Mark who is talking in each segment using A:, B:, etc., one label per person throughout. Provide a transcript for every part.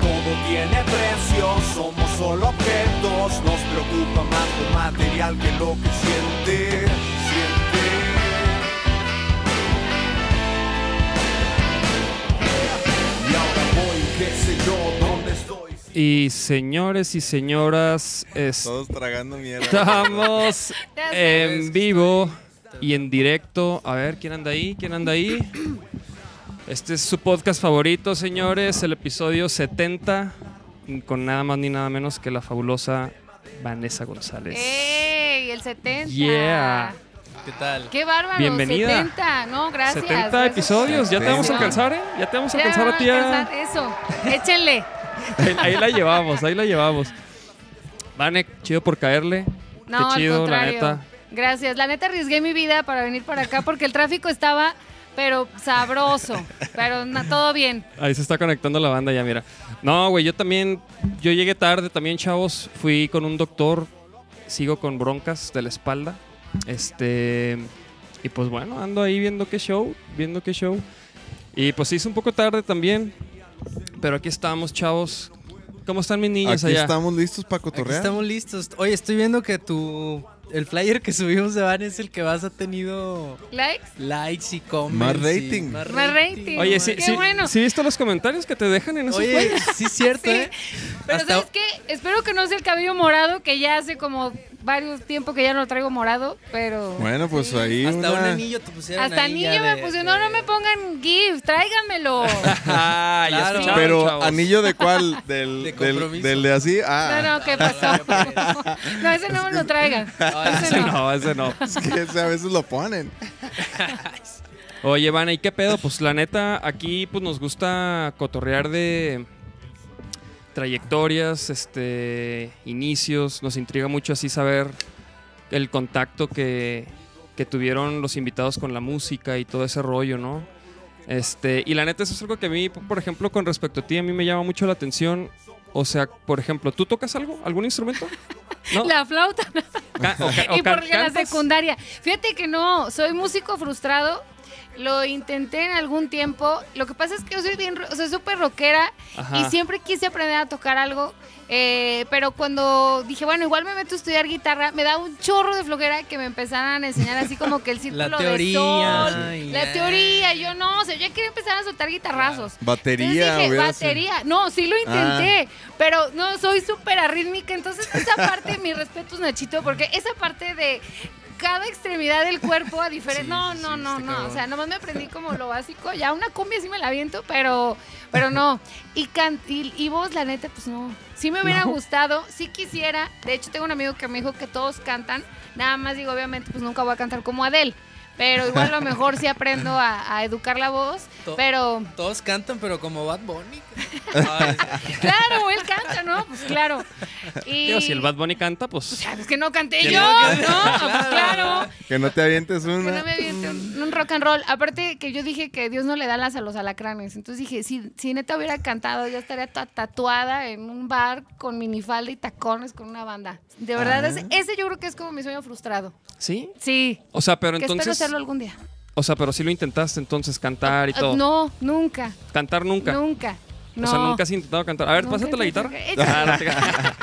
A: Todo tiene precio, somos solo objetos, nos preocupa más lo material que lo que siente, siente. Y ahora voy, qué sé yo, dónde estoy.
B: Y señores y señoras,
C: Todos tragando mierda.
B: estamos
D: Ya sé.
B: en vivo y en directo. A ver, ¿quién anda ahí? ¿Quién anda ahí? Este es su podcast favorito, señores, el episodio 70, con nada más ni nada menos que la fabulosa Vanessa González.
D: ¡Ey! El 70.
B: Pues, Yeah.
E: ¿Qué tal?
D: ¡Qué bárbaro!
B: Bienvenida.
D: 70. No, gracias.
B: 70
D: gracias.
B: episodios, ya te vamos a
D: Sí.
B: alcanzar, ¿eh? Ya te vamos a
D: Ya
B: alcanzar a
D: vamos
B: ti. a-
D: alcanzar Eso. Échenle.
B: Ahí, ahí la llevamos, ahí la llevamos. Vane, chido por caerle.
D: No,
B: Qué chido,
D: al
B: la
D: contrario.
B: neta.
D: Gracias. La neta arriesgué mi vida para venir para acá porque el tráfico estaba, pero sabroso. Pero na- todo bien.
B: Ahí se está conectando la banda ya, mira. No, güey, yo también, yo llegué tarde también, chavos. Fui con un doctor, sigo con broncas de la espalda. Este, y pues bueno, ando ahí viendo qué show, viendo qué show. Y pues se hizo un poco tarde también, pero aquí estamos, chavos. ¿Cómo están mis niños
C: Aquí
B: allá?
C: estamos listos para
E: Aquí
C: cotorrear.
E: estamos listos. Oye, estoy viendo que tu. El flyer que subimos de Van es el que más ha tenido
D: ¿Likes?
E: likes y comments.
C: Más
E: y-
C: rating.
D: Más rating.
B: Oye,
D: sí,
B: ¿sí,
D: Qué
B: sí,
D: bueno.
B: sí viste los comentarios que te dejan en esos güeyes?
E: Oye, sí es cierto,
D: Sí.
E: ¿eh?
D: Pero
E: Hasta-
D: ¿sabes qué? Espero que no sea el cabello morado, que ya hace como varios tiempo que ya no lo traigo morado, pero...
C: Bueno, pues ahí
E: Hasta un
C: una-
E: anillo te pusieron
D: Hasta
E: ahí ya
D: niño me
E: de-
D: pusieron, no, no me pongan GIF, tráigamelo.
B: Ah, ya
E: Claro.
B: escucharon,
C: Pero
B: chavos.
C: anillo de cuál? Del
E: De
C: del- del,
E: compromiso.
C: de así.
D: No,
C: Ah,
D: no, ¿qué pasó? No, ese no me lo traigan.
E: Ah,
D: Ese
B: Ese
D: no.
B: no, ese no.
C: es que ese a veces lo ponen.
B: Oye, Van, ¿y qué pedo? Pues la neta, aquí pues nos gusta cotorrear de trayectorias, este, inicios. Nos intriga mucho así saber el contacto que, que tuvieron los invitados con la música y todo ese rollo, ¿no? Este, y la neta, eso es algo que a mí, por ejemplo, con respecto a ti, a mí me llama mucho la atención. O sea, por ejemplo, ¿tú tocas algo? ¿Algún instrumento? ¿No?
D: La flauta.
B: Ca- o ca- o
D: y
B: can-
D: porque la
B: cantas?
D: secundaria. Fíjate que no, soy músico frustrado. Lo intenté en algún tiempo. Lo que pasa es que yo soy bien, ro- soy súper rockera
B: Ajá.
D: y siempre quise aprender a tocar algo. eh, pero cuando dije, bueno, igual me meto a estudiar guitarra, me da un chorro de flojera que me empezaran a enseñar así como que el círculo
E: teoría
D: de sol,
E: y-
D: la teoría. Yo no, o sea, yo quería empezar a soltar guitarrazos.
C: Batería,
D: Entonces dije,
C: hubiera sido.
D: batería. No, sí lo intenté,
E: Ah.
D: pero no, soy súper arrítmica. Entonces, esa parte, mis respetos, Nachito, porque esa parte de cada extremidad del cuerpo a diferente.
E: Sí,
D: no,
E: sí,
D: no,
E: sí,
D: no,
E: está
D: no. O
E: cabrón.
D: sea, nomás me aprendí como lo básico. Ya una cumbia sí me la viento, pero, pero no. Y, can- y, y vos, la neta, pues no. Sí me hubiera gustado, sí quisiera. De hecho, tengo un amigo que me dijo que todos cantan. Nada más digo, obviamente, pues nunca voy a cantar como Adele. Pero igual a lo mejor sí aprendo a, a educar la voz.
E: To-
D: Pero
E: Todos cantan, pero como Bad Bunny.
D: Claro, él canta, ¿no? Pues claro. Y...
B: Digo, si el Bad Bunny canta, pues...
D: Sabes que no canté
B: Que
D: yo,
B: no
D: ¿no?
B: canté.
D: Pues claro.
C: Que no te avientes una.
D: Que no me aviente un, un rock and roll. Aparte que yo dije que Dios no le da alas a los alacranes. Entonces dije, si, si neta hubiera cantado, yo estaría ta- tatuada en un bar con minifalda y tacones con una banda. De verdad,
C: Ah.
D: ese, ese yo creo que es como mi sueño frustrado.
B: ¿Sí?
D: Sí.
B: O sea, pero
D: que espero
B: entonces...
D: hacerlo algún día.
B: O sea, pero sí lo intentaste entonces cantar y
D: Ah,
B: todo.
D: No, nunca,
B: Cantar nunca.
D: nunca. No.
B: O sea, nunca has intentado cantar. A ver,
D: Nunca
B: pásate la guitarra.
D: intenté- Échale.
B: Ah,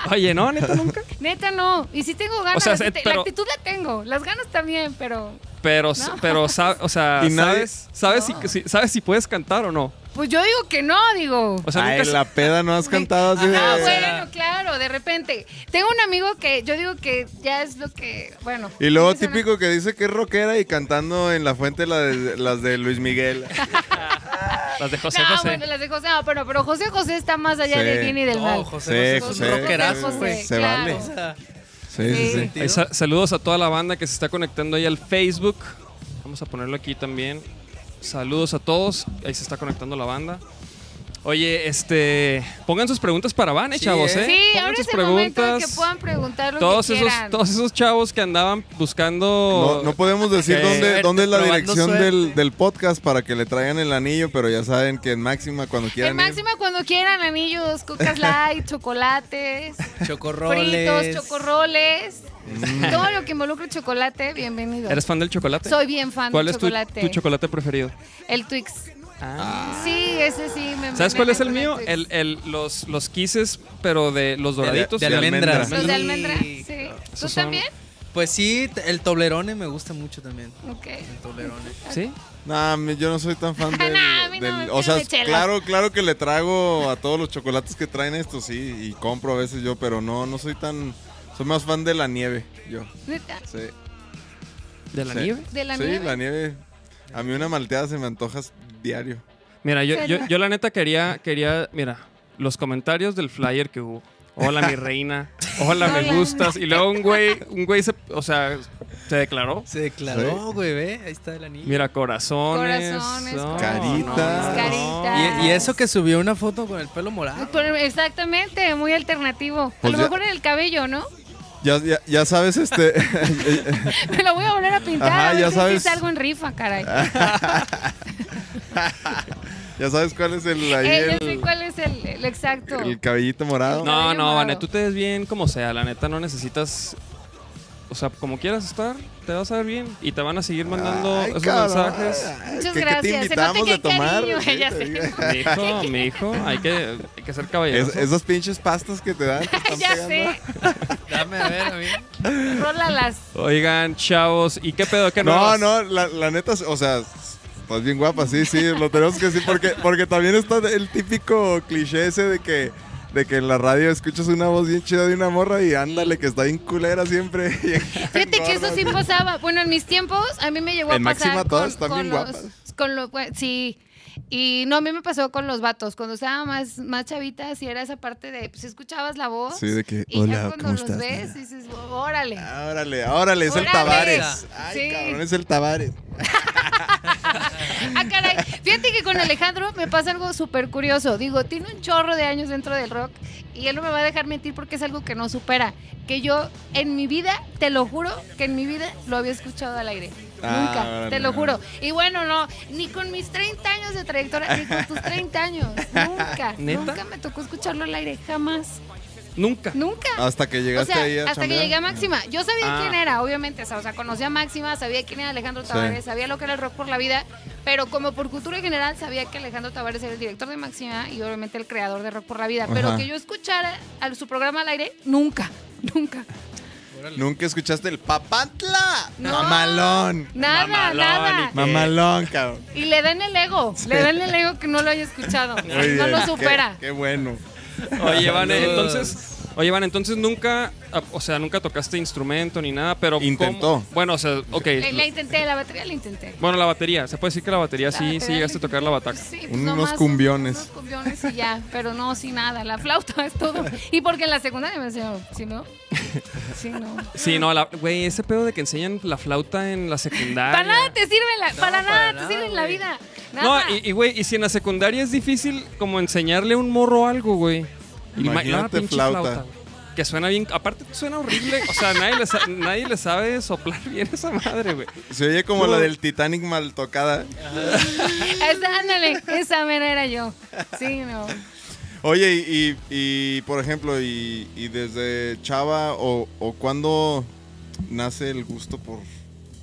B: no te- Oye, no, neta nunca.
D: Neta no. Y sí tengo ganas.
B: O sea,
D: sí
B: se-
D: te-
B: pero-
D: La actitud la tengo. Las ganas también, pero
B: Pero, s- pero sa- o sea,
C: ¿Y nadie-
B: sabes, sabes, si, si- sabes si puees cantar o no.
D: Pues yo digo que no, digo.
B: O sea,
C: Ay,
B: nunca. has-
C: la peda no has cantado así de.
D: Ah,
E: o sea-
D: bueno, claro, de repente. Tengo un amigo que yo digo que ya es lo que, bueno.
C: Y luego
D: sí me suena-
C: típico que dice que es rockera y cantando en la fuente la de- las de Luis Miguel.
B: Las de José
D: No,
B: José.
D: Ah, bueno, las de José, no, pero, pero José José está más allá
C: Sí.
D: del bien y del mal.
E: No, José,
C: Sí,
E: José,
C: José,
E: es un rockerazo,
D: José,
E: güey.
C: Se
D: claro.
C: vale.
E: O sea,
C: Sí, sí, sí.
B: Ahí sa- saludos a toda la banda que se está conectando ahí al Facebook. Vamos a ponerlo aquí también. Saludos a todos. Ahí se está conectando la banda. Oye, este, pongan sus preguntas para Van, eh,
E: Sí,
B: chavos,
E: ¿eh?
B: ¿eh?
D: Sí,
B: pongan
D: ahora es
B: sus
D: el
B: preguntas.
D: momento en que puedan preguntar lo
B: todos
D: que
B: esos,
D: quieran.
B: todos esos chavos que andaban buscando.
C: No, no podemos decir
B: Ok.
C: dónde, dónde es la
E: Probando
C: dirección
E: suerte.
C: del, del podcast para que le traigan el anillo, pero ya saben que en máxima cuando quieran.
D: En
C: ir-
D: máxima cuando quieran, anillos, cocas light, chocolates,
E: Chocorroles.
D: fritos, chocorroles.
C: Mm.
D: Todo lo que involucre chocolate, bienvenido.
B: ¿Eres fan del chocolate?
D: Soy bien fan
B: ¿Cuál
D: del
B: es tu,
D: chocolate.
B: tu chocolate preferido?
D: El Twix.
B: Ah.
C: Ah.
D: Sí, ese sí. Me,
B: ¿Sabes
D: me
B: cuál es el
D: meto en
B: mío?
D: Twix.
B: El, el- los, los quises, pero de los doraditos.
E: de
B: y
E: almendra.
B: almendra.
D: Los de almendra, sí. ¿Tú
B: Esos son-
D: también?
E: Pues sí, t- el toblerone me gusta mucho también.
D: Ok.
E: El toblerone.
B: ¿Sí?
C: Nah, mi- yo no soy tan fan del,
D: Nah, a mí no,
C: del-
D: me pido
C: o sea,
D: de chelas.
C: claro, claro que le trago a todos los chocolates que traen estos, sí, y compro a veces yo, pero no, no soy tan, soy más fan de la nieve, yo,
D: Neta,
C: sí.
B: ¿De la
C: Sí.
B: nieve?
D: De la
C: sí,
D: nieve.
C: la nieve. A mí una malteada se me antojas diario.
B: Mira, yo,
D: Se
B: yo,
D: la-
B: yo la neta quería, quería, mira, los comentarios del flyer que hubo. Hola, mi reina. Hola, me
D: Hola.
B: gustas. Y luego un güey, un güey se, o sea, se declaró.
E: Se declaró, güey, ve. Ahí está el anillo.
B: Mira, corazones.
D: Corazones,
B: no,
C: Caritas.
B: no, no.
D: Caritas.
E: Y, y eso que subió una foto con el pelo morado.
D: Pero exactamente, muy alternativo.
C: Pues
D: a lo
C: ya-
D: mejor en el cabello, ¿no?
C: Ya, ya, ya sabes, este.
D: Me lo voy a volver a pintar.
C: Ajá,
D: a ver
C: ya
D: si
C: sabes.
D: es algo en rifa, caray.
C: ya sabes cuál es el, ahí
D: Eh, ya
C: el,
D: sé cuál es el, el exacto.
C: el cabellito morado.
D: No.
B: No,
D: Cabello
B: no,
D: morado.
B: Vanet, tú te ves bien como sea. La neta, no necesitas. O sea, como quieras estar, te vas a ver bien. Y te van a seguir mandando
C: Ay,
B: esos
C: cabrón.
B: mensajes.
C: Ay, que-
D: Muchas
C: que
D: gracias.
C: te
D: Se nota
C: invitamos
D: que
C: a
D: hay
C: tomar.
D: cariño,
C: ¿sí?
D: ya
C: Te
D: sé.
C: digo.
B: Mi hijo, mi hijo, hay que, hay que ser caballero.
C: Es- esas pinches pastas que te dan. te están
D: ya
C: pegando.
D: sé.
E: Dame a ver, a mí.
D: Rólalas.
B: Oigan, chavos, ¿y qué pedo? ¿Qué
C: No,
B: nuevas?
C: no, la, la neta, o sea, estás bien guapa, sí, sí, lo tenemos que decir porque, porque también está el típico cliché ese de que, de que en la radio escuchas una voz bien chida de una morra y ándale, que está bien culera siempre.
D: Fíjate que eso sí pasaba. Bueno, en mis tiempos a mí me llegó a
C: En
D: pasar.
C: máxima todas están bien
D: los,
C: guapas.
D: con los- güey, sí. Y no, a mí me pasó con los vatos. Cuando estaba más, más chavita, si era esa parte de, pues escuchabas la voz.
C: Sí, de que,
D: y
C: "Hola,
D: ya cuando
C: ¿cómo
D: los
C: estás,
D: ves,
C: nena?"
D: dices, órale.
C: Órale, órale, es
D: Órale.
C: el Tavares. Ay,
D: Sí.
C: cabrón, es el Tavares.
D: Ah, caray. Fíjate que con Alejandro me pasa algo súper curioso. Digo, tiene un chorro de años dentro del rock y él no me va a dejar mentir porque es algo que no supera. Que yo en mi vida, te lo juro, que en mi vida lo había escuchado al aire.
C: Ah,
D: Nunca,
C: órale.
D: te lo juro. Y bueno, no, ni con mis 30 años de trayectoria, ni con tus 30 años. Nunca,
B: ¿Neta?
D: nunca me tocó escucharlo al aire, jamás.
B: Nunca.
D: Nunca.
C: Hasta que
D: O
C: llegaste
D: sea,
C: ahí a
D: hasta que
C: chambear.
D: llegué a Máxima. Yo sabía
B: Ah.
D: quién era, obviamente. O sea, o sea, conocía a Máxima, sabía quién era Alejandro
C: Sí.
D: Tavares, sabía lo que era el rock por la vida. Pero como por cultura general, sabía que Alejandro Tavares era el director de Máxima y obviamente el creador de Rock por la vida. Pero
C: Ajá.
D: que yo escuchara a su programa al aire, nunca, nunca.
C: Nunca escuchaste el Papantla.
D: No.
C: Mamalón.
D: Nada,
B: Mamalón,
D: nada.
B: y-
C: Mamalón, cabrón.
D: Y le dan el ego, le dan el ego que no lo haya escuchado.
C: Muy
D: no
C: bien,
D: lo
C: qué-
D: supera.
C: Qué, bueno.
B: Oye, Van,
E: Saludos.
B: entonces. Oye, Van, entonces nunca. ah, O sea, nunca tocaste instrumento ni nada, pero. ¿cómo-
C: Intentó.
B: Bueno, o sea, ok.
D: La, la intenté, la batería la intenté.
B: Bueno, la batería. Se puede decir que la batería
D: La
B: sí,
D: batería
B: sí llegaste a tocar la bataca.
D: Sí, pues
C: Unos
D: nomás
C: cumbiones.
D: Unos cumbiones y ya, pero no, sí nada, la flauta es todo. Y porque en la secundaria me enseñaron, si no, si no.
B: Sí, no, la- güey, ese pedo de que enseñan la flauta en la secundaria.
D: Para nada te sirve, la,
E: No,
D: para nada
E: para
D: te sirve
E: nada,
D: en la
E: güey.
D: vida.
B: No,
D: Nada.
B: y, y, güey, y si en la secundaria es difícil como enseñarle a un morro algo, güey. Ima-
C: Imagínate
B: pinche
C: flauta.
B: güey, que suena bien, aparte suena horrible, o sea, nadie le, sa- nadie le sabe soplar bien esa madre, güey.
C: Se oye como la del Titanic mal tocada.
D: Esa, ándale, esa mera era yo. Sí, no.
C: Oye, y, y- y, por ejemplo, y, y desde Chava, o, o cuándo nace el gusto por,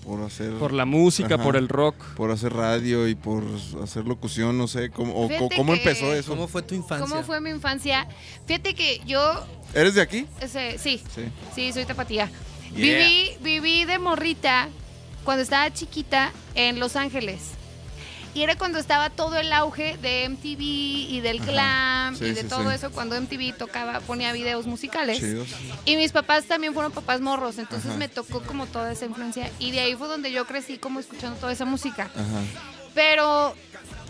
C: por hacer
B: Por la música,
C: Ajá.
B: por el rock.
C: por hacer radio y por hacer locución, no sé, cómo, o
D: Fíjate
C: co- cómo
D: que-
C: empezó eso.
E: ¿Cómo fue tu infancia?
D: ¿Cómo fue mi infancia? Fíjate que yo,
C: ¿Eres de aquí?
D: ese- sí,
C: Sí.
D: Sí, soy tapatía.
C: Yeah.
D: Viví, viví de morrita cuando estaba chiquita en Los Ángeles. Y era cuando estaba todo el auge de MTV y del
C: Ajá.
D: glam
C: Sí,
D: y de
C: sí,
D: todo
C: sí.
D: eso, cuando MTV tocaba, ponía videos musicales.
C: Chido.
D: Y mis papás también fueron papás morros, entonces
C: Ajá.
D: me tocó como toda esa influencia. Y de ahí fue donde yo crecí como escuchando toda esa música.
C: Ajá.
D: Pero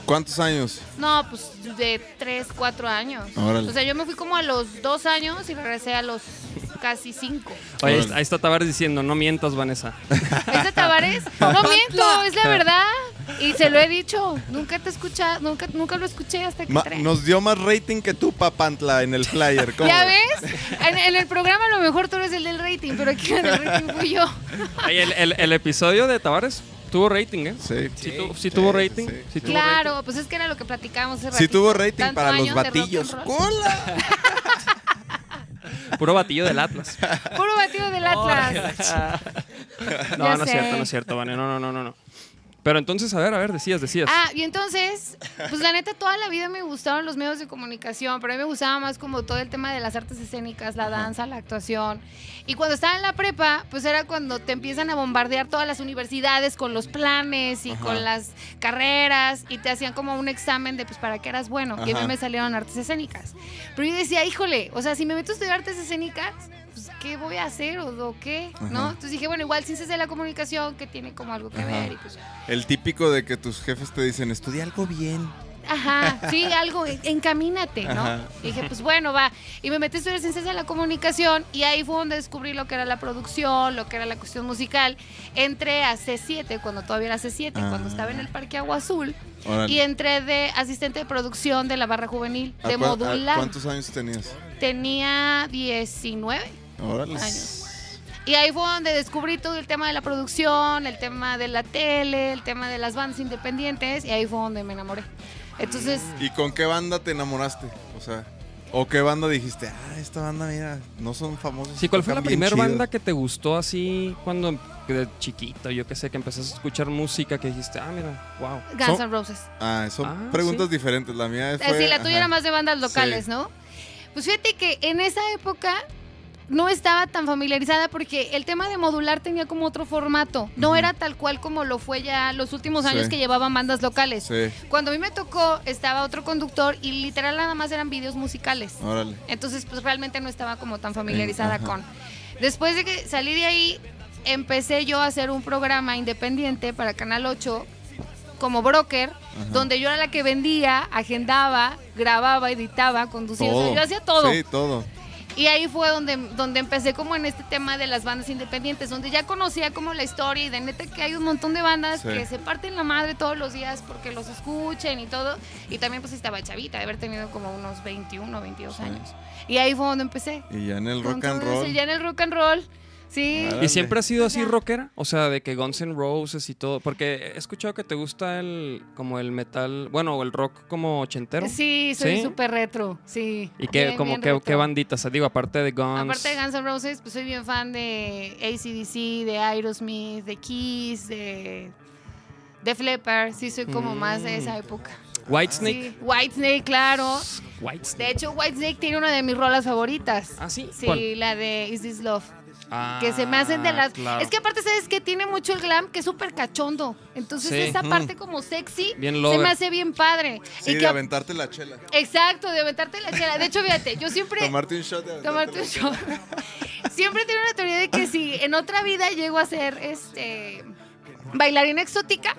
C: ¿Cuántos años?
D: no, pues de 3, 4 años.
C: Órale.
D: O sea, yo me fui como a los 2 años y regresé a los casi 5.
B: Oye,
C: Órale.
B: ahí está Tavares diciendo, no mientas, Vanessa.
D: ¿Es de Tavares? No miento, es la verdad. Y se lo he dicho, nunca te escucha, nunca, nunca lo escuché hasta que
C: Ma-
D: entré.
C: nos dio más rating que tú, Papantla, en el flyer. ¿Cómo
D: ¿Ya
C: ves?
D: ves? En, en el programa a lo mejor tú eres el del rating, pero aquí el del rating fui yo.
B: Ay, el, el- el episodio de Tavares tuvo rating, ¿eh?
C: Sí.
B: Sí,
E: Sí,
B: tu- sí
C: sí,
B: tuvo
C: sí,
B: rating.
C: sí.
B: sí tuvo
D: Claro, pues es que era lo que platicábamos hace
C: Sí
D: ratito.
C: tuvo rating
D: Tanto
C: para los
D: años de rock and
C: batillos.
D: roll.
C: ¡Cola!
B: rating. Puro batillo del Atlas.
D: Puro batido del Atlas.
B: No, no
D: Ya
B: es
D: sé.
B: cierto, no es cierto, Vane. No, no, no, no, no. Pero entonces, a ver, a ver, decías, decías.
D: Ah, y entonces, pues la neta, toda la vida me gustaron los medios de comunicación, pero a mí me gustaba más como todo el tema de las artes escénicas, la danza, la actuación. Y cuando estaba en la prepa, pues era cuando te empiezan a bombardear todas las universidades con los planes y con las carreras y te hacían como un examen de pues para qué eras bueno. Y a mí
C: Ajá.
D: me salieron artes escénicas. Pero yo decía, híjole, o sea, si me meto a estudiar artes escénicas, pues, ¿qué voy a hacer o, o qué? ¿No?
C: Ajá.
D: Entonces dije, bueno, igual ciencias de la comunicación que tiene como algo que
C: Ajá.
D: ver y pues
C: El típico de que tus jefes te dicen, estudia algo bien.
D: Ajá, sí, algo, en- encamínate, ¿no?
C: Ajá.
D: Y dije, pues bueno, va. Y me metí a estudiar ciencias de la comunicación y ahí fue donde descubrí lo que era la producción, lo que era la cuestión musical. Entré a C7, cuando todavía era C7,
C: Ah.
D: cuando estaba en el Parque Agua Azul.
C: Órale.
D: Y entré de asistente de producción de la barra juvenil,
C: ¿A
D: de
C: cuán- a
D: modular.
C: ¿Cuántos años tenías?
D: Tenía 19.
C: Órale.
D: Años. Y ahí fue donde descubrí todo el tema de la producción, el tema de la tele, el tema de las bandas independientes y ahí fue donde me enamoré. Entonces,
C: ¿Y con qué banda te enamoraste? O sea, ¿o qué banda dijiste? Ah, esta banda, mira, no son famosos.
B: Sí, ¿cuál fue la
C: tocan bien
B: primera
C: chido"?
B: banda que te gustó así cuando de chiquito, yo qué sé, que empezaste a escuchar música que dijiste, ah, mira, wow.
D: Guns N' Roses.
C: Ah, son
B: Ah,
C: preguntas
B: sí.
C: diferentes. La mía
D: Eh,
C: fue...
D: sí, la tuya
C: ajá.
D: era más de bandas locales,
C: Sí.
D: ¿no? Pues fíjate que en esa época no estaba tan familiarizada porque el tema de modular tenía como otro formato. No
C: Ujú.
D: era tal cual como lo fue ya los últimos años
C: Sí.
D: que llevaban bandas locales.
C: Sí,
D: Cuando a mí me tocó, estaba otro conductor y literal nada más eran videos musicales.
C: órale.
D: Entonces, pues realmente no estaba como tan familiarizada
C: Ajá.
D: con. Después de que salí de ahí, empecé yo a hacer un programa independiente para Canal 8 como broker, donde yo era la que vendía, agendaba, grababa, editaba, conducía, o sea, yo hacía todo.
C: Sí, todo.
D: Y ahí fue donde, donde empecé como en este tema de las bandas independientes, donde ya conocía como la historia y de neta que hay un montón de bandas
C: Sí.
D: que se parten la madre todos los días porque los escuchen y todo. Y también pues estaba chavita, de haber tenido como unos 21, 22 años. Y ahí fue donde empecé.
C: Y ya en el
D: Con
C: rock
D: todo
C: and
D: eso,
C: roll.
D: Ya en el rock and roll. Sí.
C: Órale.
B: ¿Y siempre has sido así
D: Ya.
B: rockera? O sea, de que Guns N' Roses y todo. Porque he escuchado que te gusta el como el metal, bueno, o el rock como ochentero.
D: Sí, soy
B: ¿Sí?
D: súper retro. Sí.
B: ¿Y qué,
D: Bien,
B: como
D: bien
B: qué, qué
D: retro.
B: banditas? O sea, digo, aparte de Guns.
D: Aparte de Guns N' Roses, pues soy bien fan de ACDC, de Aerosmith, de Kiss, de Def Leppard. Sí, soy como más de
B: Mm.
D: esa época.
B: Whitesnake.
D: Sí, Whitesnake, claro. De
B: Whitesnake.
D: hecho, Whitesnake tiene una de mis rolas favoritas.
B: Ah, sí.
D: Sí,
B: ¿Cuál?
D: la de Is This Love.
B: Ah,
D: Que se me hacen de las...
B: claro.
D: Es que aparte, ¿sabes que Tiene mucho el glam, que es súper cachondo. Entonces,
B: Sí.
D: esa
C: Ujú.
D: parte como sexy
B: Bien
D: se
B: lover.
D: me hace bien padre.
C: Sí,
D: y
C: de
D: que,
C: aventarte la chela.
D: Exacto, de aventarte la chela. De hecho, fíjate, yo siempre...
C: Tomarte un shot. de
D: Tomarte un
C: aventarte la
D: shot. Siempre tengo la teoría de que si en otra vida llego a ser este bailarina exótica,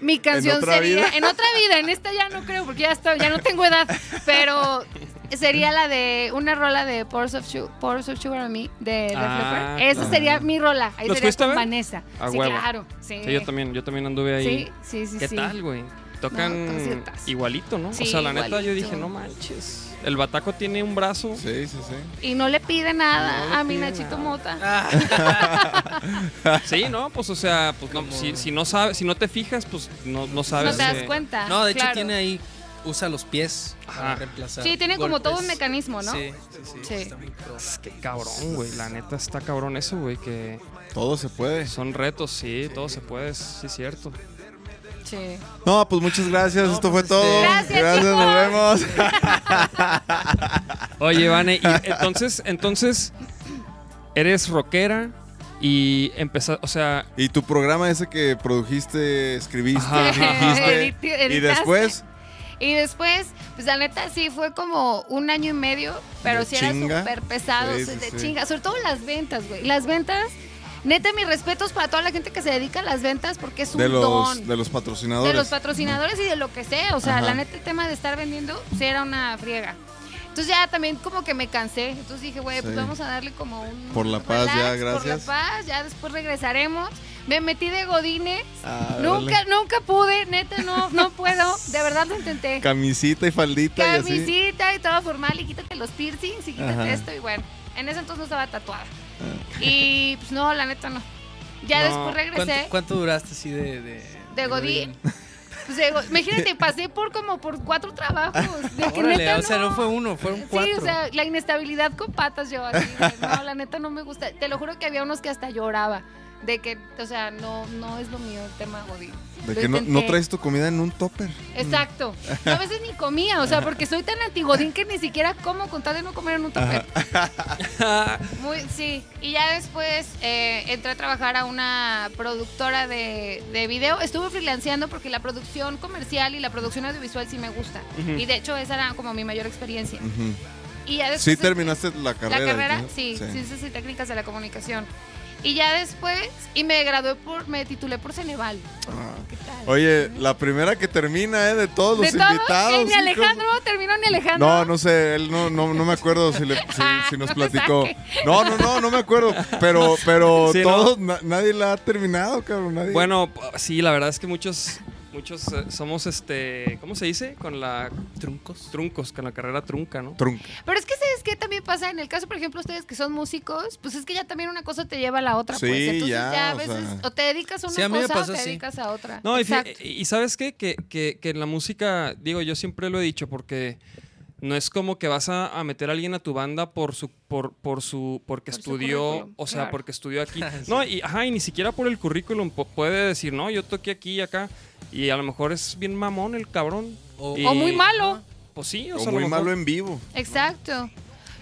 D: mi canción
C: otra
D: sería.
C: vida?
D: En otra vida, en esta ya no creo, porque ya estoy- ya no tengo edad. Pero sería la de una rola de Pours of, Su- Pours of Sugar on Me de Def
B: Ah,
D: Leppard. Esa
B: claro.
D: sería mi rola. Ahí
B: ¿Los
D: sería
B: fuiste a
D: con
B: ver?
D: Vanessa.
B: A
D: sí,
B: huevo.
D: claro. Sí.
B: Sí, yo también, yo también anduve ahí.
D: Sí, sí, sí.
B: ¿Qué
D: sí.
B: tal, güey?
D: No,
B: Tocan
D: conciertazo.
B: igualito, ¿no?
D: Sí,
B: o sea, la neta yo
D: igualito.
B: dije, no manches. El bataco tiene un brazo.
C: Sí, sí, sí.
D: Y no le pide nada
B: No le
D: a mi
B: pide
D: Nachito
B: nada. Ah,
D: Mota.
B: Sí, ¿no? Pues, o sea, pues, no, si, si no sabes, si no te fijas, pues, no, no sabes.
D: No te das
B: eh,
D: cuenta.
E: No, de hecho
D: claro.
E: tiene ahí, usa los pies para
B: Ajá.
E: reemplazar.
D: Sí, tiene como todo un
E: golpes.
D: mecanismo, ¿no?
E: Sí, sí, sí.
D: Sí.
E: está muy pro.
B: Qué cabrón, güey. La neta está cabrón eso, güey. Que
C: Todo se puede.
B: son retos, sí, todo se puede, sí, es cierto.
D: Sí.
C: No, pues muchas gracias. Esto fue
E: pues, este-
C: todo.
D: Gracias,
C: nos vemos.
B: Oye, Vane, y entonces, entonces, eres rockera y empezas, o sea,
C: Y tu programa ese que produjiste, escribiste,
B: Ajá.
C: dirigiste.
D: Editi- editaste.
C: y después,
D: Y después, pues la neta sí fue como un año y medio, pero
C: De
D: sí
C: chinga.
D: era súper pesado,
C: Sí,
D: sí,
C: sí,
D: de
C: sí.
D: chinga. Sobre todo las ventas, güey. Las ventas, neta, mis respetos para toda la gente que se dedica a las ventas porque es un
C: de
D: don.
C: los, de
D: De
C: los patrocinadores.
D: los patrocinadores y de lo que sea. O sea,
C: Ajá.
D: la neta, el tema de estar vendiendo sí era una friega. Entonces ya también como que me cansé. Entonces dije, güey, pues
C: Sí.
D: vamos a darle como un...
C: Por la paz, ya,
D: relax, Por la
C: gracias.
D: paz, ya después regresaremos. Me metí de godines.
C: Ah,
D: Nunca,
C: órale.
D: nunca pude, neta, no, no puedo. De verdad lo intenté.
C: Camisita y faldita y así.
D: Camisita y todo formal y quítate los piercings y quítate
C: Ajá. Ah.
D: esto y bueno. En ese entonces no estaba tatuada. Y pues no, la neta no. Ya
B: No,
D: después
E: ¿Cuánto,
D: regresé.
E: cuánto duraste así de... De,
D: ¿De Godín? pues, digo, imagínate, pasé por como por cuatro trabajos. De que
E: Órale,
D: neta
E: o sea,
D: no.
E: no fue uno, fueron cuatro.
D: Sí, o sea, la inestabilidad con patas yo así. de, No, la neta no me gusta. Te lo juro que había unos que hasta lloraba. De que, o sea, no, no es lo mío el tema Godín.
C: De
D: Lo
C: que no, no
D: intenté.
C: traes tu comida en un topper.
D: Exacto. Yo a veces ni comía, o sea, porque soy tan antigodín que ni siquiera como con tal de no comer en un tupper. Muy, sí. Y ya después eh, entré a trabajar a una productora de, de video. Estuve freelanceando porque la producción comercial y la producción audiovisual sí me gusta.
B: Ujú.
D: Y de hecho esa era como mi mayor experiencia.
C: Ujú.
D: Y ya
C: Sí
D: después
C: terminaste la carrera.
D: la carrera,
C: ¿no?
D: sí, ciencias y técnicas de la comunicación. Y ya después, y me gradué por, me titulé por Ceneval.
C: Ah.
D: ¿Qué tal?
C: Oye, la primera que termina, ¿eh? De todos
D: de
C: los
D: todos,
C: invitados.
D: ni
C: hijos.
D: Alejandro, terminó ni Alejandro.
C: No, no sé, él no, no, no me acuerdo si, le- si-
D: Ah,
C: si nos
D: no me
C: platicó.
D: saque.
C: No, no, no, no me acuerdo. Pero, pero
B: Sí, ¿no?
C: todos, na- nadie la ha terminado, cabrón. Nadie.
B: Bueno, p- sí, la verdad es que muchos, muchos eh, somos, este, ¿cómo se dice? Con la
E: ¿Truncos?
B: truncos, con la carrera trunca, ¿no?
C: Trunca.
D: Pero es que, ¿sabes qué también pasa? En el caso, por ejemplo, ustedes que son músicos, pues es que ya también una cosa te lleva a la otra.
C: Sí,
D: pues. Entonces
C: ya,
D: ya, a
C: o
D: veces
C: sea.
D: o te dedicas a una
E: Sí, a mí me
D: cosa
E: pasó
D: o te
E: así.
D: dedicas a otra.
B: No, y, fi-
D: Exacto.
B: y ¿sabes qué? Que, que, que en la música, digo, yo siempre lo he dicho porque no es como que vas a, a meter a alguien a tu banda por su por, por su porque
D: Por su
B: estudió,
D: currículum,
B: o sea,
D: claro.
B: porque estudió aquí.
E: Sí.
B: No, y ajá, y ni siquiera por el currículum po- puede decir, "No, yo toqué aquí y acá." Y a lo mejor es bien mamón el cabrón.
E: O-
B: Y-
D: O muy malo.
B: Pues sí, o,
C: O
B: sea, a lo
C: muy
B: mejor-
C: malo en vivo.
D: Exacto.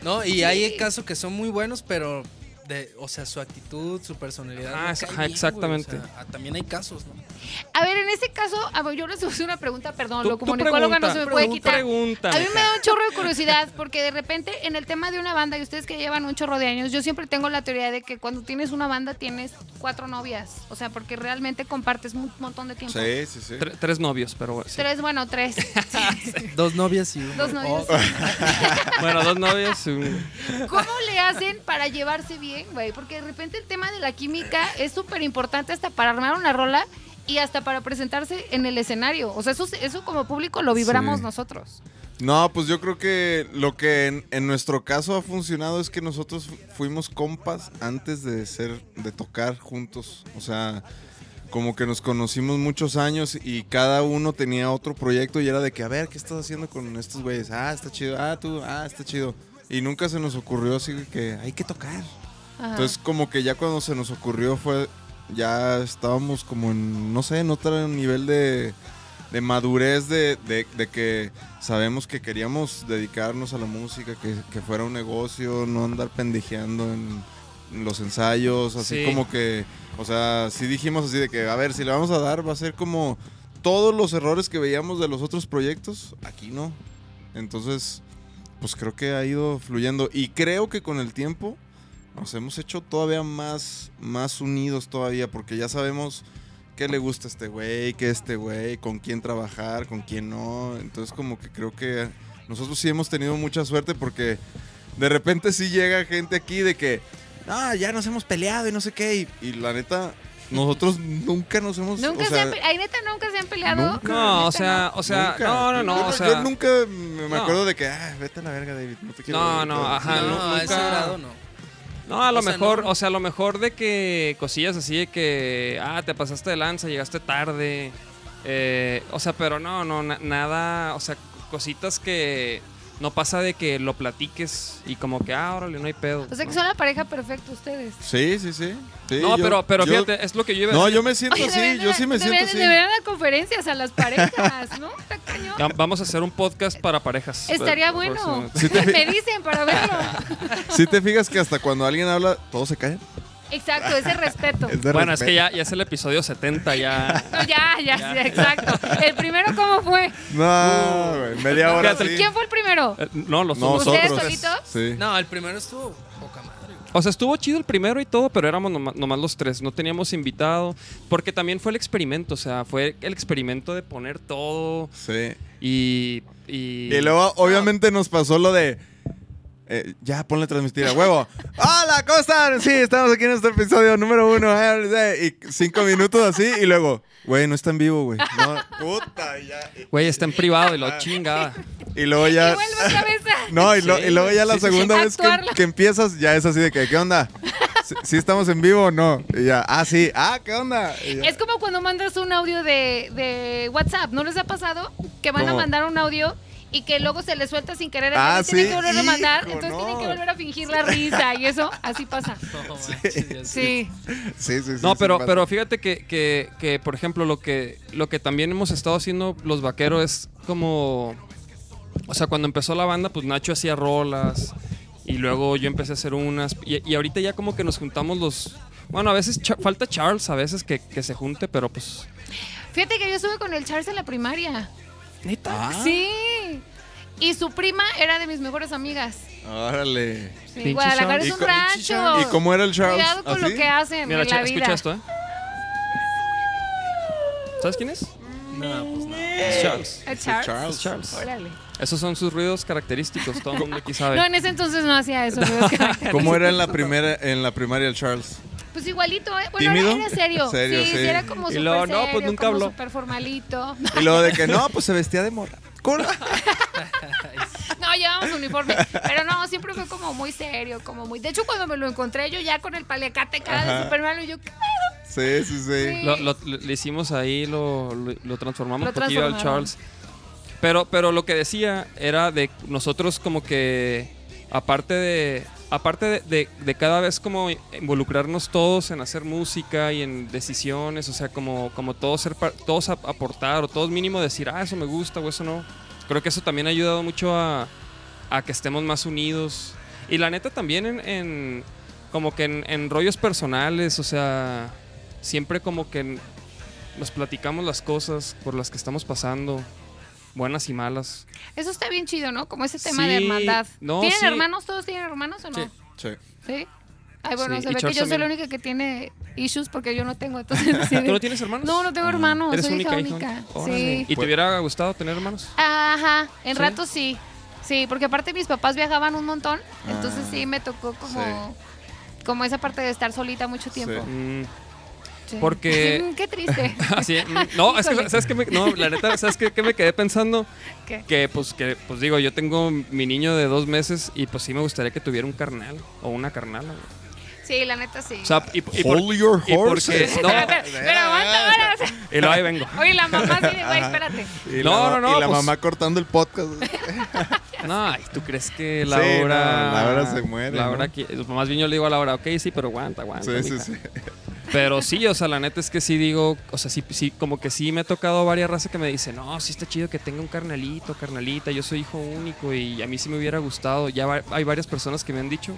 E: No, y hay casos que son muy buenos, pero... De, o sea, su actitud, su personalidad.
B: Ah,
E: no
B: es-
E: cae
B: ajá,
E: güey, o sea,
B: exactamente.
E: ah, también hay casos, ¿no?
D: A ver, en ese caso, a ver, yo les puse una pregunta, perdón,
B: Tú-
D: lo
B: tú
D: comunicóloga no
B: pregunta,
D: se me puede
B: tú
D: quitar.
B: pregunta.
D: A mí me da un chorro de curiosidad porque de repente en el tema de una banda y ustedes que llevan un chorro de años, yo siempre tengo la teoría de que cuando tienes una banda tienes cuatro novias, o sea, porque realmente compartes un montón de tiempo.
C: Sí, sí, sí.
B: Tre- tres novios, pero sí.
D: Tres, bueno, tres.
E: Dos novias y un...
D: Dos novias.
E: Oh,
B: Bueno, dos novios. un-
D: ¿Cómo le hacen para llevarse bien, güey? Porque de repente el tema de la química es súper importante hasta para armar una rola y hasta para presentarse en el escenario. O sea, eso, eso como público lo vibramos
C: Sí.
D: nosotros.
C: No, pues yo creo que lo que en, en nuestro caso ha funcionado es que nosotros fu- fuimos compas antes de ser, de tocar juntos. O sea, como que nos conocimos muchos años y cada uno tenía otro proyecto y era de que, a ver, ¿qué estás haciendo con estos güeyes? Ah, está chido, ah, tú, ah, está chido. Y nunca se nos ocurrió así que hay que tocar.
D: Ajá.
C: Entonces como que ya cuando se nos ocurrió fue, ya estábamos como en, no sé, en otro nivel de, de madurez, de, de- de que sabemos que queríamos dedicarnos a la música, que, que fuera un negocio, no andar pendejeando en los ensayos, así
B: Sí.
C: como que, o sea, sí dijimos así de que, a ver, si le vamos a dar, va a ser como todos los errores que veíamos de los otros proyectos, aquí no. Entonces, pues creo que ha ido fluyendo y creo que con el tiempo nos hemos hecho todavía más, más unidos todavía porque ya sabemos qué le gusta a este güey, qué este güey, con quién trabajar, con quién no. Entonces como que creo que nosotros sí hemos tenido mucha suerte porque de repente sí llega gente aquí de que, ah, ya nos hemos peleado y no sé qué. Y, y la neta, nosotros nunca nos hemos... o
D: Nunca se
C: sea,
D: han pe- ay, neta, nunca se han peleado.
C: Nunca.
B: No,
D: Neta,
B: o sea, o sea,
C: nunca.
B: no, no, no,
C: Yo-
B: o
C: yo
B: sea,
C: nunca me me
B: No.
C: acuerdo de que, ah, vete a la verga, David. No, te quiero
B: No,
C: ver",
B: no,
C: todo.
B: ajá,
E: no,
B: no,
E: a ese
B: nunca-
E: grado no.
B: No, a lo
E: O sea,
B: mejor,
E: no.
B: o sea, a lo mejor de que cosillas así de que, ah, te pasaste de lanza, llegaste tarde. eh, o sea, pero no, no, na- nada, o sea, cositas que no pasa de que lo platiques y como que, ah, órale, no hay pedo.
D: O sea, que
B: ¿no?
D: son la pareja perfecta ustedes.
C: Sí, sí, sí. Sí,
B: No,
C: yo-
B: pero, pero
C: yo-
B: fíjate, es lo que yo iba a
C: No,
B: decir.
C: yo me siento así, yo sí me siento así.
D: Deberían dar conferencias a las parejas, ¿no? Está cañón.
B: Ya Vamos a hacer un podcast para parejas.
D: Estaría
B: Por- por
D: bueno.
B: si-
C: Sí te-
D: Me dicen para verlo.
C: Si te fijas que hasta cuando alguien habla, todos se caen.
D: Exacto, ese respeto.
C: Es de
B: Bueno, es que
C: respeto.
B: ya, ya es el episodio 70, ya.
D: No, ya, ya, sí, exacto. El primero, ¿cómo fue?
C: No, güey, media hora
B: Fíjate,
C: sí.
D: ¿Quién fue el primero?
B: Eh, No, los dos.
D: ¿Ustedes
C: Nosotros.
D: solitos?
C: Sí.
E: No, el primero estuvo poca madre. güey.
B: O sea, estuvo chido el primero y todo, pero éramos noma- nomás, los tres. No teníamos invitado. Porque también fue el experimento. O sea, fue el experimento de poner todo
C: Sí.
B: y. Y,
C: Y luego, obviamente, nos pasó lo de. eh, ya, ponle a transmitir a huevo. ¡Hola! ¿Cómo están? Sí, estamos aquí en este episodio número uno. eh, Y cinco minutos así y luego, güey, no está en vivo, güey. No, puta, y ya. y-
B: Güey, está en privado y lo chingada.
C: Y luego ya.
D: Y vuelvo otra vez a-
C: No, y, lo-
B: Sí,
C: y luego ya la
B: sí, sí,
C: segunda
D: sí.
C: vez que,
D: Actuarla.
C: que empiezas, ya es así de que, ¿qué onda? ¿Sí, sí estamos en vivo o no? Y ya, ah, sí, ah, ¿qué onda? Y ya.
D: Es como cuando mandas un audio de, de WhatsApp, ¿no les ha pasado? Que van a
C: ¿Cómo?
D: mandar un audio y que luego se les suelta sin querer,
C: Ah,
D: entonces tienen
C: sí,
D: que volver a mandar,
C: hijo,
D: entonces
C: no.
D: tienen que volver a fingir la risa y eso, así pasa.
E: No manches, ya sé.
D: Sí.
C: Sí, sí, sí.
B: No,
C: sí
B: pero,
C: pasa.
B: pero fíjate que, que- que, por ejemplo, lo que, lo que también hemos estado haciendo los vaqueros es como. O sea, cuando empezó la banda, pues Nacho hacía rolas. Y luego yo empecé a hacer unas. Y, y ahorita ya como que nos juntamos los. Bueno, a veces Cha- falta Charles, a veces que, que se junte, pero pues.
D: Fíjate que yo estuve con el Charles en la primaria.
B: Neta.
C: Ah.
D: Sí. Y su prima era de mis mejores amigas.
C: Órale.
D: Sí,
B: Pinche
D: Guadalajara
B: Charles.
D: es
C: ¿Y
D: un
C: co-
D: rancho.
C: ¿Y cómo era el Charles? ¿Ah,
D: Cuidado con
C: ¿Así?
D: lo que hacen
B: Mira,
D: en
B: cha-
D: la vida.
B: escucha esto, ¿eh? ¿Sabes quién es?
E: No, pues no.
B: Es Charles.
D: ¿A Charles?
C: Charles.
B: Charles.
D: Órale.
B: Esos son sus ruidos característicos, todo el mundo aquí sabe.
D: No, en ese entonces no hacía eso. amigos.
C: ¿Cómo era en la primera, en la primaria el Charles?
D: Pues igualito, ¿eh? Bueno,
C: ¿Tímido?
D: era, era serio.
C: Serio,
D: sí,
C: sí.
D: era como
B: Y
D: súper
B: luego, no,
D: serio,
B: pues nunca
D: como
B: habló.
D: súper formalito.
C: Y luego de que no, pues se vestía de morra. Cool.
D: No, llevábamos uniforme. Pero no, siempre fue como muy serio, como muy... De hecho, cuando me lo encontré yo ya con el paliacate cara de
C: Ajá.
D: Superman, y yo... ¿qué?
C: Sí, sí, sí.
B: Lo, lo- lo- le hicimos ahí, lo, lo- lo transformamos
D: Lo
B: poquillo al
D: transformaron.
B: Charles. Pero, pero lo que decía era de nosotros como que, aparte de... Aparte de, de- de cada vez como involucrarnos todos en hacer música y en decisiones, o sea, como, como todos, ser, par- todos ap- aportar o todos mínimo decir, ah, eso me gusta o eso no. Creo que eso también ha ayudado mucho a, a que estemos más unidos. Y la neta también en, en- como que en, en rollos personales, o sea, siempre como que n- nos platicamos las cosas por las que estamos pasando, buenas y malas.
D: Eso está bien chido, ¿no? Como ese tema
B: Sí,
D: de hermandad.
B: no,
D: ¿Tienen
B: sí.
D: hermanos? ¿Todos tienen hermanos o no?
B: Sí.
D: Sí.
C: Sí.
D: Ay, bueno,
B: Sí, y
D: se ve que
B: Charles
D: yo soy la
B: también.
D: única que tiene issues porque yo no tengo. Entonces, sí.
B: ¿Tú no tienes hermanos?
D: No, no tengo hermanos.
B: Eres
D: soy
B: única,
D: hija
B: hijo.
D: única.
B: Órale.
D: Sí.
B: ¿Y te
C: Pues-
B: hubiera gustado tener hermanos?
D: Ajá, en
B: ¿Sí?
D: ratos sí. Sí, porque aparte mis papás viajaban un montón, entonces
C: Ah,
D: sí me tocó como como esa parte de estar solita mucho tiempo.
B: Mm,
D: Sí.
B: Porque-
D: Mm, qué triste.
B: así, mm, no, es que,
D: Híjole.
B: ¿sabes qué? Me, no, la neta, ¿sabes qué, qué me quedé pensando?
D: ¿Qué?
B: Que pues, que, pues digo, yo tengo mi niño de dos meses y pues sí me gustaría que tuviera un carnal o una carnala. güey.
D: Sí, la neta sí.
B: O sea, y, y por-
C: Hold your
B: y porque-
C: horses.
B: no,
D: Espera, espera, pero aguanta, ahora, o sea,
B: y luego ahí vengo.
D: Oye, la mamá sí de, güey, espérate.
C: Y
B: No,
C: la,
B: no, no,
C: Y la
B: pues-
C: mamá cortando el podcast.
B: No, ¿y ¿tú crees que
C: Sí,
B: Laura...
C: no, Laura se muere,
B: Laura,
C: ¿no?
B: qui- más bien yo le digo a Laura, ok, sí, pero aguanta, aguanta.
C: Sí, sí,
B: mija".
C: sí.
B: Pero sí, o sea, la neta es que sí digo, o sea, sí, sí, como que sí me ha tocado varias razas que me dicen, no, sí está chido que tenga un carnalito, carnalita, yo soy hijo único y a mí sí me hubiera gustado. Ya va- hay varias personas que me han dicho.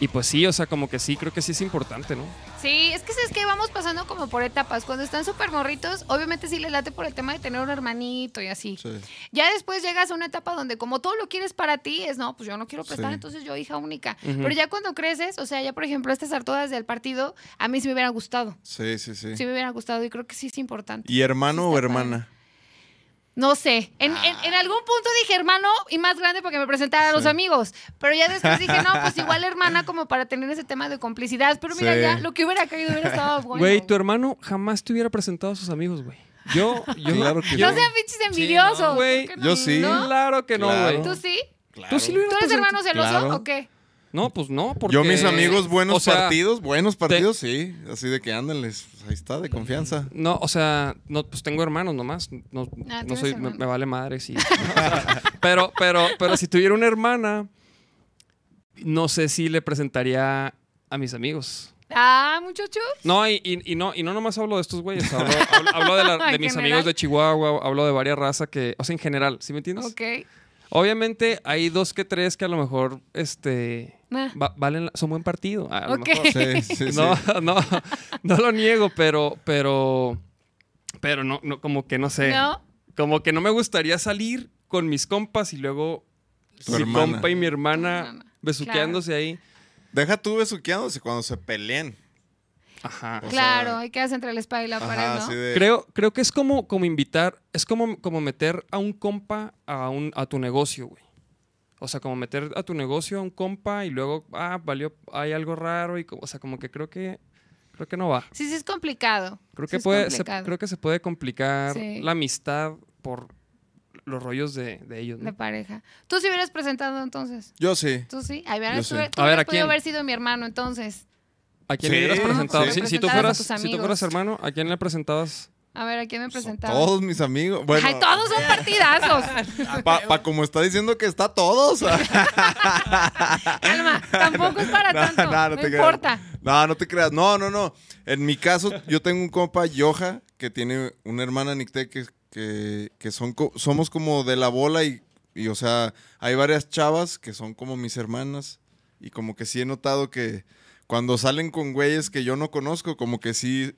B: Y pues sí, o sea, como que sí, creo que sí es importante, ¿no?
D: Sí, es que sabes que vamos pasando como por etapas. Cuando están súper morritos, obviamente sí les late por el tema de tener un hermanito y así.
C: Sí.
D: Ya después llegas a una etapa donde como todo lo quieres para ti, es no, pues yo no quiero prestar,
C: Sí.
D: entonces yo hija única.
B: Ujú.
D: Pero ya cuando creces, o sea, ya por ejemplo estas hartodas del partido, a mí sí me hubiera gustado.
C: Sí, sí, sí.
D: Sí me hubiera gustado y creo que sí es importante.
C: ¿Y hermano
D: Sí
C: o
D: está padre.
C: hermana?
D: No sé, en, en- en algún punto dije hermano y más grande porque me presentara a los
C: Ah. Sí.
D: amigos, pero ya después dije, no, pues igual hermana como para tener ese tema de complicidad, pero mira
C: Sí.
D: ya, lo que hubiera caído hubiera estado bueno.
B: Güey, tu hermano jamás te hubiera presentado a sus amigos, güey. Yo, yo...
C: Claro que
B: yo,
D: No sean pinches
E: Sí, no,
D: envidiosos.
B: güey,
D: ¿por qué
C: yo sí.
D: ¿No?
B: Claro que no,
C: Claro. Pues
B: güey.
D: ¿Tú sí?
B: ¿Tú sí lo
D: ¿Tú
B: hubieras
D: eres hermano celoso
C: Claro.
D: o qué?
B: No, pues no, porque...
C: Yo mis amigos buenos
B: o sea,
C: partidos, buenos partidos, sí. Así de que ándenles, ahí está, de confianza.
B: No, o sea, no, pues tengo hermanos nomás. No,
D: Ah,
B: no
D: tienes
B: soy, me,
D: hermanos.
B: me vale madre, sí. O sea, pero, pero, pero si tuviera una hermana, no sé si le presentaría a mis amigos.
D: Ah, muchacho.
B: No, y, y- y no, y no nomás hablo de estos güeyes. Hablo, hablo- hablo de, la- de
D: En
B: mis
D: general.
B: amigos de Chihuahua, hablo de varias razas que. O sea, en general, ¿sí me
C: Pues
B: entiendes?
D: Ok.
B: Obviamente hay dos que tres que a lo mejor este
D: Ah.
B: va- valen la- son buen partido. A lo
D: Ok.
B: mejor.
C: Sí, sí, sí.
B: No, no, no lo niego, pero, pero, pero no, no, como que no sé.
D: No.
B: Como que no me gustaría salir con mis compas y luego
C: Tu
B: mi
C: hermana.
B: compa y mi hermana
D: Tu hermana.
B: besuqueándose ahí.
C: Deja tú besuqueándose cuando se peleen.
B: Ajá.
C: O sea,
D: Claro, hay que hacer entre la espada y la
C: Ajá,
D: pared, ¿no?
C: así de.
B: Creo, creo que es como, como invitar, es como, como meter a un compa a, un, a tu negocio, güey. O sea, como meter a tu negocio a un compa y luego, ah, valió, hay algo raro y, co- o sea, como que creo que, creo que no va.
D: Sí, sí es complicado.
B: Creo
D: Sí
B: que,
D: es
B: puede, se,
D: complicado.
B: creo que se puede complicar
D: Sí.
B: la amistad por los rollos de, de ellos. ¿no?
D: De pareja. Tú sí hubieras presentado entonces.
C: Yo sí.
D: Tú sí. Ahí hubieras,
C: Yo
D: tú,
C: sí.
D: tú
B: A ver,
D: hubieras
B: ¿a quién?
D: podido haber sido mi hermano entonces.
B: ¿A
C: Sí,
B: quién le hubieras
C: sí,
B: presentado?
C: sí.
B: Si, si tú
D: Presentabas a
B: fueras,
D: tus
B: si tú
D: amigos.
B: fueras hermano, ¿a quién le presentabas?
D: A ver, ¿a quién me
C: Son
D: presentaba?
C: todos mis amigos. Bueno,
D: Ay, todos son partidazos.
C: pa, pa como está diciendo que está todos.
D: Alma, tampoco es para tanto. No,
C: te creas.
D: importa.
C: No, no te creas. No, no, no. En mi caso, yo tengo un compa, Yoja, que tiene una hermana, Nicté, que, que, que son co- somos como de la bola y, y, o sea, hay varias chavas que son como mis hermanas. Y como que sí he notado que cuando salen con güeyes que yo no conozco, como que sí...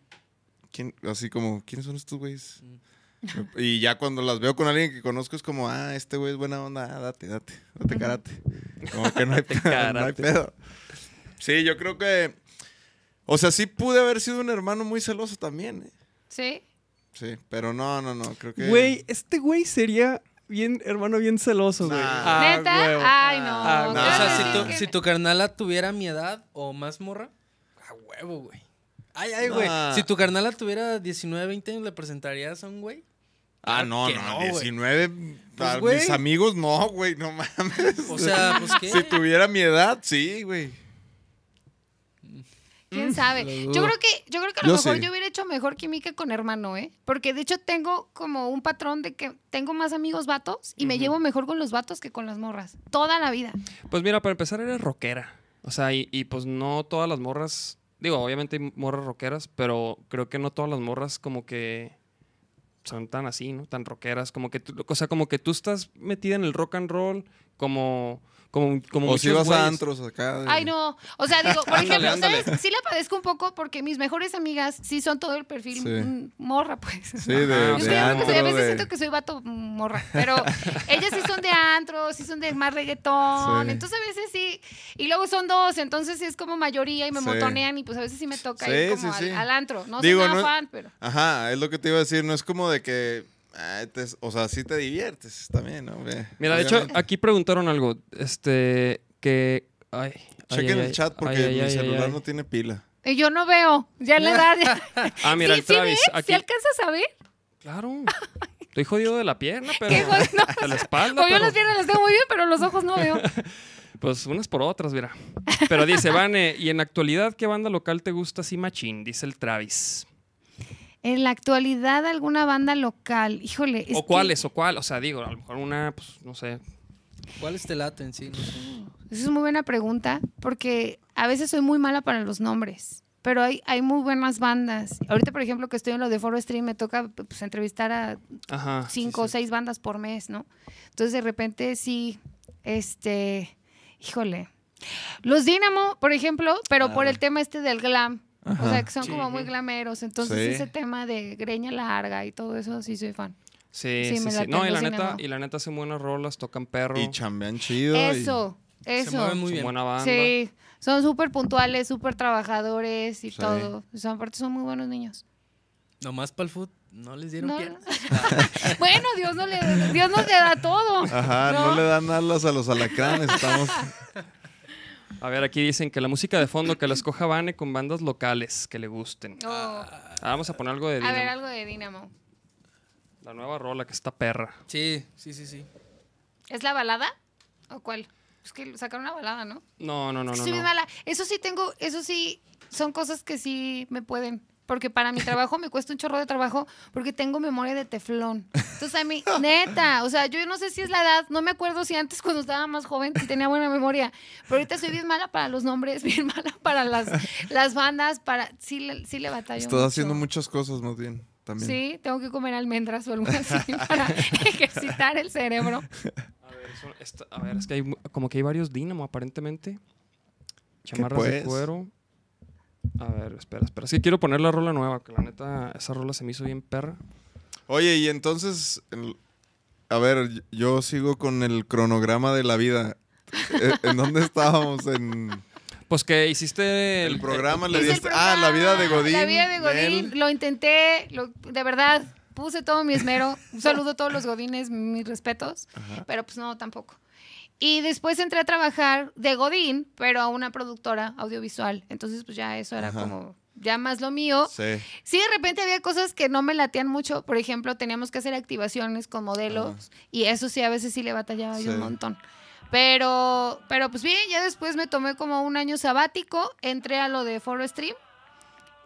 C: ¿quién- así como, ¿quiénes son estos güeyes?
B: Mm.
C: Y ya cuando las veo con alguien que conozco es como, ah, este güey es buena onda, ah, date, date, date karate. Como que no hay, no hay
B: karate.
C: pedo. Sí, yo creo que. O sea, sí pude haber sido un hermano muy celoso también, ¿eh?
D: ¿Sí?
C: Sí, pero no, no, no, creo que.
B: Güey, este güey sería bien, hermano, bien celoso, güey.
C: Nah.
B: Ah,
D: ¿Neta?
B: huevo.
D: Ay, no.
B: Ah,
D: ¿qué
B: no.
E: o
D: vas a
E: sea, si
D: decir
E: tu,
D: que-
E: si tu carnala tuviera mi edad o más morra, a huevo, güey. Ay, ay, güey.
C: Nah.
E: Si tu carnala tuviera 19, 20 años, ¿le presentarías a un güey?
C: Ah, no,
E: que
C: no,
E: no, güey.
C: 19.
B: Pues,
C: a
E: güey.
C: mis amigos, no, güey, no mames.
E: O sea, pues qué.
C: si tuviera mi edad, sí, güey.
D: ¿Quién sabe?
E: lo
D: Yo
E: dudo.
D: creo que, yo creo que a lo
C: Mm, Yo
D: mejor
C: sí.
D: yo hubiera hecho mejor química con hermano, ¿eh? Porque de hecho tengo como un patrón de que tengo más amigos vatos y me llevo mejor con los vatos que con las morras. Toda la vida.
B: Pues mira, para empezar eres rockera. O sea, y, y pues no todas las morras, digo, obviamente hay morras rockeras, pero creo que no todas las morras como que son tan así, ¿no? Tan rockeras, como que tú, o sea, como que tú estás metida en el rock and roll como como como
C: O si
B: muchos
C: vas a
B: güeyes.
C: antros acá. de-
D: Ay, no. O sea, digo, por
B: Ándale,
D: ejemplo,
B: ándale.
D: ¿sabes? Sí la padezco un poco porque mis mejores amigas sí son todo el perfil
C: Sí.
D: mm, morra, pues.
C: Sí, de,
B: Ajá,
C: de
D: Yo soy- yo creo que soy- a
C: antro,
D: veces
C: de-
D: siento que soy vato morra, pero ellas sí son de antro, sí son de más reggaetón,
C: Sí.
D: entonces a veces sí, y luego son dos, entonces sí es como mayoría y me
C: Sí.
D: montonean y pues a veces sí me toca
C: Sí,
D: ir
C: sí,
D: como al,
C: sí.
D: al antro, no
C: Digo,
D: soy nada
C: no-
D: fan, pero
C: Ajá, es lo que te iba a decir. No es como de que. ah, te- o sea, sí te diviertes también, ¿no? Ve,
B: Mira, de hecho,
C: obviamente.
B: aquí preguntaron algo, este que ay, ay,
C: Chequen
B: ay,
C: el chat porque
B: ay, ay,
C: mi
B: ay, ay,
C: celular
B: ay.
C: no tiene pila.
D: y eh, yo no veo, ya la edad, ya-
B: Ah, mira,
D: sí,
B: el
D: sí
B: Travis
D: ves? ¿Sí
B: aquí.
D: alcanzas a ver,
B: Claro. Estoy jodido de la pierna, pero
D: ¿Qué jodido?
B: de la espalda,
D: o yo
B: pero-
D: las piernas las tengo muy bien, pero los ojos no veo,
B: Pues unas por otras, mira. Pero dice, Vane, ¿y en la actualidad qué banda local te gusta así machín? Dice el Travis.
D: en la actualidad alguna banda local, híjole, es
B: ¿O
D: que-
B: cuáles? ¿O cuál? O sea, digo, a lo mejor una, pues no sé.
E: ¿Cuál es te late en sí? No sé.
D: Esa es muy buena pregunta, porque a veces soy muy mala para los nombres, pero hay, hay muy buenas bandas. Ahorita, por ejemplo, que estoy en lo de Foro Stream, me toca pues, entrevistar a
B: Ajá.
D: cinco o seis bandas por mes, ¿no? Entonces, de repente, sí, este, híjole. Los Dínamo, por ejemplo, pero por el tema este del glam. O sea, que son
B: Sí.
D: como muy glameros. Entonces,
C: Sí.
D: ese tema de greña larga y todo eso, sí soy fan.
B: Sí,
D: Sí,
B: sí,
D: me
B: sí.
D: late
B: No, y
D: el
B: la
D: Dynamo.
B: neta, y la neta hacen buenas rolas, tocan perro.
C: Y chambean chido. y-
D: Eso, eso.
E: Se mueve muy
B: son
E: bien.
B: buena banda.
D: Sí, son súper puntuales, súper trabajadores y
C: Sí.
D: todo. Son, aparte son muy buenos niños.
E: Nomás para el foot no les dieron
D: No,
E: piernas.
D: bueno, Dios, no le, Dios nos le da todo.
C: Ajá, no.
D: No.
C: le dan alas a los alacranes, estamos...
B: A ver, aquí dicen que la música de fondo que la escoja Vane con bandas locales que le gusten.
D: Oh,
B: Ah, vamos a poner algo de
D: a ver,
B: Dynamo.
D: algo de Dinamo.
B: La nueva rola que está perra.
E: Sí, sí, sí, sí.
D: ¿Es la balada? ¿O cuál? Es que sacaron una balada, ¿no?
B: No, no, no,
D: Es que
B: no.
D: soy bien
B: no.
D: mala. Eso sí tengo, eso sí, son cosas que sí me pueden. Porque para mi trabajo me cuesta un chorro de trabajo porque tengo memoria de teflón. Entonces a mí, neta, o sea, yo no sé si es la edad, no me acuerdo si antes cuando estaba más joven sí tenía buena memoria, pero ahorita soy bien mala para los nombres, bien mala para las, las bandas, para sí, le- sí le batallo.
C: Estás haciendo
D: mucho.
C: muchas cosas más bien, también.
D: Sí, tengo que comer almendras o algo así para ejercitar el cerebro.
B: A ver, eso- esta- a ver, es que hay mu- como que hay varios Dynamo aparentemente. Chamarras de
C: pues?
B: cuero. A ver, espera, espera. Es que quiero poner la rola nueva, que la neta, esa rola se me hizo bien perra.
C: Oye, y entonces, el- a ver, yo sigo con el cronograma de la vida. Eh, ¿En dónde estábamos? En
B: Pues que hiciste
C: el programa, le
D: Hice el
C: diste... Ah, la vida de
D: programa,
C: Godín.
D: La vida de Godín.
C: Nel.
D: Lo intenté, lo- de verdad, puse todo mi esmero. Un saludo a todos los Godines, mis respetos. Pero pues no, tampoco. Y después entré a trabajar de Godín, pero a una productora audiovisual. Entonces, pues ya eso era
C: Ajá.
D: como ya más lo mío.
C: Sí.
D: Sí, de repente había cosas que no me latean mucho. Por ejemplo, teníamos que hacer activaciones con modelos y eso sí, a veces sí le batallaba yo
C: Sí.
D: un montón. Pero, pero pues bien, ya después me tomé como un año sabático, entré a lo de Foro Stream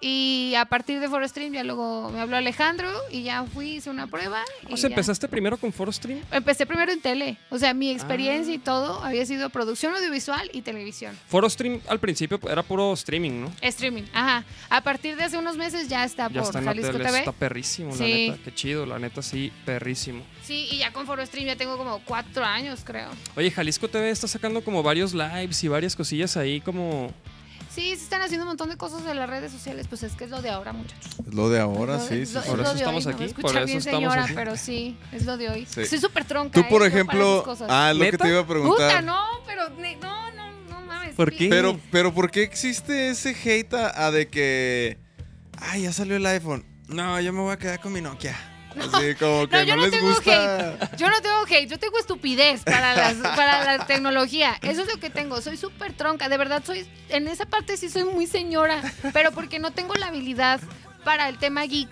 D: y a partir de Foro Stream ya luego me habló Alejandro y ya fui, hice una prueba. y
B: eh, O sea,
D: ya.
B: ¿empezaste primero con Forestry?
D: Empecé primero en tele, o sea, mi experiencia
B: Ah.
D: y todo había sido producción audiovisual y televisión.
B: Foro Stream al principio era puro streaming, ¿no?
D: Streaming, ajá. A partir de hace unos meses ya está
B: Ya
D: Ah, por
B: está en la
D: Jalisco
B: tele,
D: TV.
B: está perrísimo, la
D: Sí.
B: neta. Qué chido, la neta, sí, perrísimo.
D: Sí, y ya con Foro Stream ya tengo como cuatro años, creo.
B: Oye, Jalisco TV está sacando como varios lives y varias cosillas ahí como...
D: Sí, se están haciendo un montón de cosas en las redes sociales, pues es que es lo de ahora, muchachos.
C: Es lo de ahora,
D: Es lo-
C: sí,
D: es
C: sí,
D: lo-
C: sí.
D: es
B: Por
D: lo
B: eso
D: de
B: estamos
D: hoy. No me
B: aquí,
D: escucha
B: por eso
D: bien,
B: estamos
D: señora,
B: aquí.
D: pero sí, es lo de hoy.
C: Sí.
D: Soy súper tronca.
C: Tú, por
D: ¿eh? Yo para esas
C: ejemplo.
D: cosas.
C: Ah, es lo que
B: ¿Neta?
C: te iba a
D: Puta,
C: preguntar.
D: no, pero ne- no, no, no mames.
B: ¿Por
D: sí.
B: qué?
C: Pero, pero, ¿por qué existe ese hate a, a de que. Ay, ya salió el iPhone. No, yo me voy a quedar con mi Nokia. Así como que
D: No,
C: no,
D: yo no,
C: les
D: tengo
C: gusta.
D: hate. Yo no tengo hate, yo tengo estupidez para, las, para la tecnología. Eso es lo que tengo. Soy súper tronca. De verdad, soy en esa parte sí soy muy señora, pero porque no tengo la habilidad para el tema geek.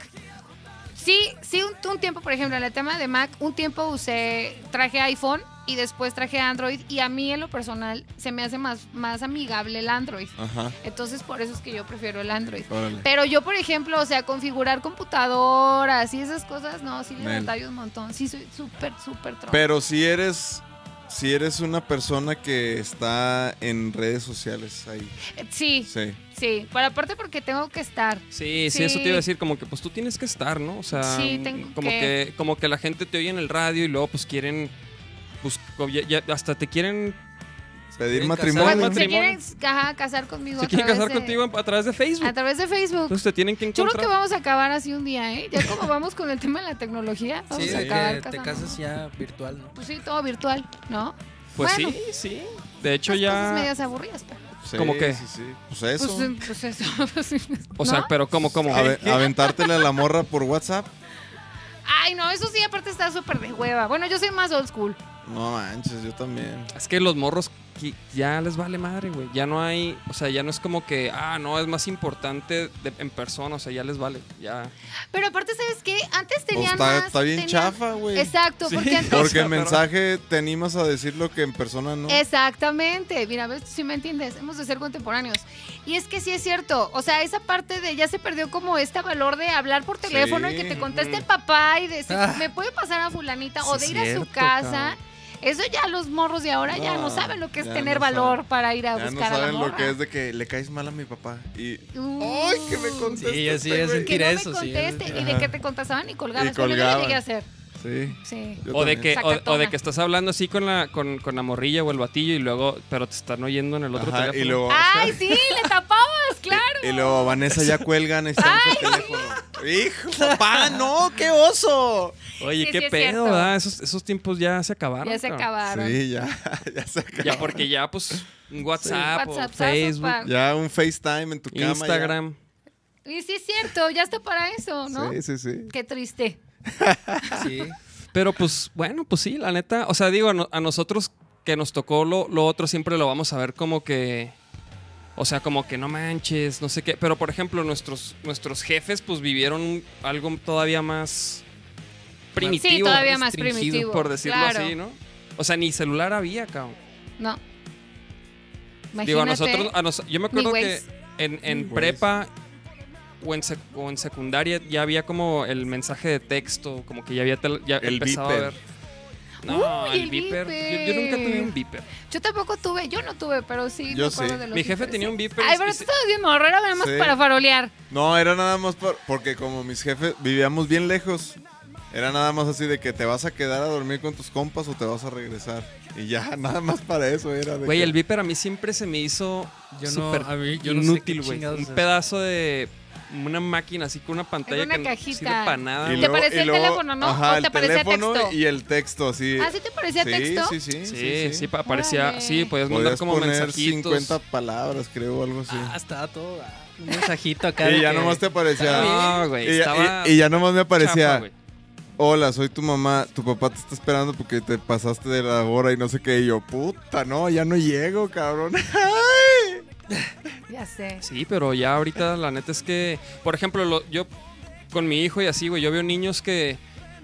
D: Sí, sí, un, un tiempo, por ejemplo, en el tema de Mac, un tiempo usé, traje iPhone y después traje Android y a mí en lo personal se me hace más, más amigable el Android.
C: Ajá,
D: Entonces por eso es que yo prefiero el Android.
C: órale.
D: Pero yo, por ejemplo, o sea, configurar computadoras y esas cosas, no, sí le
C: Nel.
D: batallo un montón. Sí, soy súper, súper tronca.
C: Pero si eres. Si eres una persona que está en redes sociales ahí.
D: Eh, Sí,
C: Sí.
D: sí. Pero aparte porque tengo que estar.
B: Sí, sí,
D: Sí.
B: eso te iba a decir, como que pues tú tienes que estar, ¿no? O sea, mm,
D: Sí, tengo
B: como
D: que-
B: que... como que la gente te oye en el radio y luego pues quieren pues co- ya- ya hasta te quieren
C: Pedir
B: Sí,
C: matrimonio.
B: casar,
D: Bueno, se
B: matrimonio.
D: quieren ajá, casar conmigo.
B: se
D: a
B: quieren
D: través
B: casar
D: de-
B: contigo a través de Facebook.
D: A través de Facebook.
B: Entonces te tienen que
D: Yo
B: encontrar.
D: creo que vamos a acabar así un día, ¿eh? Ya como vamos con el tema de la tecnología, vamos
E: Sí,
D: a
E: de
D: acabar
E: que te
D: casándonos.
E: casas ya virtual, ¿no?
D: Pues sí, todo virtual, ¿no?
B: Pues
D: Bueno.
B: sí, sí. De hecho
D: Las cosas
B: ya
D: medias aburridas, pero...
C: Sí,
B: ¿Cómo qué?
C: Sí, sí. Pues eso.
D: Pues, eh, pues eso. pues,
B: o sea,
D: ¿no?
B: pero como como
C: Ave- aventártela a la morra por WhatsApp.
D: Ay, no, eso sí, aparte está súper de hueva. Bueno, yo soy más old school.
C: No manches, yo también.
B: Es que los morros qui- ya les vale madre, güey. Ya no hay, o sea, ya no es como que, ah, no, es más importante de- en persona, o sea, ya les vale. Ya.
D: Pero aparte, ¿sabes qué? Antes
C: Pues
D: tenían
C: está,
D: más...
C: está bien
D: tenían-
C: chafa, güey.
D: Exacto,
B: Sí.
D: porque antes...
B: O
C: Porque
B: sea,
C: en
B: pero-
C: mensaje te animas a decir lo que en persona no.
D: Exactamente, mira, ves, si me entiendes, hemos de ser contemporáneos. Y es que sí es cierto, o sea, esa parte de ya se perdió como este valor de hablar por teléfono
C: Sí.
D: y que te conteste el papá y decir,
E: Ah.
D: me puede pasar a fulanita
B: Sí
D: o
B: es
D: de ir a su
B: cierto,
D: casa.
B: cabrón.
D: Eso ya los morros de ahora ya
C: No,
D: no saben lo que es
C: ya
D: tener
C: no
D: valor
C: saben.
D: para ir a
C: Ya no
D: buscar a la
C: saben
D: morra.
C: lo que es de que le caes mal a mi papá. Y.
D: Uh.
C: ¡Ay, que me conteste!
E: Sí, así
C: este
E: es,
C: güey!
D: Que
E: Tira
D: no me
E: eso, sí,
D: conteste
E: eso
D: y de que te contestaban y colgabas.
C: Y
D: Bueno, yo lo
C: colgaban.
D: llegué a hacer.
C: Sí.
D: Sí.
C: yo
B: O de,
C: también.
B: que, o, o de
D: Sacatona.
B: que estás hablando así con la, con, con la morrilla o el batillo y luego, pero te están oyendo en el otro
C: Ajá,
B: teléfono.
C: y luego.
D: Ay, sí, le tapabas, claro.
C: Y luego Vanessa ya cuelgan este teléfono. ¡Hijo! ¡Papá, no! ¡Qué oso!
B: Oye,
D: Sí,
B: qué
D: sí es
B: pedo,
D: cierto.
B: ¿verdad? Esos, esos tiempos ya se acabaron.
D: Ya se
B: cabrón.
D: acabaron.
C: Sí, ya. Ya se acabó.
B: Ya porque ya, pues, un WhatsApp, o
D: WhatsAppazo
B: Facebook,
D: pa-
C: Ya un FaceTime en tu cama. ya.
B: Instagram.
D: Y sí es cierto, ya está para eso, ¿no?
C: Sí, sí, sí.
D: Qué triste.
E: Sí.
B: Pero pues, bueno, pues sí, la neta. O sea, digo, a, no- a nosotros que nos tocó lo, lo otro, siempre lo vamos a ver como que. O sea, como que no manches, no sé qué. Pero por ejemplo, nuestros, nuestros jefes, pues vivieron algo todavía más primitivo.
D: sí, todavía más
B: restringido,
D: primitivo.
B: Por decirlo
D: claro.
B: así, ¿no? O sea, ni celular había, cabrón.
D: No. Imagínate.
B: Digo, a nosotros, a nos- yo me
D: Ni
B: acuerdo que
D: Waze.
B: en, en
C: Ni Waze.
B: prepa o en, sec- o en secundaria ya había como el mensaje de texto, como que ya había tel- ya
C: El
B: empezaba a
C: beeper.
B: ver. No,
D: Uy,
B: el
D: el
B: beeper.
D: beeper.
B: Yo, yo nunca tuve un beeper.
D: Yo tampoco tuve, yo no tuve, pero sí.
C: Yo
D: me acuerdo
C: sí.
D: de los
B: Mi jefe
D: beepers,
B: tenía
D: sí.
B: un beeper.
D: Ay,
B: y-
D: pero
B: y
D: tú
B: se-
D: estabas bien morro, era nada más
C: Sí.
D: para farolear.
C: No, era nada más por- porque como mis jefes vivíamos bien lejos, era nada más así de que te vas a quedar a dormir con tus compas o te vas a regresar. Y ya, nada más para eso era de
B: Güey,
C: que-
B: el beeper a mí siempre se me hizo
E: Yo no,
B: súper
E: a mí- yo no sé
B: inútil,
E: qué
B: güey.
E: chingados
B: Un
E: es.
B: pedazo de una máquina así con una pantalla
D: una
B: que no sirve
D: cajita.
B: para nada.
C: Ah, Y
B: güey.
D: ¿Te parecía el teléfono, no?
C: Ajá,
D: ¿O
C: el
D: te parecía
C: teléfono
D: texto?
C: y el texto, así.
D: ¿Así ¿Ah, te parecía
C: sí,
D: texto?
C: Sí, sí,
B: Sí, sí, pa- aparecía.
D: Órale.
B: Sí, podías mandar
C: Podías
B: como
C: poner
B: mensajitos.
C: 50 palabras, creo, o algo así.
E: Ah, estaba todo. ah, un mensajito acá.
C: y
E: de
C: ya
E: que-
C: nomás te aparecía. ah,
B: No,
C: y,
B: güey.
C: ya-
B: Estaba.
C: y- y ya nomás me aparecía.
B: chafa, güey.
C: hola, soy tu mamá, tu papá te está esperando porque te pasaste de la hora y no sé qué, y yo, puta, no, ya no llego, cabrón. Ay.
D: Ya sé.
B: Sí, pero ya ahorita la neta es que, por ejemplo, lo- yo con mi hijo y así, güey, yo veo niños que,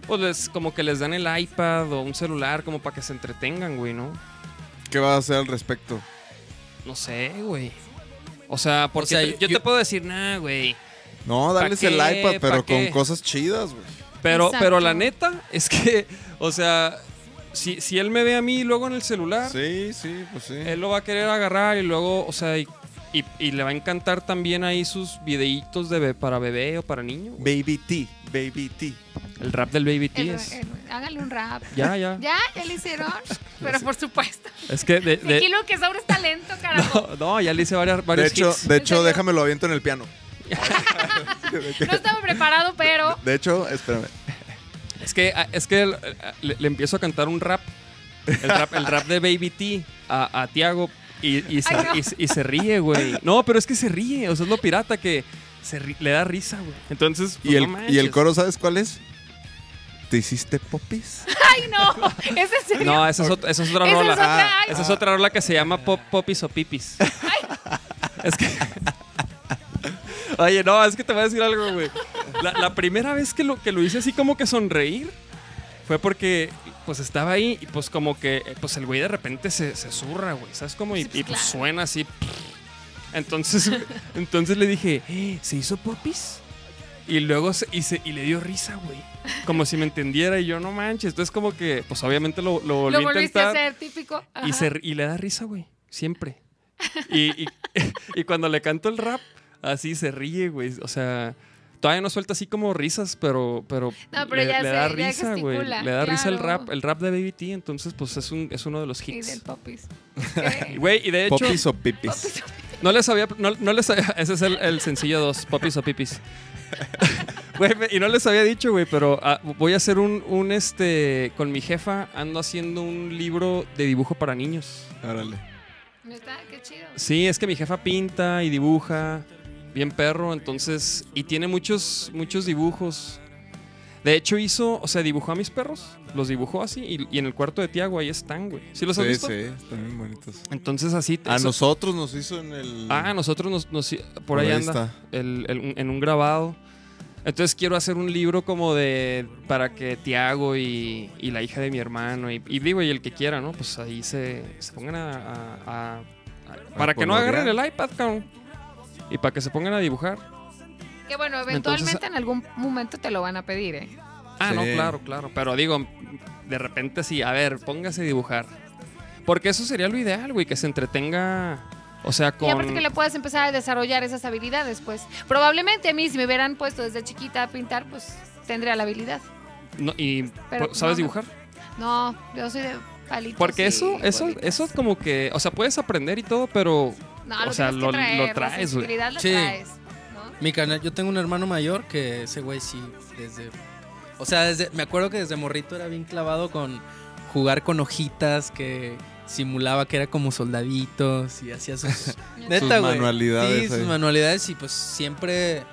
B: pues les, como que les dan el iPad o un celular como para que se entretengan, güey, ¿no?
C: ¿Qué vas a hacer al respecto?
B: No sé, güey. O sea, porque
E: sea,
B: te- yo,
E: yo-
B: te puedo decir, nah, güey.
C: No,
B: ¿Pa
C: darles
B: qué?
C: el iPad,
B: ¿Pa
C: pero con
B: qué?
C: cosas chidas, güey.
B: Pero,
D: Exacto.
B: pero la neta es que, o sea, si, si él me ve a mí luego en el celular,
C: Sí, sí, pues sí.
B: él lo va a querer agarrar y luego, o sea, y, y- y le va a encantar también ahí sus videitos de be- para bebé o para niño. güey.
C: Baby T, Baby T.
B: El rap del Baby
D: El-
B: T es...
D: el- hágale un rap.
B: Ya, ya.
D: Ya, ya lo hicieron. Pero por supuesto.
B: Es que de, de-
D: Aquí lo que sobra es talento, carajo.
B: no, no, ya le hice varias,
C: De
B: varios
C: hecho,
B: hits.
C: de
D: ¿En
C: hecho,
D: serio?
C: déjame lo aviento en el piano.
D: No, estaba preparado, pero.
C: De hecho, espérame.
B: Pues Es que, ah, es que eh, le, le empiezo a cantar un rap. El rap, el rap de Baby T a, a Tiago. Y, y se,
D: Ay, no.
B: y se- y se ríe, güey. No, pero es que se ríe. O sea, es lo pirata que se ri- le da risa, güey. Entonces, pues,
C: ¿Y
B: no
C: el,
B: manches.
C: ¿Y el coro sabes cuál es? ¿Te hiciste popis?
D: ¡Ay, no! ¿Es en serio?
B: No, esa es, ot- esa es otra
D: Esa es
B: rola.
D: otra, ay.
B: esa es otra rola que se llama Pop, Popis o Pipis. Es que. Oye, no, es que te voy a decir algo, güey. La, la primera vez que lo, que lo hice así como que sonreír fue porque pues estaba ahí y pues como que eh, pues el güey de repente se, se zurra, güey. ¿Sabes cómo? Y,
D: Sí, pues,
B: y, pues,
D: claro.
B: suena así. Entonces, güey, entonces le dije, "Eh, ¿se hizo popis? Y luego se, y, se- y le dio risa, güey. Como si me entendiera y yo, no manches. Entonces como que, pues obviamente lo, lo volví
D: Lo
B: a
D: volviste a
B: intentar.
D: hacer, típico.
B: Y,
D: Ajá.
B: se, ri- y le da risa, güey. Siempre. Y, y- y cuando le canto el rap, así se ríe, güey. O sea, todavía no suelta así como risas, pero, pero,
D: No, pero
B: le,
D: ya
B: le
D: se-
B: da
D: ya
B: risa, güey. Le da
D: gesticula,
B: risa el
D: claro.
B: rap, el rap de Baby T. Entonces, pues es, un, es uno de los
D: Y del
B: hits.
D: popis.
B: Y,
D: Ok.
B: Güey, y de hecho,
C: ¿Popis o pipis?
B: no les había. No, no les había- ese es el, el sencillo 2, Popis o Pipis. Güey, me- y no les había dicho, güey, pero ah, voy a hacer un, un este. Con mi jefa ando haciendo un libro de dibujo para niños.
C: Árale.
D: Neta, Qué chido.
B: Sí, es que mi jefa pinta y dibuja bien perro, entonces y tiene muchos muchos dibujos. De hecho hizo, o sea, dibujó a mis perros, los dibujó así y, y en el cuarto de Tiago ahí están, güey. ¿Sí los has
C: Sí,
B: visto?
C: sí, están bien bonitos.
B: Entonces así
C: A
B: eso-
C: nosotros nos hizo en el.
B: Ah, nosotros nos, nos- por ahí anda
C: está.
B: el- el- en un grabado. Entonces quiero hacer un libro como de para que Tiago y, y la hija de mi hermano y, y digo y el que quiera, ¿no? Pues ahí se, se pongan a, a- a- a- para que no
C: colorear.
B: agarren el iPad, cabrón. Y para que se pongan a dibujar.
D: Que bueno,
B: Entonces-
D: eventualmente en algún momento te lo van a pedir, ¿eh?
B: Ah, no,
C: Sí.
B: claro, claro. Pero digo, de repente sí, a ver, póngase a dibujar. Porque eso sería lo ideal, güey, que se entretenga. O sea,
D: Y
B: con.
D: aparte que le puedas empezar a desarrollar esas habilidades, pues. Probablemente a mí, si me hubieran puesto desde chiquita a pintar, pues tendría la habilidad.
B: No, y,
D: Pero,
B: pues, ¿Sabes
D: no, no.
B: dibujar?
D: No, yo soy de palitos.
B: Porque
D: y
B: eso, eso,
D: bolitas.
B: eso como que, o sea, puedes aprender y todo, pero
D: No, lo
B: o sea,
D: tienes que
B: lo- lo
D: traer, la
B: traes, güey.
D: sensibilidad la
E: Sí.
D: traes, ¿no?
E: Mi canal, yo tengo un hermano mayor que ese güey sí, desde. O sea, desde, me acuerdo que desde morrito era bien clavado con jugar con hojitas que simulaba que era como soldaditos y hacía sus. neta,
C: Sus
E: güey.
C: manualidades
E: Sí, sus
C: ahí.
E: manualidades y pues siempre.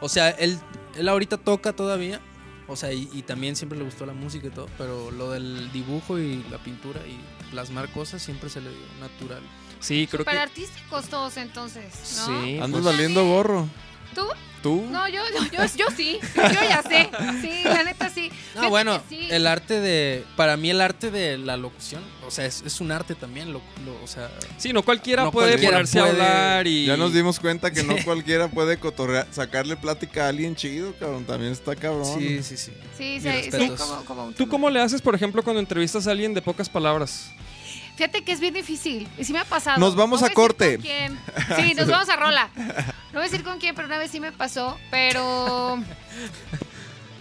E: O sea, él, él ahorita toca todavía. O sea, y, y también siempre le gustó la música y todo, pero lo del dibujo y la pintura y plasmar cosas siempre se le dio natural.
B: sí, creo
D: Para
B: que...
D: artísticos todos entonces, ¿no?
B: Sí, Uh.
C: Andas
B: pues,
C: valiendo gorro.
D: ¿Tú?
C: ¿Tú?
D: No, yo, yo, yo, yo sí, yo ya sé. Sí, la neta sí. Fíjate
E: No, bueno,
D: que sí.
E: el arte de. Para mí, el arte de la locución, o sea, es, es un arte también. Lo, lo- o sea,
B: sí, no cualquiera
E: No
B: puede
E: cualquiera
B: ponerse
E: puede.
B: a hablar y...
C: Ya nos dimos cuenta que no cualquiera puede cotorrear, sacarle plática a alguien chido, cabrón. También está cabrón.
E: sí, sí, sí.
D: Sí, sí,
E: Mis
D: sí,
E: respetos.
D: como, como un
B: ¿Tú cómo le haces, por ejemplo, cuando entrevistas a alguien de pocas palabras?
D: Fíjate que es bien difícil. Y sí me ha pasado.
C: Nos vamos
D: No
C: a
D: voy decir
C: corte.
D: con quién. Sí, nos vamos a rola. No voy a decir con quién, pero una vez sí me pasó. Pero.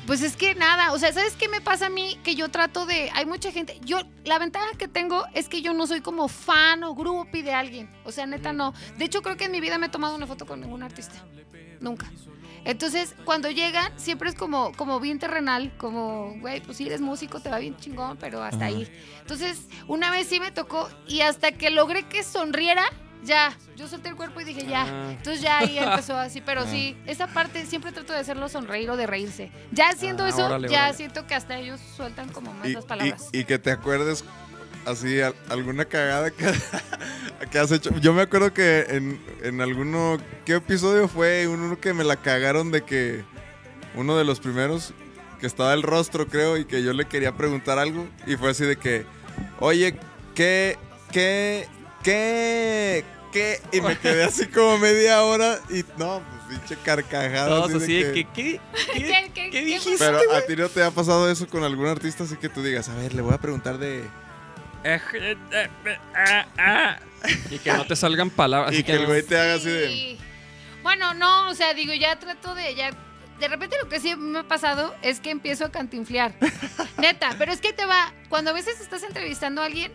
D: Pues es que nada. O sea, ¿sabes qué me pasa a mí? Que yo trato de. Hay mucha gente. Yo. La ventaja que tengo es que yo no soy como fan o groupie de alguien. O sea, neta, no. De hecho, creo que en mi vida me he tomado una foto con ningún artista. Nunca. Entonces, cuando llegan, siempre es como, como bien terrenal, como, güey, pues si eres músico, te va bien chingón, pero hasta ahí. Entonces, una vez sí me tocó y hasta que logré que sonriera, ya, yo solté el cuerpo y dije, ya.
B: Ah.
D: Entonces ya ahí empezó así, pero sí, esa parte siempre trato de hacerlo sonreír o de reírse. Ya haciendo
B: Ah,
D: eso,
B: órale,
D: ya
B: órale.
D: siento que hasta ellos sueltan como más
C: Y,
D: las palabras.
C: y- y que te acuerdes así al- alguna cagada que, que has hecho. Yo me acuerdo que en, en alguno, ¿qué episodio fue? Uno que me la cagaron de que uno de los primeros que estaba el rostro, creo, y que yo le quería preguntar algo y fue así de que, "Oye, ¿qué qué qué qué?" Y me quedé así como media hora y no, pues pinche carcajada.
B: Todos
C: así de que-
B: ¿qué,
D: ¿Qué- qué- qué-
C: Pero a ti no te ha pasado eso con algún artista, así que tú digas, a ver, le voy a preguntar de,
B: Y que no te salgan palabras.
C: Y
B: así
C: que el güey te haga así de.
D: Sí. Bueno, no, o sea, digo, ya trato de ya. De repente lo que sí me ha pasado es que empiezo a cantinflear. Neta, pero es que te va. Cuando a veces estás entrevistando a alguien,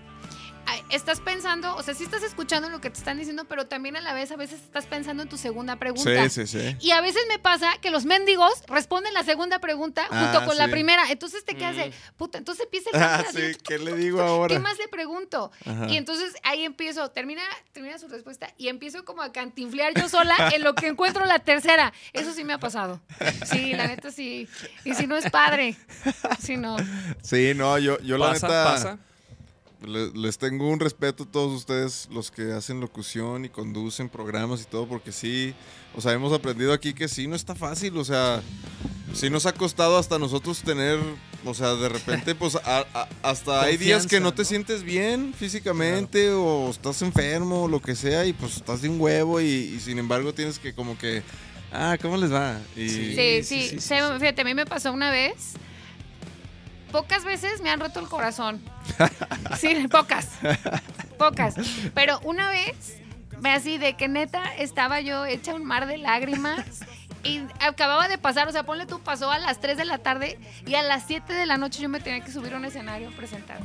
D: ay, estás pensando, o sea, sí estás escuchando lo que te están diciendo, pero también a la vez a veces estás pensando en tu segunda pregunta.
C: Sí, sí, sí.
D: Y a veces me pasa que los mendigos responden la segunda pregunta junto
C: Ah,
D: con la
C: sí.
D: primera. Entonces te quedas de,
B: Mm.
D: puta, entonces empieza el
C: Ah,
D: cantinfleo,
C: sí,
D: yo,
C: ¿qué le digo ahora?
D: ¿Qué más le pregunto?
C: Ajá.
D: Y entonces ahí empiezo, termina, termina su respuesta y empiezo como a cantinflear yo sola en lo que encuentro la tercera. Eso sí me ha pasado. Sí, la neta sí. Y si no es padre. Si no.
C: Sí, no, yo, yo la
B: Pasa,
C: neta.
B: pasa.
C: le- Les tengo un respeto a todos ustedes, los que hacen locución y conducen programas y todo, porque sí, o sea, hemos aprendido aquí que sí, no está fácil, o sea, sí nos ha costado hasta nosotros tener, o sea, de repente, pues a- a- hasta hay días que no te
E: Confianza,
C: sientes bien físicamente o estás enfermo o lo que sea y pues estás de un huevo y, y sin embargo tienes que como que, ah, ¿cómo les va? Y,
D: Sí, sí.
E: Sí. sí, sí, sí,
D: se- Fíjate, a mí me pasó una vez. Pocas veces me han roto el corazón. Sí, pocas. Pocas. Pero una vez, me así de que neta estaba yo hecha un mar de lágrimas. Y acababa de pasar, o sea, ponle tú, pasó a las 3 de la tarde y a las 7 de la noche yo me tenía que subir a un escenario a presentar.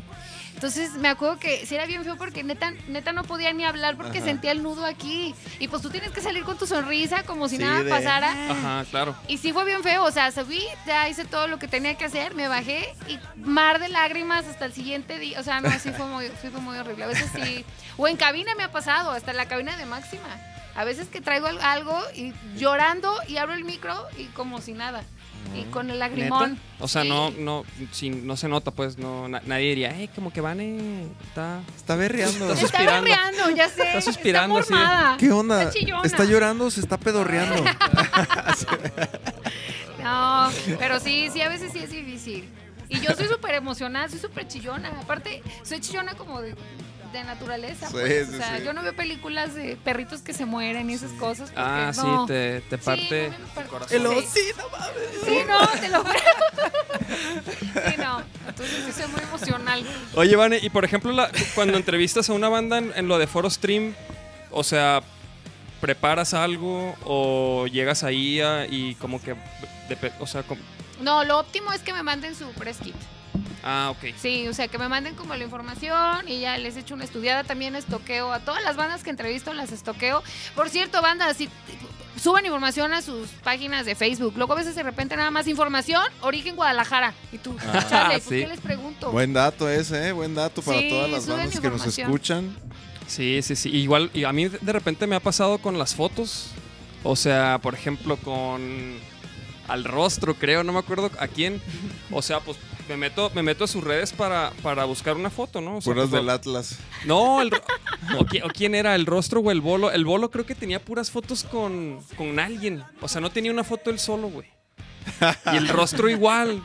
D: Entonces me acuerdo que sí era bien feo porque neta, neta no podía ni hablar porque
C: Ajá.
D: sentía el nudo aquí. Y pues tú tienes que salir con tu sonrisa como si
C: Sí,
D: nada
C: de-
D: pasara.
B: Ajá, claro.
D: Y sí fue bien feo, o sea, subí, ya hice todo lo que tenía que hacer, me bajé y mar de lágrimas hasta el siguiente día. O sea, no, sí fue muy, sí fue muy horrible. A veces sí. O en cabina me ha pasado, hasta en la cabina de máxima. A veces que traigo al- algo y llorando y abro el micro y como si nada. Y con el lagrimón.
B: O sea,
D: Sí.
B: no, no, sin- no se nota, pues, no, na- nadie diría, "Ey, como que eh, Vane está,
C: Está berreando.
B: Está
D: Está
B: suspirando.
D: berreando, ya sé.
B: Está suspirando así
D: Está
B: de,
D: mormada.
C: ¿Qué onda?
D: Está chillona.
C: ¿Está llorando o se está pedorreando?
D: No, pero sí, sí, a veces sí es difícil. Y yo soy súper emocional, soy súper chillona. Aparte, soy chillona como de, de naturaleza.
C: Sí,
D: pues.
C: sí,
D: o sea,
C: sí.
D: yo no veo películas de perritos que se mueren y esas cosas. porque
B: Ah, sí,
D: no.
B: te, te
D: Sí,
B: parte
D: no me parte.
B: el corazón.
E: El
D: Sí.
E: osito, mames.
D: Sí, no, te lo juro. Sí, no. Entonces sí soy muy emocional.
B: Oye, Vane, y por ejemplo, la- cuando entrevistas a una banda en, en lo de Foro Stream, o sea, ¿preparas algo o llegas ahí a- y como que, depe- o sea, como-
D: No, lo óptimo es que me manden su press kit.
B: ah, ok.
D: Sí, o sea, que me manden como la información y ya les echo una estudiada. También estoqueo a todas las bandas que entrevisto, las estoqueo. Por cierto, bandas, si suben información a sus páginas de Facebook. Luego a veces de repente nada más información, origen Guadalajara. Y tú,
C: Ah,
D: chale, ¿por
B: sí.
D: qué les pregunto?
C: Buen dato ese, ¿eh? Buen dato para
D: Sí,
C: todas las
D: suben
C: bandas que nos
D: información.
C: escuchan.
B: Sí, sí, sí. Igual, y a mí de repente me ha pasado con las fotos. O sea, por ejemplo, con al rostro, creo, no me acuerdo a quién. O sea, pues me meto, me meto a sus redes para, para buscar una foto, ¿no? O sea,
C: Puras
B: pues,
C: del Atlas.
B: No, el ro- o, qui- o quién era, el rostro o el bolo. El bolo creo que tenía puras fotos con, con alguien. O sea, no tenía una foto él solo, güey. Y el rostro igual.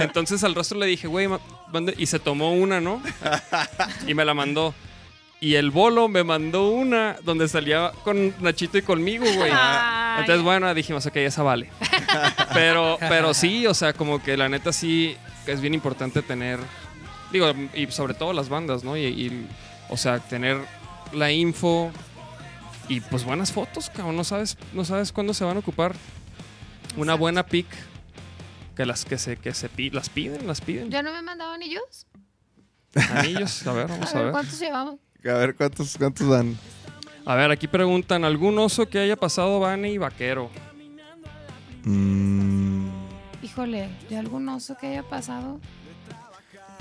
B: Entonces al rostro le dije, güey, ma- manda- y se tomó una, ¿no? Y me la mandó. Y el bolo me mandó una donde salía con Nachito y conmigo, güey.
D: Ay.
B: Entonces, bueno, dijimos, ok, esa vale. Pero, pero sí, o sea, como que la neta sí es bien importante tener, digo, y sobre todo las bandas, ¿no? Y, y, o sea, tener la info y pues buenas fotos, cabrón. No sabes, no sabes cuándo se van a ocupar. Una buena pic que las que se, que se pi- las piden, las piden.
D: ¿Ya no me han mandado anillos?
B: Anillos, a ver,
D: A
B: vamos a
D: ver,
B: ver.
D: ¿cuántos llevamos?
C: A ver cuántos, cuántos dan.
B: A ver, aquí preguntan, ¿algún oso que haya pasado Vane y Vaquero?
C: Mm,
D: Híjole, ¿de algún oso que haya pasado?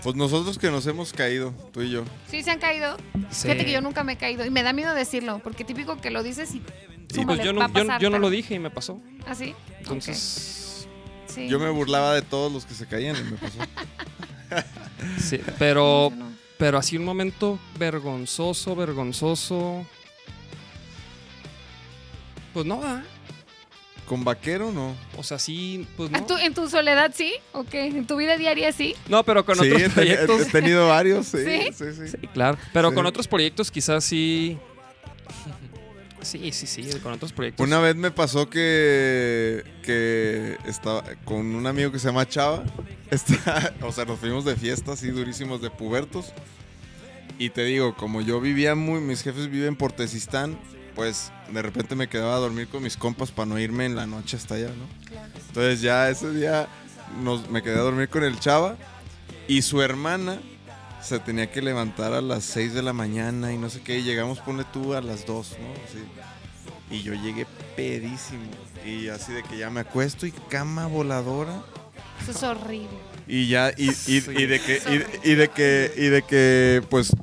C: Pues nosotros que nos hemos caído, tú y yo.
D: Sí, se han caído.
B: Sí.
D: Fíjate que yo nunca me he caído y me da miedo decirlo, porque típico que lo dices y.
B: Y pues
D: súmale,
B: yo
D: va
B: no,
D: a
B: yo,
D: pasar,
B: yo no
D: pero-
B: lo dije y me pasó.
D: ¿Ah, sí?
B: Entonces.
D: Ok, sí.
C: Yo me burlaba de todos los que se caían y me pasó.
B: Sí, pero,
D: Yo no.
B: pero así un momento vergonzoso, vergonzoso. Pues no, ¿verdad?
C: ¿Con vaquero no?
B: O sea, sí, pues
D: Ah,
B: no.
D: ¿tú- ¿En tu soledad sí? ¿O qué? ¿En tu vida diaria sí?
B: No, pero con
C: sí, he,
B: otros
C: te-
B: proyectos.
C: he tenido varios, sí.
D: ¿Sí?
C: Sí, sí.
B: Sí, claro. Pero
C: Sí.
B: con otros proyectos quizás sí. Sí, sí, sí, con otros proyectos.
C: Una vez me pasó que, que estaba con un amigo que se llama Chava. Está, o sea, nos fuimos de fiestas así durísimos de pubertos. Y te digo, como yo vivía muy, mis jefes viven en Portesistán, pues de repente me quedaba a dormir con mis compas para no irme en la noche hasta allá, ¿no? Entonces ya ese día nos, me quedé a dormir con el Chava y su hermana se tenía que levantar a las 6 de la mañana y no sé qué. Y llegamos, ponle tú, a las 2, ¿no? Así. Y yo llegué pedísimo. Y así de que ya me acuesto y cama voladora.
D: Eso es horrible.
C: Y ya, y, y-
B: Sí.
C: y de que, y, y de que, y de que, pues,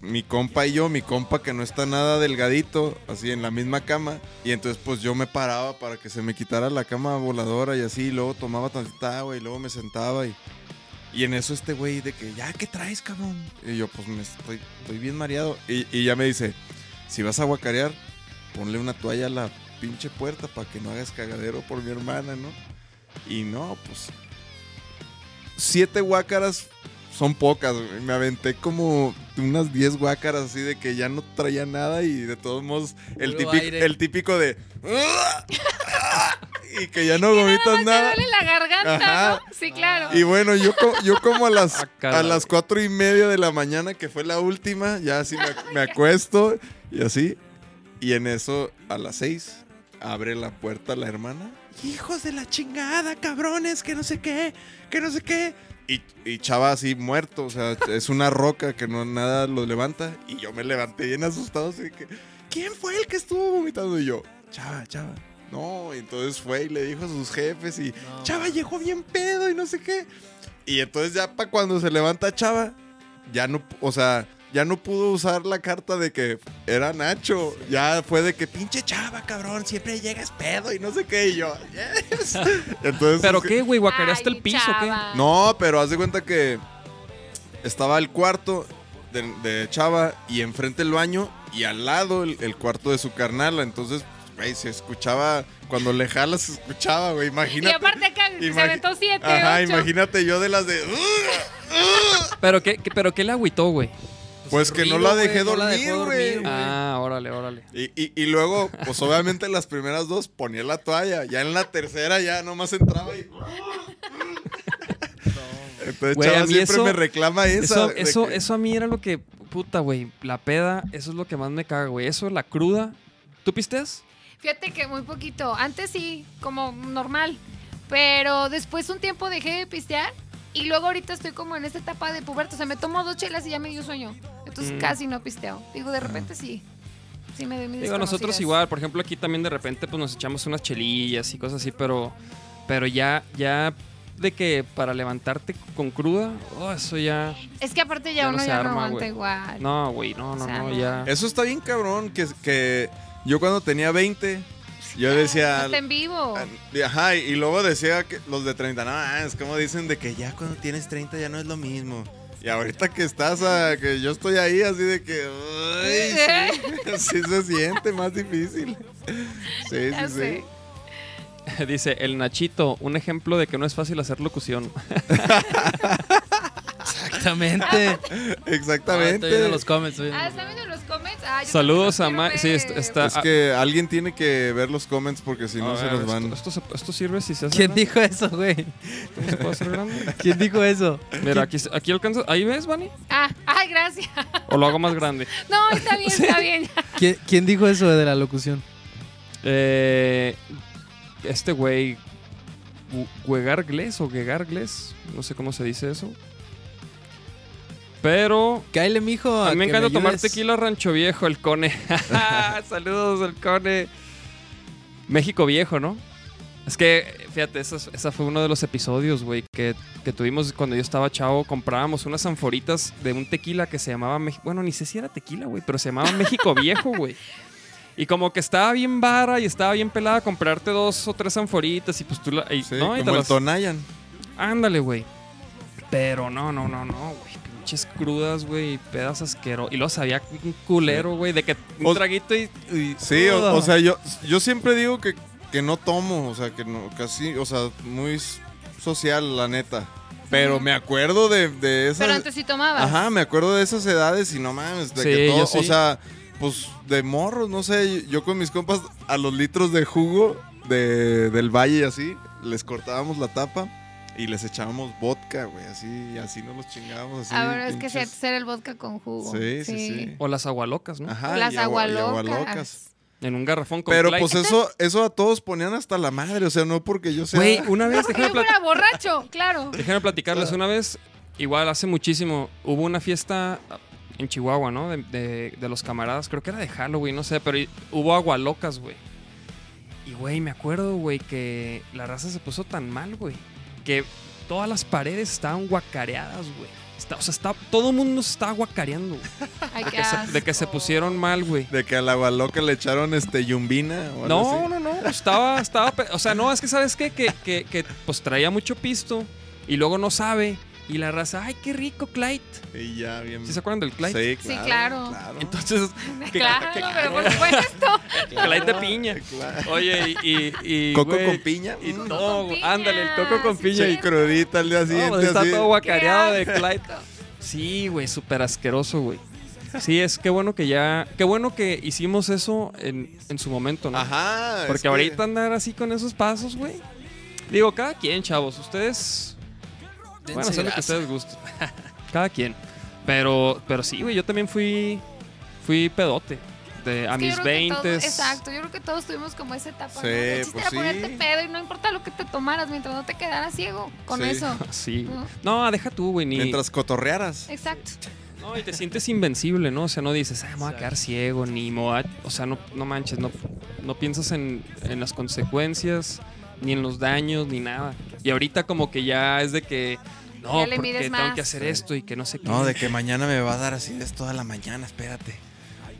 C: mi compa y yo, mi compa que no está nada delgadito, así en la misma cama. Y entonces, pues, yo me paraba para que se me quitara la cama voladora y así. Y luego tomaba tantita agua y luego me sentaba y... Y en eso este güey de que, ya, ¿qué traes, cabrón? Y yo, pues, me estoy, estoy bien mareado. Y, y ya me dice, si vas a guacarear, ponle una toalla a la pinche puerta para que no hagas cagadero por mi hermana, ¿no? Y no, pues siete guácaras son pocas, güey. Me aventé como unas 10 guácaras así de que ya no traía nada y de todos modos el,
E: Puro
C: típico,
E: aire.
C: el típico de... y que ya no vomitas
D: Te
C: nada.
D: duele la garganta,
C: Ajá.
D: ¿no? Sí, claro.
C: Y bueno, yo, co- yo como a las,
B: Ah, caray.
C: a las cuatro y media de la mañana, que fue la última, ya así me, ac- me acuesto y así. Y en eso, a las seis, abre la puerta la hermana. Hijos de la chingada, cabrones, que no sé qué, que no sé qué. Y, y Chava así muerto, o sea, es una roca que no nada lo levanta. Y yo me levanté bien asustado, así que, ¿quién fue el que estuvo vomitando? Y yo, Chava, Chava. No, y entonces fue y le dijo a sus jefes y,
E: No,
C: Chava
E: man.
C: llegó bien pedo y no sé qué. Y entonces ya para cuando se levanta Chava, ya no, o sea, ya no pudo usar la carta de que era Nacho. Ya fue de que pinche Chava, cabrón, siempre llegas pedo y no sé qué. Y yo, "Yes". Entonces,
B: ¿Pero
C: es que-
B: qué, güey? ¿Guacareaste el piso o qué?
C: No, pero haz de cuenta que estaba el cuarto de, de Chava y enfrente el baño y al lado el, el cuarto de su carnala. Entonces, güey, se escuchaba, cuando le jalas se escuchaba, güey,
D: Y
C: imagínate.
D: aparte acá se
C: Imagi-
D: aventó siete,
C: Ajá,
D: ocho.
C: imagínate yo de las de.
B: ¿Pero qué, qué- pero qué le agüitó, güey?
C: Pues que no
E: ruido,
C: la
E: güey,
C: dejé
E: no la
C: dormir,
E: dejó
C: güey.
E: dormir.
B: Ah, órale, órale.
C: Y, y- y luego, pues obviamente las primeras dos ponía la toalla. Ya en la tercera ya nomás entraba y. Entonces,
B: Güey, a
C: Chava
B: mí
C: siempre
B: eso-
C: me reclama esa.
B: Eso,
C: de
B: eso,
C: que-
B: eso a mí era lo que. Puta, güey. La peda, eso es lo que más me caga, güey. Eso, la cruda. ¿Tú pisteas?
D: Fíjate que muy poquito. Antes sí, como normal. Pero después un tiempo dejé de pistear. Y luego ahorita estoy como en esta etapa de puberto. O sea, me tomo dos chelas y ya me dio sueño. Entonces
B: Mm.
D: casi no pisteo. Digo, de repente sí. Sí me doy mis
B: Digo, nosotros
D: desconocidas.
B: igual. Por ejemplo, aquí también de repente pues nos echamos unas chelillas y cosas así, pero. Pero ya, ya. De que para levantarte con cruda, oh, eso ya.
D: Es que aparte ya,
B: Ya no
D: uno
B: se
D: ya no
B: arma,
D: aguanta
B: güey.
D: igual.
B: No, güey, no, no,
D: O sea,
B: no,
D: no.
B: ya.
C: Eso está bien, cabrón. Que, que yo cuando tenía 20, yo
D: Ah,
C: decía.
D: Hasta en vivo.
C: Ajá, y luego decía que los de 30, no, ah, es como dicen de que ya cuando tienes 30 ya no es lo mismo. Y ahorita que estás, ah, que yo estoy ahí así de que,
D: Eh,
C: ay, sí, sí se siente más difícil. Sí,
D: Ya
C: sí,
D: sé.
C: sí.
B: Dice el Nachito, un ejemplo de que no es fácil hacer locución.
E: Exactamente. Ah, estoy
C: Exactamente.
E: viendo los comments. estoy viendo
D: Ah,
E: los
D: ¿están viendo los comments? Ah, yo
B: Saludos a
D: también los
B: Ma-
D: quiero
B: sí, est-
D: ver.
B: está-
C: Es que alguien tiene que ver los comments porque si no
B: A
C: se
B: ver,
C: nos
B: esto-
C: van.
B: Esto, se- esto sirve si se hace.
E: ¿Quién
B: grande?
E: dijo eso, güey?
B: ¿Esto se puede hacer grande?
E: ¿Quién dijo eso?
B: Mira, aquí, aquí alcanza. ¿Ahí ves, Vani?
D: Ah, ay, gracias.
B: ¿O lo hago más grande?
D: No, está bien, está bien.
E: ¿Qui- ¿Quién dijo eso de la locución?
B: Eh, este güey. Guegargles o Guegargles. No sé cómo se dice eso. Pero.
E: Cáele, mijo.
B: A mí me
E: que
B: encanta tomar
E: ayudes.
B: tequila rancho viejo, el cone. Saludos, el cone. México viejo, ¿no? Es que, fíjate, esa, esa fue uno de los episodios, güey, que, que tuvimos cuando yo estaba chavo. Comprábamos unas anforitas de un tequila que se llamaba México. Bueno, ni sé si era tequila, güey, pero se llamaba México Viejo, güey. Y como que estaba bien vara y estaba bien pelada comprarte dos o tres anforitas y pues tú la. y-
C: Sí,
B: no, y te
C: como el
B: las-
C: Tonayan.
B: Ándale, güey. Pero no, no, no, no, güey. Pinches crudas, güey. Pedas asqueros. Y lo sabía un culero, güey. De que un
C: O-
B: traguito y. y-
C: Sí, o,
B: Ugh.
C: o sea, yo, yo siempre digo que, que no tomo, o sea, que no, casi, o sea, muy s- social, la neta. Pero me acuerdo de, de esas.
D: Pero antes sí tomabas.
C: Ajá, me acuerdo de esas edades y no mames, de
B: Sí,
C: que todo,
B: yo sí.
C: o sea, pues de morros, no sé, yo con mis compas a los litros de jugo de, del valle y así, les cortábamos la tapa y les echábamos vodka, güey, así, y así nos los chingábamos, así.
D: Ahora Ah, es que se
C: pinches.
D: hacer el vodka con jugo.
C: Sí, sí, sí.
B: O las agualocas, ¿no?
C: Ajá,
D: Las
C: y agua- y
D: agualocas.
B: En un garrafón con
C: Ah. Pero
B: Clyde.
C: pues eso, eso a todos ponían hasta la madre, o sea, no porque yo sea...
B: Güey, una
D: No,
B: vez,
D: porque
B: déjame,
D: yo
B: plat-
D: fuera borracho, claro.
B: déjame platicarles, una vez, igual hace muchísimo, hubo una fiesta en Chihuahua, ¿no? De, de- de los camaradas, creo que era de Halloween, no sé, pero hubo agualocas, güey. Y, güey, me acuerdo, güey, que la raza se puso tan mal, güey, que todas las paredes estaban guacareadas, güey. Está- o sea, está, todo el mundo se estaba guacareando, güey,
D: Ay,
B: de
D: qué
B: que se- de que se
D: asco.
B: pusieron mal, güey.
C: De que a la agualoca le echaron este yumbina o algo así.
B: No, no, no. Estaba, estaba. pe- O sea, no, es que sabes qué? que, que, que pues traía mucho pisto y luego no sabe. Y la raza, ay, qué rico, Clyde.
C: Y ya, bien...
B: ¿Sí se acuerdan del Clyde?
C: Sí,
D: Sí,
C: claro.
D: claro.
B: Entonces, que-
D: Claro,
B: que-
D: pero por supuesto.
B: Clyde de piña.
C: claro.
B: Oye, y. y, y,
C: Coco
B: güey,
C: con piña.
B: Y
C: mm.
B: no,
D: Con
B: güey,
D: piña,
B: ándale, el coco con
D: sí,
B: piña.
C: Sí,
B: y-
C: crudita al día
B: No, pues,
C: siguiente.
B: está
C: así.
B: todo guacareado de
D: Qué
B: Clyde. Sí, güey, súper asqueroso, güey. Sí, es que bueno que ya. Qué bueno que hicimos eso en, en su momento, ¿no?
C: Ajá. es
B: Porque
C: que-
B: ahorita andar así con esos pasos, güey. Digo, cada quien, chavos. Ustedes. Bueno, hacer lo que ustedes gusten. cada quien. Pero, pero sí, güey, yo también fui. Fui pedote. De, a
D: Es que yo
B: mis
D: creo que todos-
B: 20.
D: Exacto, yo creo que todos tuvimos como esa etapa.
C: Sí,
D: ¿no? El chiste
C: pues
D: era ponerte
C: sí.
D: pedo y no importa lo que te tomaras mientras no te quedaras ciego con
C: Sí.
D: eso.
B: Sí, güey.
D: ¿no?
B: No, deja tú, güey. Ni,
C: Mientras cotorrearas.
D: Exacto.
B: No, y te sientes invencible, ¿no? O sea, no dices, ah, me voy a quedar ciego, ni me voy a- O sea, no, no manches, no, no piensas en, en las consecuencias, ni en los daños, ni nada. Y ahorita como que ya es de que, no,
D: Ya le
B: porque
D: mides
B: tengo
D: más.
B: que hacer esto y que no sé qué.
C: No, de que mañana me va a dar así de toda la mañana, espérate.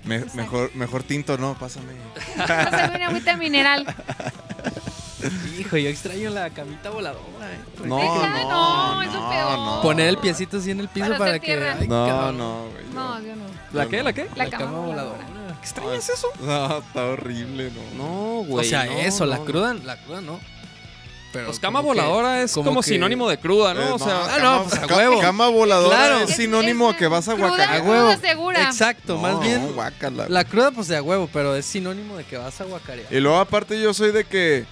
C: Me-
D: Exacto.
C: mejor, mejor tinto, no, pásame.
D: Entonces, una agüita mineral.
E: Hijo, yo extraño la camita voladora, eh.
C: No,
D: Neta,
C: no,
D: no, es lo
C: no,
D: peor.
C: no.
E: Poner el piecito así en el piso
D: Para
E: para,
D: hacer
E: que.
D: tierra.
E: ay,
C: No,
E: cabrón.
C: no, güey.
D: No, yo no.
B: ¿La qué? ¿La qué?
D: La,
E: La,
D: cama, voladora.
E: voladora.
B: ¿Extrañas eso?
C: No, está horrible, no.
B: No, güey.
E: o sea,
B: no,
E: eso, la
B: no, no.
E: cruda, la cruda no. Pero
B: Pues cama
E: como que-
B: voladora es como
E: que-
B: sinónimo de cruda, ¿no?
C: Eh,
B: o sea,
E: ah, no,
C: cama-
E: pues, a
C: ca-
E: huevo.
C: Cama voladora
E: Claro.
C: es sinónimo a que vas a
D: Cruda,
E: A
C: guacarear.
D: cruda,
E: huevo.
D: segura.
E: Exacto,
C: No,
E: más bien.
C: no, guácala.
E: La cruda, pues de a huevo, pero es sinónimo de que vas a guacarear.
C: Y luego aparte yo soy de que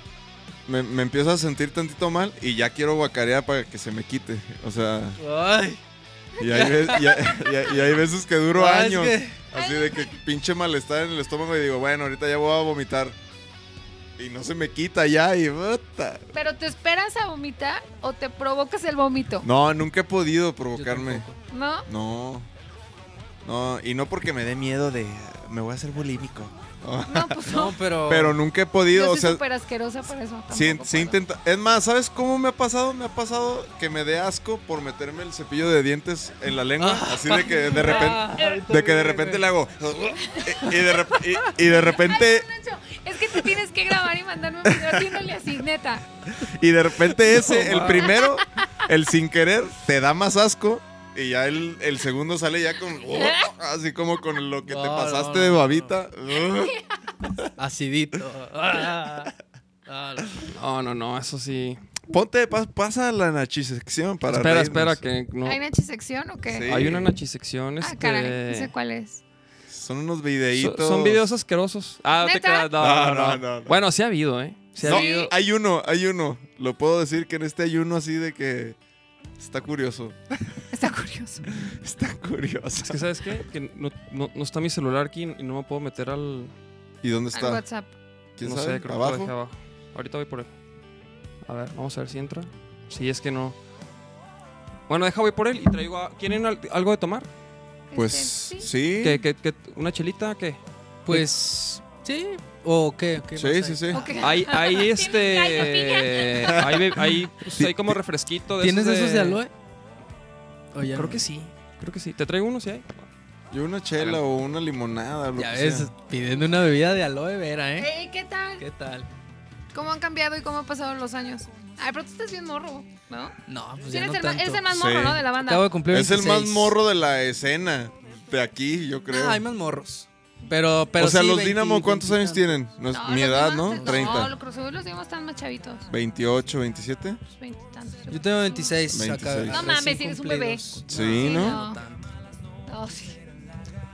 C: me, me empiezo a sentir tantito mal y ya quiero guacarear para que se me quite. O sea,
E: Ay,
C: y hay, ve- y hay- y hay- y hay veces que duro
E: no, es
C: años.
E: que-
C: Así de que pinche malestar en el estómago y digo, bueno, ahorita ya voy a vomitar. Y no se me quita ya y puta.
D: Pero te esperas a vomitar o te provocas el vómito,
C: No, nunca he podido
E: yo
C: provocarme.
E: tampoco.
D: ¿no?
C: No. No, y no porque me dé miedo de me voy a hacer bulímico.
D: No, pues no.
E: No, pero.
C: Pero nunca he podido,
D: Yo
C: o
D: soy
C: sea,
D: súper asquerosa para eso.
C: sí,
D: tampoco
C: sí
D: puedo.
C: intenta. Es más, ¿sabes cómo me ha pasado? Me ha pasado que me dé asco por meterme el cepillo de dientes en la lengua,
E: Ah.
C: así de que de repente de que de repente le hago y, y de, rep- y- y de repente
D: Nacho, es que te tienes que grabar y mandarme un video haciéndole así, neta.
C: Y de repente ese, el primero, el sin querer, te da más asco. Y ya el, el segundo sale ya con. así como con lo que te
E: No,
C: pasaste
E: no,
C: de
E: no,
C: babita.
E: Acidito. Ah, ah, no.
B: no, no, no, eso sí.
C: Ponte, pas- pasa la nachisección para.
B: espera,
C: reírnos.
B: espera, que no.
D: ¿Hay nachisección o qué?
C: Sí.
B: Hay una nachisección,
D: Ah,
B: este...
D: caray, no sé cuál es.
C: Son unos
B: So-
C: videitos.
B: Son videos asquerosos. Ah, te
D: ¿Neta?
B: creas, no,
C: No, no,
B: no, no.
C: no, no.
B: Bueno, sí ha habido, ¿eh? Sí ha
C: No,
B: habido.
C: hay uno, hay uno. Lo puedo decir que en este hay uno así de que. Está curioso.
D: Está curioso.
C: Está curioso.
B: Es que, ¿sabes qué? Que no, no- no está mi celular aquí y no me puedo meter al...
C: ¿Y dónde
D: Al
C: está?
D: WhatsApp.
C: ¿Quién
B: no
C: sabe?
B: sé, creo que lo dejé
C: ¿Abajo?
B: abajo. Ahorita voy por él. A ver, vamos a ver si entra. Sí, es que no... Bueno, deja, voy por él y traigo... a- ¿Quieren al- algo de tomar?
D: Este,
C: Pues
D: sí.
C: sí.
B: ¿Qué, qué- qué- una chelita? ¿Qué?
E: Pues Sí, o qué. qué más
C: Sí,
E: hay?
C: sí, sí.
D: Ok.
B: Hay, hay
D: ¿Tienes
B: este.
D: gallo,
B: Hay, be- hay, pues, hay como refresquito. De
E: ¿Tienes esos de aloe? O ya
B: Creo
E: no.
B: que sí. Creo que sí. ¿Te traigo uno si hay?
C: Y una chela o una limonada. Lo
E: Ya
C: que
E: ves,
C: sea.
E: pidiendo una bebida de aloe vera, ¿eh?
D: Ey, ¿Qué tal?
E: ¿Qué tal?
D: ¿Cómo han cambiado y cómo han pasado los años? Ay, pero tú estás bien morro, ¿no?
E: No, pues
D: Sí,
E: ya
D: eres
E: no
D: el más-
E: tanto.
D: eres el más
C: Sí.
D: morro, ¿no? De la banda.
E: Acabo de cumplir
C: Es el más
E: 26.
C: morro de la escena. De aquí, yo creo.
E: Ah, hay más morros. Pero, pero
C: o sea,
E: sí,
C: los
E: 20,
C: Dinamo, ¿cuántos
E: 20,
C: años tienen? No es-
D: No,
C: mi
D: los
C: edad,
D: demás-
C: ¿no? 30.
D: No, los Cruz Azul los demás están más chavitos.
C: 28, 27.
D: Pues, veintitantos.
E: Yo tengo 26.
C: 26.
D: No mames, tienes un bebé.
C: Sí,
D: Sí,
C: ¿no?
D: no.
E: tanto.
D: No, sí.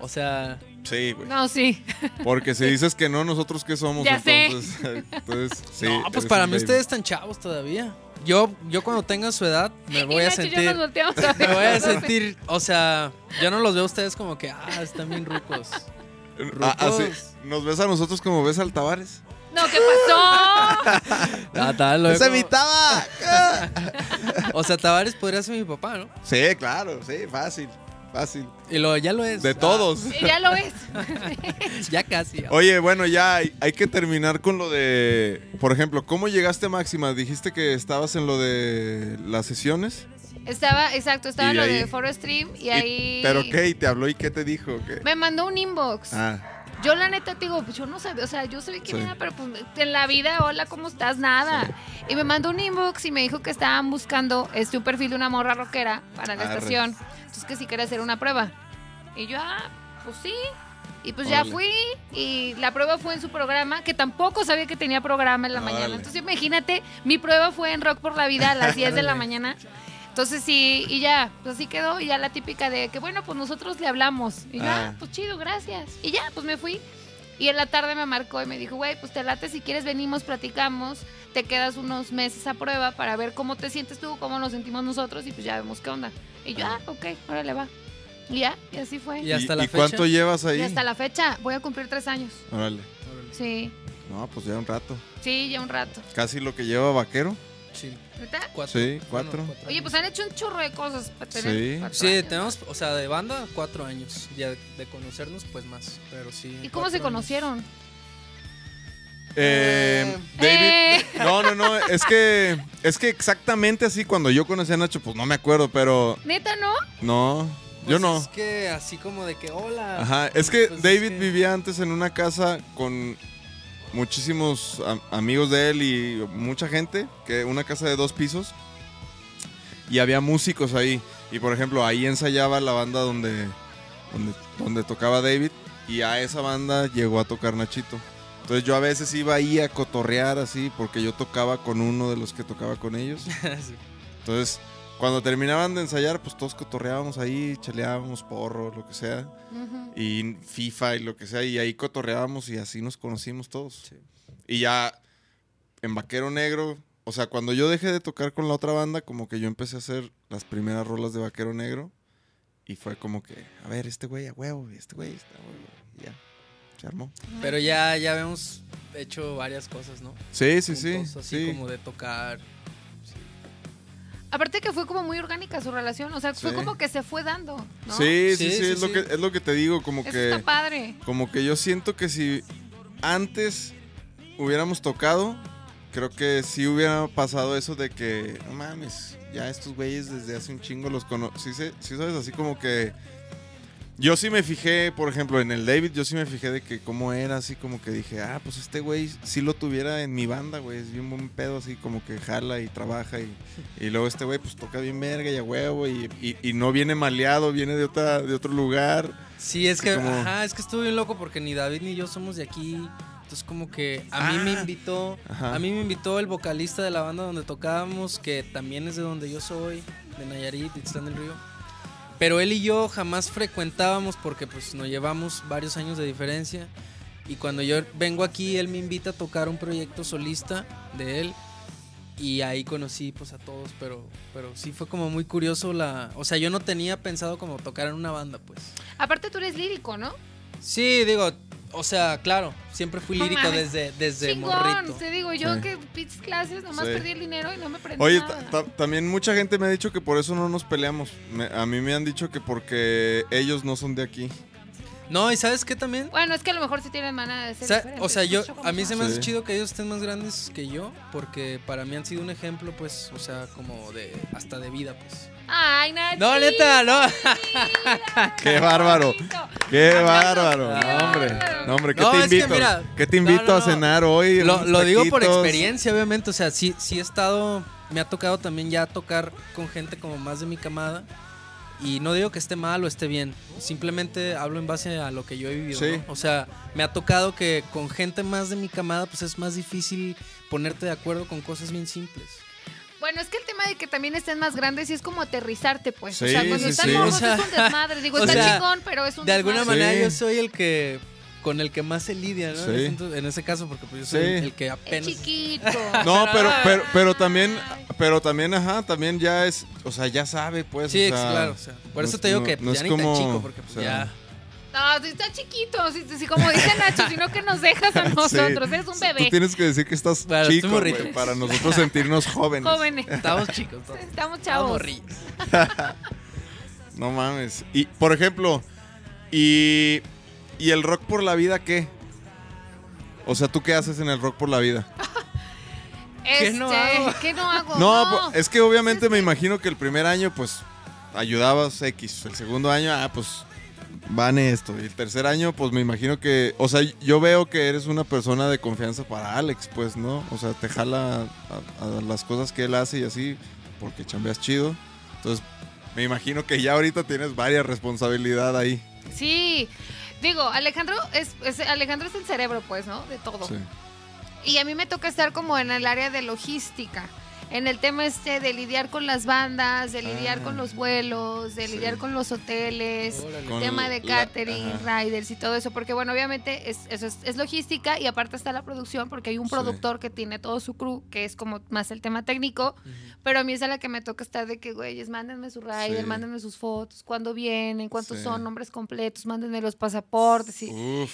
E: O sea,
C: Sí, güey.
D: No, sí.
C: Porque si dices que no, nosotros qué somos.
D: Ya sé.
C: entonces, entonces, sí.
E: no, pues
C: eres
E: para
C: un
E: mí
C: baby.
E: ustedes están chavos todavía. Yo, yo cuando tenga su edad me voy
D: y
E: a
D: Nacho y yo
E: sentir.
D: nos volteamos a ver.
E: Me voy a sentir, o sea, yo no los veo a ustedes como que, ah, están bien rucos.
C: Ah, ah, sí.
E: rucos.
C: ¿Nos ves a nosotros como ves al Tavares?
D: No, ¿qué pasó?
E: Ah, tal, lo veo como-
C: evitaba!
E: o sea, Tavares podría ser mi papá, ¿no?
C: Sí, claro, sí, fácil, fácil.
E: Y lo, ya lo es.
C: De
E: Ah,
C: todos.
D: Y ya lo ves.
E: Ya casi.
C: Oye, bueno, ya hay, hay que terminar con lo de, por ejemplo, ¿cómo llegaste Máxima? Dijiste que estabas en lo de las sesiones.
D: Estaba, exacto, estaba
C: Y
D: en lo
C: ahí-
D: de Foro Stream y
C: Y-
D: ahí.
C: ¿Pero qué? ¿Y te habló y qué te dijo? ¿Qué?
D: Me mandó un inbox.
C: Ah,
D: Yo la neta te digo, pues yo no sabía, o sea, yo sabía quién
C: Sí.
D: era, pero pues en la vida, hola, ¿cómo estás? Nada. Y me mandó un inbox y me dijo que estaban buscando este un perfil de una morra rockera para la
C: Arre.
D: estación. Entonces que si quería hacer una prueba. Y yo, ah, pues sí. Y pues ya
C: Órale.
D: fui y la prueba fue en su programa, que tampoco sabía que tenía programa en la mañana.
C: Ah, Órale.
D: Entonces imagínate, mi prueba fue en Rock por la Vida a las 10 de la mañana. Entonces sí, y ya, pues así quedó. Y ya la típica de que, bueno, pues nosotros le hablamos. Y yo,
C: Ah.
D: ah, pues chido, gracias. Y ya, pues me fui. Y en la tarde me marcó y me dijo, güey, pues te late, si quieres venimos, platicamos, te quedas unos meses a prueba para ver cómo te sientes tú, cómo nos sentimos nosotros y pues ya vemos qué onda. Y yo, ah, ok, órale, va. Y ya, y así fue.
E: Y hasta
C: ¿Y,
E: la
C: y
E: fecha?
C: cuánto llevas ahí?
D: Y hasta la fecha, voy a cumplir tres años.
C: Órale.
D: Sí,
C: No, pues ya un rato.
D: sí, ya un rato.
C: Casi lo que lleva Vaquero.
E: Sí,
D: ¿Neta?
E: cuatro.
C: Sí, cuatro.
D: Oye, pues han hecho un churro de cosas para tener
C: Sí.
D: cuatro
E: Sí,
D: años.
E: tenemos, o sea, de banda, cuatro años. Ya de conocernos, pues más. Pero sí.
D: ¿Y cómo
E: cuatro
D: se
E: años.
D: conocieron?
C: Eh, David.
D: Eh,
C: No, no, no. Es que, es que exactamente así cuando yo conocí a Nacho, pues no me acuerdo, pero
D: ¿Neta no?
C: no,
E: Pues
C: yo no.
E: Es que así como de que, hola.
C: Ajá, es que
E: Pues es
C: David
E: que-
C: vivía antes en una casa con muchísimos am- amigos de él y mucha gente, que una casa de dos pisos, y había músicos ahí. Y por ejemplo, ahí ensayaba la banda donde, donde, donde tocaba David, y a esa banda llegó a tocar Nachito. Entonces yo a veces iba ahí a cotorrear así, porque yo tocaba con uno de los que tocaba con ellos.
E: Sí.
C: Entonces, cuando terminaban de ensayar, pues todos cotorreábamos ahí, chaleábamos porro, lo que sea
D: Ujú.
C: y FIFA y lo que sea, y ahí cotorreábamos y así nos conocimos todos. Y ya en Vaquero Negro, o sea, cuando yo dejé de tocar con la otra banda, como que yo empecé a hacer las primeras rolas de Vaquero Negro y fue como que, a ver, este güey a huevo, y este güey está a huevo, y ya. Se armó.
E: Pero ya, ya hemos hecho varias cosas, ¿no?
C: Sí, sí, sí.
E: Juntos, así
C: sí.
E: como de tocar.
D: Aparte que fue como muy orgánica su relación, o sea, fue
C: Sí.
D: como que se fue dando, ¿no?
C: sí, sí,
E: Sí,
C: sí,
E: sí,
C: es, Lo
E: sí.
C: que, es lo que te digo, como
D: Eso
C: que...
D: está padre.
C: Como que yo siento que si antes hubiéramos tocado, creo que sí hubiera pasado eso de que, no mames, ya estos güeyes desde hace un chingo los conozco. Sí, se- sí, sabes, así como que. Yo sí me fijé, por ejemplo, en el David, yo sí me fijé de que cómo era, así como que dije, ah, pues este güey sí lo tuviera en mi banda, güey, es bien buen pedo, así como que jala y trabaja y, y luego este güey pues toca bien verga y a huevo y, y- y no viene maleado, viene de, otra, de otro lugar.
E: Sí, es
C: Así
E: que,
C: como-
E: ajá, es que estuve bien loco porque ni David ni yo somos de aquí. Entonces como que a mí me
C: Ah.
E: invitó,
C: Ajá.
E: a mí me invitó el vocalista de la banda donde tocábamos, que también es de donde yo soy, de Nayarit, de Tixtlán del Río. Pero él y yo jamás frecuentábamos porque pues nos llevamos varios años de diferencia. Y cuando yo vengo aquí, él me invita a tocar un proyecto solista de él. Y ahí conocí pues a todos, pero, pero sí fue como muy curioso la... O sea, yo no tenía pensado como tocar en una banda, pues.
D: Aparte tú eres lírico, ¿no?
E: Sí, digo, o sea, claro, siempre fui
D: No
E: lírico
D: mames.
E: desde, desde morrito.
D: Chingón, te digo yo
C: Sí.
D: que pinches clases, nomás
C: Sí.
D: perdí el dinero y no me prendí
C: Oye,
D: nada.
C: ta- ta- también mucha gente me ha dicho que por eso no nos peleamos. Me- a mí me han dicho que porque ellos no son de aquí.
E: No, ¿y sabes qué también?
D: Bueno, es que a lo mejor sí tienen manera de ser
E: Sa-
D: diferentes.
E: o sea, yo, a mí se me hace
C: Sí.
E: chido que ellos estén más grandes que yo, porque para mí han sido un ejemplo, pues, o sea, como de, hasta de vida, pues.
D: Ay, Nachi.
E: No, neta, no.
D: mira,
C: Qué bárbaro.
D: bonito.
C: ¡Qué
D: Aplausos.
C: bárbaro!
D: Qué
C: No, hombre,
D: bárbaro.
C: no, hombre, ¿qué
E: No,
C: te
E: es que
C: invito?
E: mira-
C: ¿Qué te
E: no,
C: invito
E: no,
C: a
E: no.
C: cenar hoy?
E: Lo,
C: Unos
E: lo digo por
C: taquitos.
E: experiencia, obviamente. O sea, sí, sí he estado. Me ha tocado también ya tocar con gente como más de mi camada. Y no digo que esté mal o esté bien. Simplemente hablo en base a lo que yo he vivido.
C: Sí.
E: ¿no? O sea, me ha tocado que con gente más de mi camada, pues es más difícil ponerte de acuerdo con cosas bien simples.
D: Bueno, es que el tema de que también estén más grandes sí es como aterrizarte, pues. o
C: Sí,
D: sea, cuando
C: sí,
D: están
C: sí.
D: morros
E: O sea,
D: es un desmadre. Digo,
E: o
D: está
E: sea,
D: chingón, pero es un
E: de alguna
D: desmadre.
E: manera,
C: Sí.
E: yo soy el que. Con el que más se lidia, ¿no?
C: Sí.
E: En, ese, entonces- en ese caso, porque pues yo soy
C: Sí.
E: el que
D: Es
E: apenas.
D: chiquito.
C: No, pero, pero, pero también, pero también, ajá, también ya es, o sea, ya sabe, pues.
E: Sí,
C: o sea,
E: claro. o sea, por
C: no
E: eso
C: es-
E: te digo
C: no-
E: que
C: no
E: ya
C: es
E: ni tan
C: como-
E: chico, porque pues,
C: o sea,
E: ya.
D: No, sí está chiquito. Sí, sí, sí, como dice Nacho, sino que nos dejas a nosotros.
C: Sí.
D: Eres un
C: Tú
D: bebé.
C: tienes que decir que estás
E: Bueno, estoy
C: chico,
E: morrito.
C: güey, para nosotros sentirnos jóvenes.
D: Jóvenes.
E: Estamos chicos. todos.
D: Estamos
E: Estamos
D: chavos.
E: morrillos.
C: No mames. Y, por ejemplo, y, y el rock por la vida, ¿qué? O sea, ¿tú qué haces en el rock por la vida?
D: Este,
E: ¿Qué no hago?
D: ¿Qué no
C: No,
D: hago? Pues
C: pues,
D: No.
C: po- es que obviamente me imagino que el primer año, pues, ayudabas X. El segundo año, ah, pues, van esto. Y el tercer año, pues, me imagino que... O sea, yo veo que eres una persona de confianza para Alex, pues, ¿no? O sea, te jala a, a las cosas que él hace y así, porque chambeas chido. Entonces, me imagino que ya ahorita tienes varias responsabilidades ahí.
D: Sí. Digo, Alejandro es, es- Alejandro es el cerebro, pues, ¿no? De todo.
C: Sí.
D: Y a mí me toca estar como en el área de logística, en el tema este de lidiar con las bandas, de lidiar
C: Ah.
D: con los vuelos, de
C: Sí.
D: lidiar con los hoteles,
E: Órale.
C: Con
D: tema de
C: la-
D: catering,
C: ajá.
D: riders y todo eso, porque bueno, obviamente es, eso es, es logística y aparte está la producción, porque hay un
C: Sí.
D: productor que tiene todo su crew, que es como más el tema técnico, pero a mí es a la que me toca estar de que, güeyes, mándenme su rider,
C: Sí.
D: mándenme sus fotos, cuándo vienen, cuántos
C: Sí.
D: son, nombres completos, mándenme los pasaportes. Y,
C: Uf,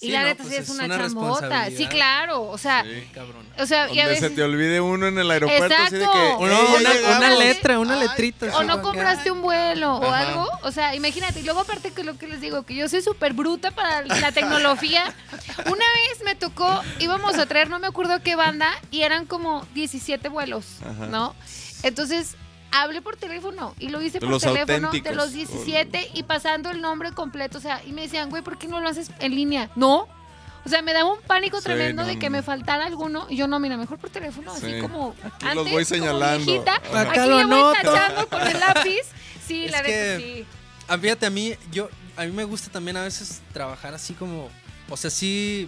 D: y
E: Sí,
D: la
E: no,
D: neta
E: pues
D: sí
E: es
D: es una,
E: una
D: chambota. Sí,
E: responsabilidad.
D: claro, o sea...
C: sí.
E: Cabrón.
D: O sea, Ah, y a
C: Donde se
D: veces...
C: te olvide uno en el aeropuerto, así de que...
D: Exacto.
E: O
D: Uno-
E: no,
C: "Ey, ya
E: una,
C: llegamos".
E: una letra, una letrita.
D: O
E: así,
D: no
E: guaca.
D: compraste un vuelo o
C: Ajá.
D: algo. O sea, imagínate. Y luego aparte que lo que les digo, que yo soy súper bruta para la tecnología. Una vez me tocó, íbamos a traer, no me acuerdo qué banda, y eran como 17 vuelos,
C: Ajá.
D: ¿no? Entonces... Hablé por teléfono y lo hice
C: De
D: por
C: los
D: teléfono de
C: auténticos.
D: los 17 y pasando el nombre completo. O sea, y me decían, güey, ¿por qué no lo haces en línea? No. O sea, me daba un pánico
C: Sí,
D: tremendo
C: no,
D: de que
C: no.
D: me faltara alguno. Y yo, no, mira, mejor por teléfono, así
C: Sí.
D: como
C: los
D: antes,
C: voy
D: como
C: señalando.
D: viejita.
C: Ajá.
D: Aquí
E: Acá lo
D: le voy
E: anoto.
D: tachando con el lápiz. Sí,
E: Es
D: la neta sí.
E: que- Ah, fíjate, a mí, yo, a mí me gusta también a veces trabajar así como. O sea, sí.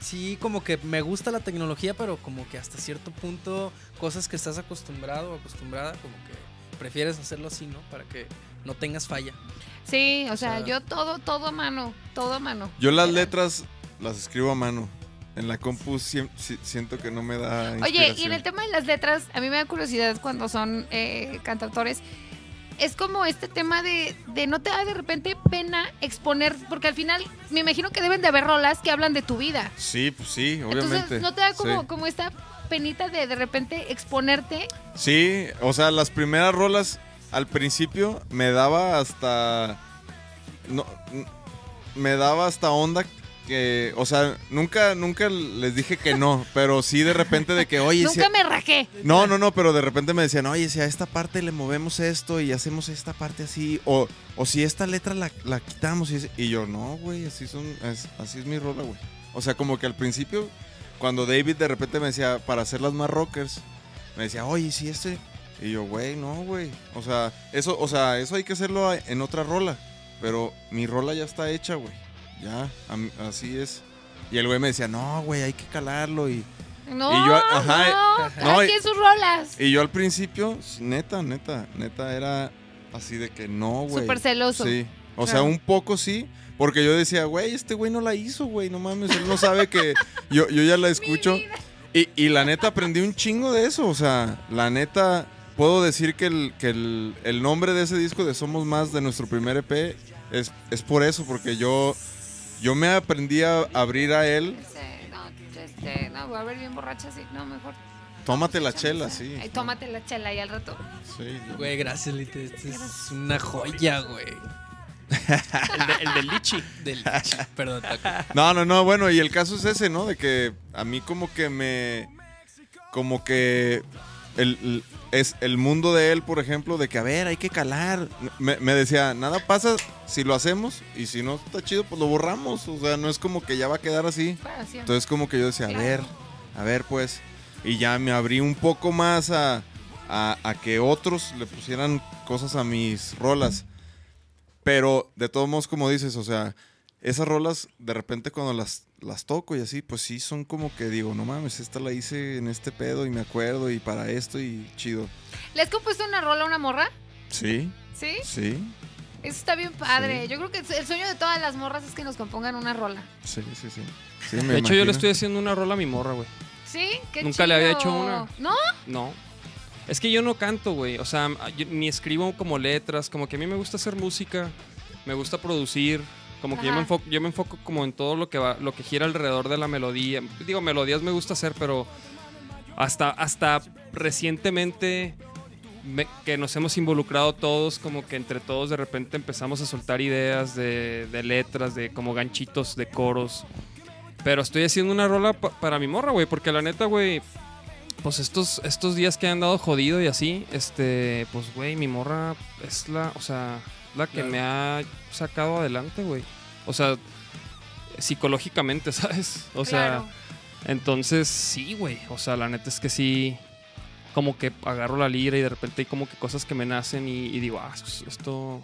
E: Sí, como que me gusta la tecnología, pero como que hasta cierto punto, cosas que estás acostumbrado o acostumbrada, como que prefieres hacerlo así, ¿no? Para que no tengas falla.
D: Sí, o sea,
E: sea-
D: yo todo, todo a mano, todo a mano.
C: Yo las
D: Era.
C: letras las escribo a mano. En la compu siem- si- siento que no me da
D: Oye,
C: inspiración.
D: y en el tema de las letras, a mí me da curiosidad cuando son eh, cantautores. Es como este tema de, de no te da de repente pena exponer, porque al final me imagino que deben de haber rolas que hablan de tu vida.
C: Sí, pues sí, obviamente.
D: Entonces, ¿no te da como,
C: Sí.
D: como esta penita de de repente exponerte?
C: Sí, o sea, las primeras rolas al principio me daba hasta... No, n- me daba hasta onda que... O sea, nunca, nunca les dije que no, pero sí de repente de que, oye, si-
D: Nunca me rajé.
C: No, no, no, pero de repente me decían, oye, si a esta parte le movemos esto y hacemos esta parte así, o, o si esta letra la, la quitamos. Y, es- y yo, no, güey, así, son, es- así es mi rola, güey. O sea, como que al principio, cuando David de repente me decía, para hacerlas más rockers, me decía, oye, si este. Y yo, güey, no, güey. O sea, eso, o sea, eso hay que hacerlo a- en otra rola. Pero mi rola ya está hecha, güey. Ya, am- así es. Y el güey me decía, no, güey, hay que calarlo y...
D: No,
C: Y yo- ajá,
D: no,
C: no,
D: aquí
C: y-
D: en sus rolas.
C: Y yo al principio, neta, neta, neta era así de que no, güey.
D: Súper celoso.
C: Sí. O sea,
D: Claro.
C: un poco sí. Porque yo decía, güey, este güey no la hizo, güey, no mames, él no sabe que yo, yo ya la escucho. Y, y la neta aprendí un chingo de eso, o sea, la neta puedo decir que el, que el, el nombre de ese disco de Somos Más, de nuestro primer EP, es, es por eso, porque yo, yo me aprendí a abrir a él,
D: Este, No, este, no, voy a ver bien borracha así. No, mejor.
C: tómate la chela, sí.
D: Ay, tómate la chela y al rato.
C: Sí, yo-
E: Güey, gracias, Lite. Esta es una joya, güey.
B: El, de- el del lichi.
E: Del Perdón, Taco.
C: No, no, no, bueno, y el caso es ese, ¿no? De que a mí como que me... Como que... El, el- es el mundo de él, por ejemplo, de que, a ver, hay que calar. Me, me decía, nada pasa si lo hacemos y si no está chido, pues lo borramos. O sea, no es como que ya va a quedar así.
D: Para siempre.
C: Entonces como que yo decía, a ver, a ver pues. Y ya me abrí un poco más a, a- a que otros le pusieran cosas a mis rolas. Pero de todos modos, como dices, o sea, esas rolas de repente cuando las, las toco y así, pues sí son como que digo, no mames, esta la hice en este pedo y me acuerdo y para esto y chido.
D: ¿Le has compuesto una rola a una morra?
C: Sí,
D: ¿Sí?
C: sí,
D: Eso está bien padre.
C: Sí.
D: Yo creo que el sueño de todas las morras es que nos compongan una rola.
C: sí, sí, sí.
B: De hecho, yo le estoy haciendo una rola a mi morra, güey.
D: ¿Sí? Qué
B: Nunca le había
D: chido.
B: hecho una.
D: ¿No?
B: No. Es que yo no canto, güey. O sea, yo ni escribo como letras. Como que a mí me gusta hacer música. Me gusta producir. Como que yo me,
D: Ajá.
B: enfoco, yo me enfoco como en todo lo que va, lo que gira alrededor de la melodía. Digo, melodías me gusta hacer, pero hasta, hasta recientemente me- que nos hemos involucrado todos, como que entre todos de repente empezamos a soltar ideas de, de letras, de como ganchitos, de coros. Pero estoy haciendo una rola pa- para mi morra, güey, porque la neta, güey, pues estos, estos días que han dado jodido y así, este, pues, güey, mi morra es la, o sea, la que
E: Claro.
B: me ha sacado adelante, güey. O sea, psicológicamente, ¿sabes? O sea,
D: claro.
B: entonces, sí, güey. O sea, la neta es que sí. Como que agarro la lira y de repente hay como que cosas que me nacen y, y digo, ah, esto- esto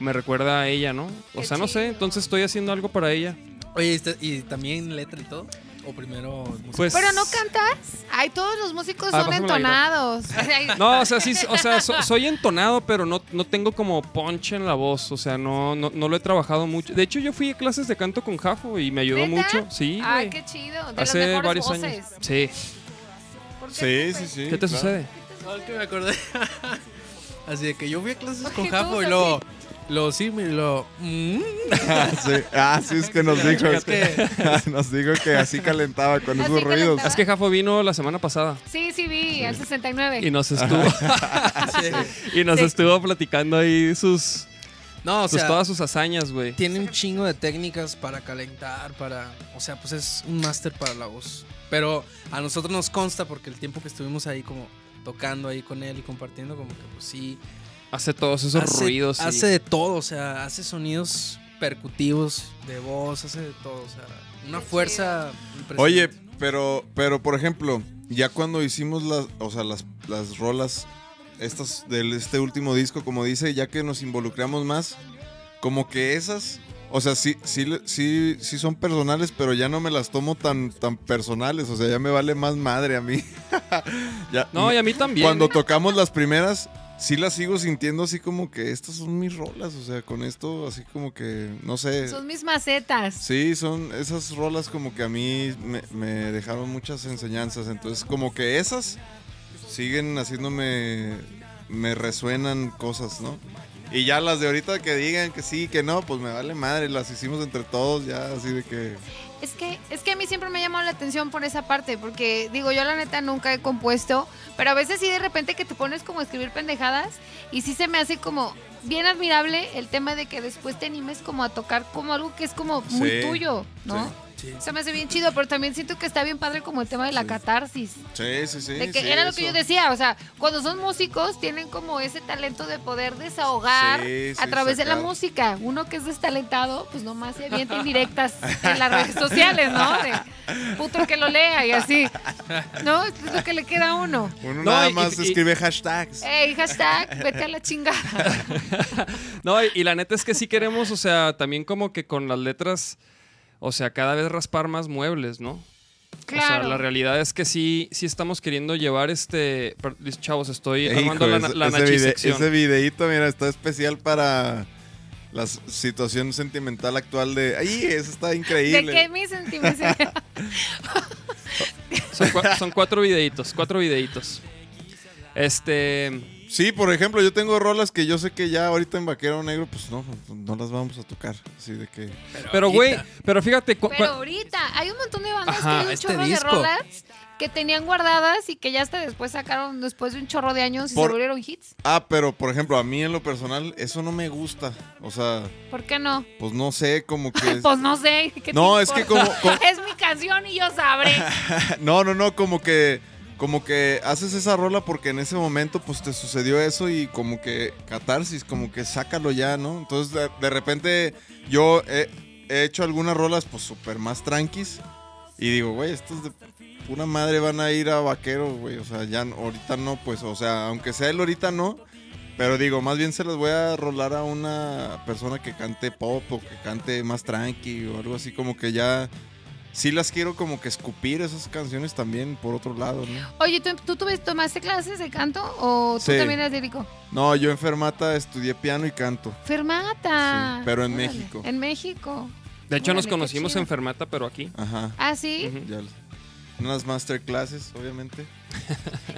B: me recuerda a ella, ¿no? O
D: Qué
B: sea, no sé.
D: chido.
B: Entonces estoy haciendo algo para ella.
E: Oye, ¿y esta- ¿y también letra y todo? ¿O primero música?
B: Pues.
D: Pero no cantas. Ay, todos los músicos
B: Ah,
D: son
B: pásame la
D: entonados. Ay,
B: No, o sea, sí, o sea, so- soy entonado, pero no, no tengo como ponche en la voz. O sea, no, no, no lo he trabajado mucho. De hecho, yo fui a clases de canto con Jafo y me ayudó
D: ¿Neta?
B: mucho. Sí,
D: Ay,
B: güey.
D: qué chido. De
B: Hace
D: las mejores
B: varios
D: voces.
B: años. Sí.
D: ¿Por qué
C: Sí, sí,
D: no, pues?
C: sí.
B: ¿Qué te
C: claro.
B: sucede?
E: Ahora que me acordé. Así de que yo fui a clases
D: Porque
E: con
D: todos
E: Japo y
D: así.
E: luego. Lo sí, y lo. mm,
C: Ah, sí. Ah, sí, es que nos dijo.
E: Es que-
C: nos dijo que así calentaba con
D: Así
C: esos ruidos.
D: calentaba.
B: Es que Jafo vino la semana pasada
D: Sí, sí, vi, al 69.
B: y nos estuvo. Y nos
D: Sí.
B: estuvo platicando ahí sus,
E: No, o
B: sus-
E: sea,
B: Pues todas sus hazañas, güey.
E: tiene un chingo de técnicas para calentar, para. O sea, pues es un máster para la voz. Pero a nosotros nos consta porque el tiempo que estuvimos ahí, como tocando ahí con él y compartiendo, como que pues sí.
B: Hace todos esos
E: hace,
B: ruidos. y-
E: hace de todo, o sea, hace sonidos percutivos de voz, hace de todo, o sea, una
D: Qué
E: fuerza impresionante.
C: Oye, pero, pero por ejemplo, ya cuando hicimos las, o sea, las, las rolas, estas del este último disco, como dice, ya que nos involucramos más, como que esas, o sea, sí, sí, le- sí, sí son personales, pero ya no me las tomo tan, tan personales, o sea, ya me vale más madre a mí. ya,
B: No, y a mí también.
C: cuando tocamos las primeras, sí las sigo sintiendo así como que estas son mis rolas, o sea, con esto así como que, no sé.
D: Son mis macetas.
C: Sí, son esas rolas como que a mí me, me dejaron muchas enseñanzas, entonces como que esas siguen haciéndome, me resuenan cosas, ¿no? Y ya las de ahorita que digan que sí, que no, pues me vale madre, las hicimos entre todos ya, así de que...
D: Es que, es que a mí siempre me ha llamado la atención por esa parte, porque digo, yo la neta nunca he compuesto, pero a veces sí de repente que te pones como a escribir pendejadas y sí se me hace como bien admirable el tema de que después te animes como a tocar como algo que es como muy
C: Sí,
D: tuyo, ¿no?
E: Sí.
D: Se me hace bien chido, pero también siento que está bien padre como el tema de la
C: Sí.
D: catarsis.
C: Sí, sí, sí.
D: De que
C: sí,
D: era lo que
C: eso.
D: yo decía, o sea, cuando son músicos tienen como ese talento de poder desahogar
C: Sí,
D: a
C: sí,
D: través de la
C: sacar.
D: música. Uno que es destalentado, pues nomás se avienta indirectas en las redes sociales, ¿no? De puto que lo lea y así. ¿No? Es lo que le queda a uno.
C: Uno
B: No,
C: nada
B: y-
C: más
B: y-
C: escribe hashtags.
D: Ey, hashtag, vete a la chingada.
B: No, y, y la neta es que sí queremos, o sea, también como que con las letras, o sea, cada vez raspar más muebles, ¿no? O sea,
D: Claro.
B: la realidad es que sí, sí estamos queriendo llevar este. per- Chavos, estoy
C: Eh,
B: armando
C: hijo,
B: la,
C: ese-
B: la
C: ese,
B: nachisección.
C: videito, mira, está especial para la s- situación sentimental actual de... ¡Ay, eso está
D: ¿De
C: increíble!
D: qué mis sentimientos?
B: Son, cua- son cuatro videitos, cuatro videitos. Este.
C: Sí, por ejemplo, yo tengo rolas que yo sé que ya ahorita en Vaquero Negro, pues no, no las vamos a tocar. Así de que.
B: Pero, güey, pero fíjate. cu-
D: Pero
B: cu-
D: ahorita hay un montón de bandas
B: Ajá,
D: que hay un
E: este
D: chorro
E: disco.
D: de rolas que tenían guardadas y que ya hasta después sacaron después de un chorro de años y
C: Por-
D: se volvieron hits.
C: Ah, pero por ejemplo, a mí en lo personal, eso no me gusta. O sea,
D: ¿Por qué no?
C: pues no sé, como que.
D: Pues no sé. ¿qué te
C: No, es que
D: importa?
C: como-
D: Es mi canción y yo sabré.
C: No, no, no, como que como que haces esa rola porque en ese momento pues te sucedió eso y como que catarsis, como que sácalo ya, ¿no? Entonces de, de repente yo he, he hecho algunas rolas pues súper más tranquis y digo, güey, estos de pura madre van a ir a vaquero, güey, o sea, ya no- ahorita no, pues, o sea, aunque sea él ahorita no. Pero digo, más bien se las voy a rolar a una persona que cante pop o que cante más tranqui o algo así, como que ya sí las quiero como que escupir esas canciones también por otro lado, ¿no?
D: Oye, ¿tú, tú tuviste- tomaste clases de canto o tú
C: Sí.
D: también eres lírico?
C: No, yo en Fermata estudié piano y canto.
D: Fermata.
C: Sí, pero en
D: Órale.
C: México.
D: En México.
B: De hecho, nos
D: Órale, qué
B: conocimos
D: chido.
B: en Fermata, pero aquí.
C: Ajá.
D: Ah, sí.
B: Ujú.
C: Ya, unas masterclasses, obviamente.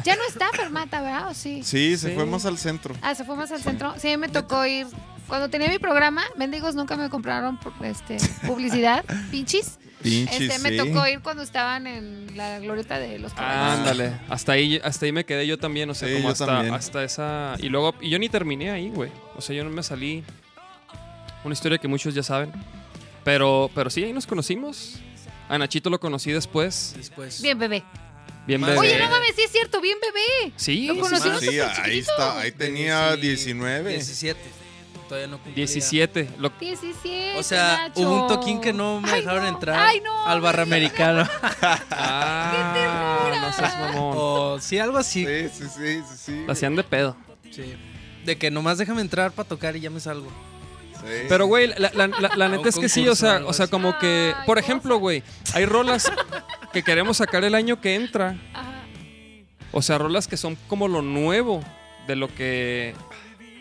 D: Ya no está Fermata, ¿verdad? ¿O sí?
C: Sí, se
B: Sí.
C: fue más al centro.
D: Ah, se fue más al
C: Sí.
D: centro. Sí, a mí me tocó ir. Cuando tenía mi programa, mendigos nunca me compraron pu- este, publicidad, pinches. Este, me tocó ir cuando estaban en la glorieta de los caballeros.
B: Ándale. Hasta ahí, hasta ahí me quedé yo también, o sea,
C: Ah, Sí,
B: como
C: yo
B: hasta,
C: también.
B: hasta esa. Y luego, y yo ni terminé ahí, güey. O sea, yo no me salí. Una historia que muchos ya saben. Pero, pero sí, ahí nos conocimos. A Nachito lo conocí después.
E: Después.
D: Bien, bebé.
B: Bien
E: Más-
B: bebé.
D: Oye, no mames, sí es cierto, bien, bebé.
B: Sí,
D: lo
B: sí,
D: conocí
B: sí.
D: conocimos
C: sí,
D: súper
C: ahí
D: chiquito.
C: está, ahí tenía
E: 17,
C: 19.
E: 17. Todavía no cumplía.
B: 17. Lo-
D: 17.
E: O sea,
D: Nacho.
E: hubo un toquín que no me
D: Ay,
E: dejaron
D: no.
E: entrar
D: Ay, no.
E: al bar americano.
B: Ah, no seas mamón.
E: o sí, algo así.
C: Sí, sí, sí, sí, sí.
B: Lo hacían de pedo.
E: Sí. De que nomás déjame entrar para tocar y ya me salgo.
C: Sí.
B: Pero, güey, la, la- la- la
E: O
B: neta
E: un
B: es que sí,
E: concurso,
B: o sea,
E: algo
B: o sea,
E: así.
B: como que,
D: Ay,
B: por
D: cosa.
B: ejemplo, güey, hay rolas que queremos sacar el año que entra.
D: Ajá.
B: O sea, rolas que son como lo nuevo de lo que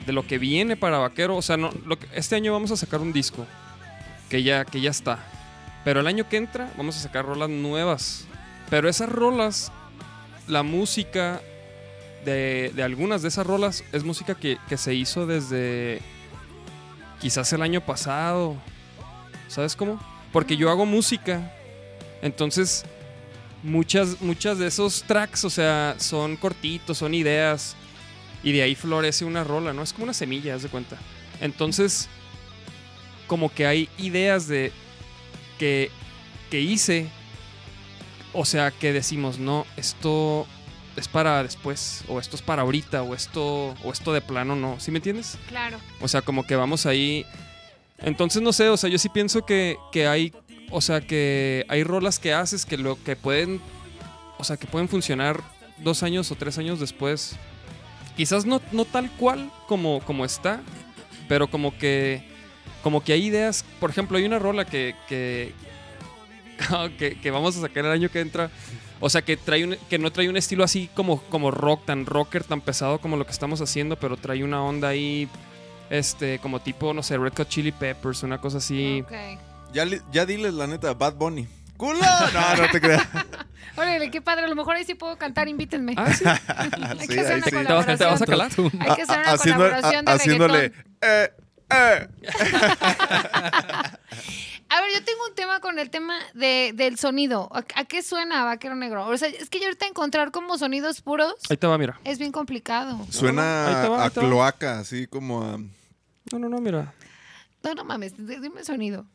B: de lo que viene para Vaquero. O sea, no, lo que- este año vamos a sacar un disco que ya, que ya está. Pero el año que entra vamos a sacar rolas nuevas. Pero esas rolas, la música de, de algunas de esas rolas es música que, que se hizo desde quizás el año pasado. ¿Sabes cómo? Porque yo hago música. Entonces, muchas, muchas de esos tracks, o sea, son cortitos, son ideas. Y de ahí florece una rola, ¿no? Es como una semilla, haz de cuenta. Entonces, como que hay ideas de que, que hice. O sea, que decimos, no, esto es para después, o esto es para ahorita, o esto, o esto de plano no. ¿Sí me entiendes?
D: Claro.
B: O sea, como que vamos ahí. Entonces, no sé, o sea, yo sí pienso que, que hay. O sea, que hay rolas que haces que lo que pueden. O sea, que pueden funcionar dos años o tres años después. Quizás no, no tal cual como, como está. Pero como que. Como que hay ideas. Por ejemplo, hay una rola que. que que, que vamos a sacar el año que entra. O sea, que, trae un- que no trae un estilo así como, como rock, tan rocker, tan pesado como lo que estamos haciendo, pero trae una onda ahí este, como tipo, no sé, Red Hot Chili Peppers, una cosa así.
D: Ok.
C: ya, li- ya diles la neta, Bad Bunny. ¡Culo! No, no te creas.
D: Órale, qué padre. A lo mejor ahí sí puedo cantar, invítenme.
B: Ah, sí.
D: Hay
C: Sí,
D: que hacer
C: ahí
D: una
B: ¿Te,
C: sí.
B: te vas, te vas a
D: colaboración.
B: calar.
D: Hay que hacer una
C: A- haciendo-
D: colaboración de
C: a- haciéndole.
D: reggaetón.
C: Eh, eh.
D: A ver, yo tengo un tema con el tema de, del sonido. ¿A, a qué suena Vaquero Negro? O sea, es que yo ahorita encontrar como sonidos puros
B: Ahí te va, mira.
D: es bien complicado.
C: Suena
B: ahí te va, ahí
C: a
B: te va.
C: cloaca, así como a.
B: No, no, no, mira.
D: No, no mames, d- dime el sonido.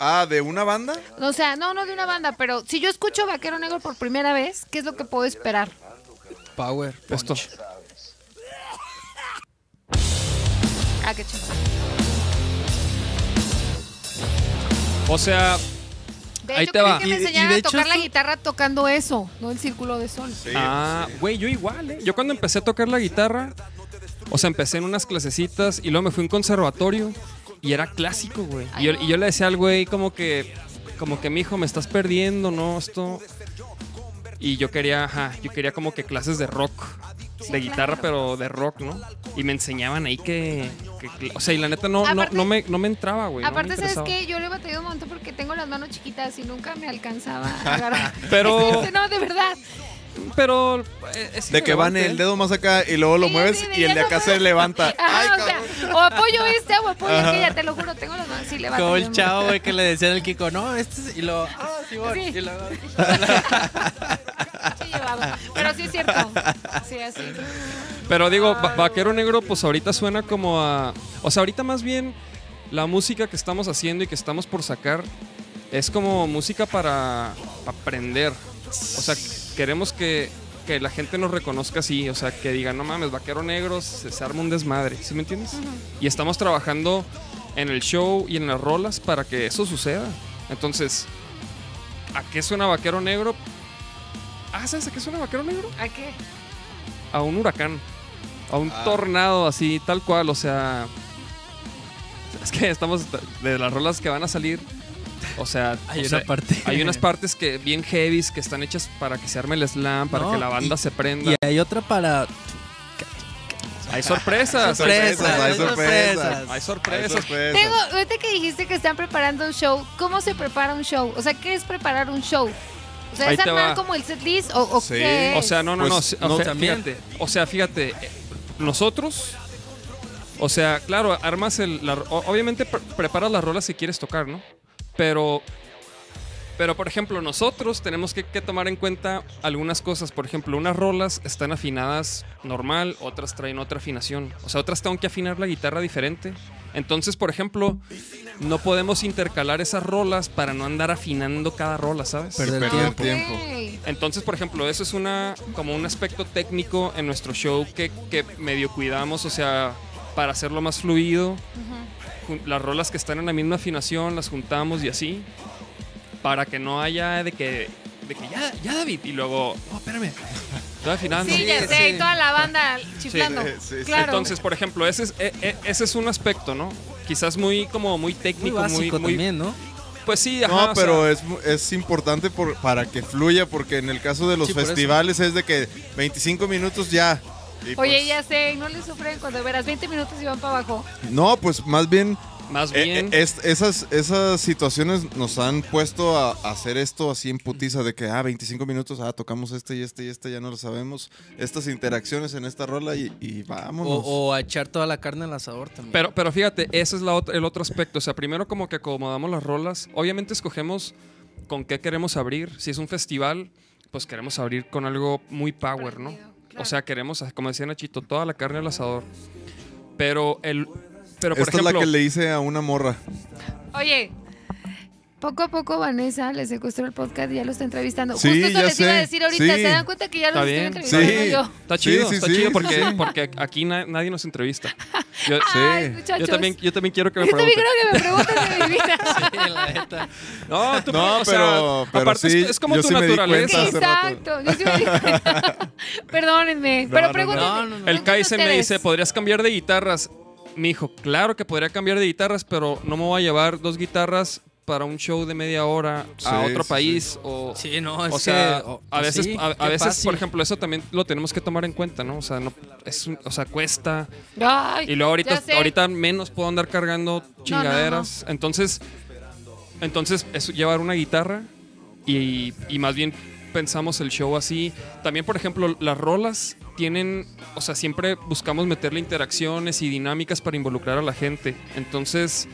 C: Ah, ¿de una banda?
D: O sea, no, no de una banda, pero si yo escucho Vaquero Negro por primera vez, ¿qué es lo que puedo esperar?
E: Power.
B: Esto.
D: Ah, qué chulo.
B: O sea,
D: De
B: Ahí
D: hecho,
B: te
D: creo
B: va.
D: que me
E: Y- y de
D: enseñaron a
E: hecho
D: tocar la
E: esto-
D: guitarra tocando eso, no el círculo de sol.
C: Sí.
B: ah, güey, yo igual, ¿eh? Yo cuando empecé a tocar la guitarra, o sea, empecé en unas clasecitas y luego me fui a un conservatorio y era clásico, güey. Y yo, y yo le decía al güey como que, como que, mijo, me estás perdiendo, ¿no? Esto... Y yo quería, ajá, yo quería como que clases de rock, de guitarra, pero de rock, ¿no? Y me enseñaban ahí que, que- o sea, y la neta no,
D: Aparte-
B: no, no, me, no me entraba, güey. no me
D: Aparte, ¿sabes
B: interesaba.
D: qué? Yo le batallé un montón porque tengo las manos chiquitas y nunca me alcanzaba a agarrar.
B: Pero-
D: Sí, sí, no, de verdad.
B: Pero. eh, es
C: De que van
B: irrelevante,
C: el
B: ¿eh?
C: dedo más acá y luego lo
D: Sí,
C: mueves
D: sí,
C: y el de
D: ya
C: acá
D: lo-
C: se levanta.
D: Ajá,
C: Ay,
D: o,
C: cabrón.
D: sea, o apoyo este o apoyo aquella, te lo juro, tengo los dos. Sí, le va a
E: Como el
D: tener
E: chavo, güey, que le decían al Kiko, no, este es... Y lo... Ah, sí, voy.
D: Sí.
E: Y luego...
D: mucho llevado. Pero sí es cierto. Sí, así.
B: Pero digo, Va- Vaquero Negro, pues ahorita suena como a. O sea, ahorita más bien la música que estamos haciendo y que estamos por sacar es como música para para aprender. O sea, queremos que, que la gente nos reconozca así. O sea, que digan, no mames, Vaquero Negro, se, se arma un desmadre. ¿Sí me entiendes? Y estamos trabajando en el show y en las rolas para que eso suceda. Entonces, ¿a qué suena Vaquero Negro? Ah, ¿sabes a qué suena Vaquero Negro?
D: ¿A qué?
B: a un huracán, a un tornado así, tal cual, o sea... Es que estamos de las rolas que van a salir, o sea...
E: Hay
B: o
E: una
B: sea,
E: parte...
B: hay unas partes que bien heavies que están hechas para que se arme el slam, para
E: No,
B: que la banda
E: y-
B: se prenda.
E: Y hay otra para...
B: Hay sorpresas.
C: sorpresas, hay
E: hay sorpresas.
B: Hay
C: Hay
B: sorpresas.
C: sorpresas.
D: Tengo, ahorita que dijiste que están preparando un show, ¿cómo se prepara un show? O sea, ¿qué es preparar un show? O sea,
B: Ahí
D: ¿es
B: te
D: armar
B: va.
D: como el setlist o, o
C: Sí.
D: qué?
B: O sea, no, no,
C: Pues,
B: no.
E: no,
B: o sea,
E: también.
B: fíjate, o sea, fíjate, eh, nosotros, o sea, claro, armas el, la- o- obviamente pre- preparas las rolas si quieres tocar, ¿no? Pero, pero por ejemplo, nosotros tenemos que, que tomar en cuenta algunas cosas. Por ejemplo, unas rolas están afinadas normal, otras traen otra afinación. O sea, otras tengo que afinar la guitarra diferente. Entonces, por ejemplo, no podemos intercalar esas rolas para no andar afinando cada rola, ¿sabes?
E: Perder
C: Perder
E: tiempo.
D: Ah,
C: el
D: ok.
C: tiempo.
B: Entonces, por ejemplo, eso es una como un aspecto técnico en nuestro show que, que medio cuidamos, o sea, para hacerlo más fluido. Jun- Las rolas que están en la misma afinación las juntamos y así, para que no haya de que, de que ya, ya David, y luego, oh, espérame, estoy afinando.
D: Sí, ya sé,
E: sí.
D: y toda la banda chiflando.
C: Sí, sí, sí.
D: claro.
B: Entonces, por ejemplo, ese es, e- e- ese es un aspecto, ¿no? Quizás muy como muy
E: Muy
B: técnico, muy,
E: básico
B: muy-
E: también, ¿no?
B: pues sí, ajá,
C: No,
B: o sea,
C: pero es, es importante por- para que fluya, porque en el caso de los
E: Sí, por eso.
C: festivales es de que 25 minutos ya. Y
D: Oye,
C: pues-
D: ya sé, no le sufren cuando verás 20 minutos y van para abajo.
C: No, pues más bien
B: más
C: Eh,
B: bien.
C: eh, es- esas, esas situaciones nos han puesto a, a hacer esto así en putiza, de que, ah, 25 minutos, ah, tocamos este y este y este, ya no lo sabemos. Estas interacciones en esta rola y, y vámonos.
E: O, o a echar toda la carne al asador también.
B: Pero, pero fíjate, ese es la ot- el otro aspecto. O sea, primero como que acomodamos las rolas. Obviamente escogemos con qué queremos abrir. Si es un festival, pues queremos abrir con algo muy power, ¿no?
D: Prendido, claro.
B: O sea, queremos, ah, como decía Nachito, toda la carne al asador. Pero el... Pero por
C: Esta es la
B: ejemplo...
C: que le hice a una morra.
D: Oye, poco a poco Vanessa le secuestró el podcast y ya lo está entrevistando.
C: Sí,
D: Justo eso
C: ya
D: les iba a
C: sé,
D: decir ahorita.
C: sí.
D: ¿Se dan cuenta que ya los
B: Está
D: estoy
B: bien.
D: entrevistando
C: Sí.
D: yo?
B: Está
C: Sí,
B: chido,
C: sí,
B: está
C: sí,
B: chido
C: sí,
B: porque,
C: sí.
B: porque aquí na- nadie nos entrevista. Yo,
D: Ay,
C: Sí.
D: muchachos.
B: yo también, yo también quiero que me
D: Yo también
B: pregunten.
D: creo que me preguntan de mi vida.
E: Sí, la neta.
B: No, tú-
C: No,
B: o sea,
C: pero- pero
B: aparte es-
C: sí,
B: es, como
C: yo
B: tu
C: sí me di
B: naturaleza.
C: cuenta.
D: Sí,
C: hace rato.
D: exacto. Yo sí me di cuenta. Perdónenme,
C: No,
D: pero
C: no,
D: pregúntenme.
E: no, no, no.
B: El Kaizen me
D: ustedes.
B: dice, ¿podrías cambiar de guitarras? Mi hijo, claro que podría cambiar de guitarras, pero no me voy a llevar dos guitarras para un show de media hora a
C: Sí,
B: otro
C: sí,
B: país o...
E: Sí, no, es
B: O sea,
E: que... oh,
B: a veces,
E: sí,
B: a, a
E: qué
B: veces
E: fácil.
B: por ejemplo, eso también lo tenemos que tomar en cuenta, ¿no? O sea, no, es, un- o sea cuesta.
D: Ay,
B: Y luego ahorita,
D: ya sé.
B: ahorita menos puedo andar cargando chingaderas. Entonces, entonces es llevar una guitarra y, y más bien pensamos el show así. También, por ejemplo, las rolas tienen, o sea, siempre buscamos meterle interacciones y dinámicas para involucrar a la gente. Entonces,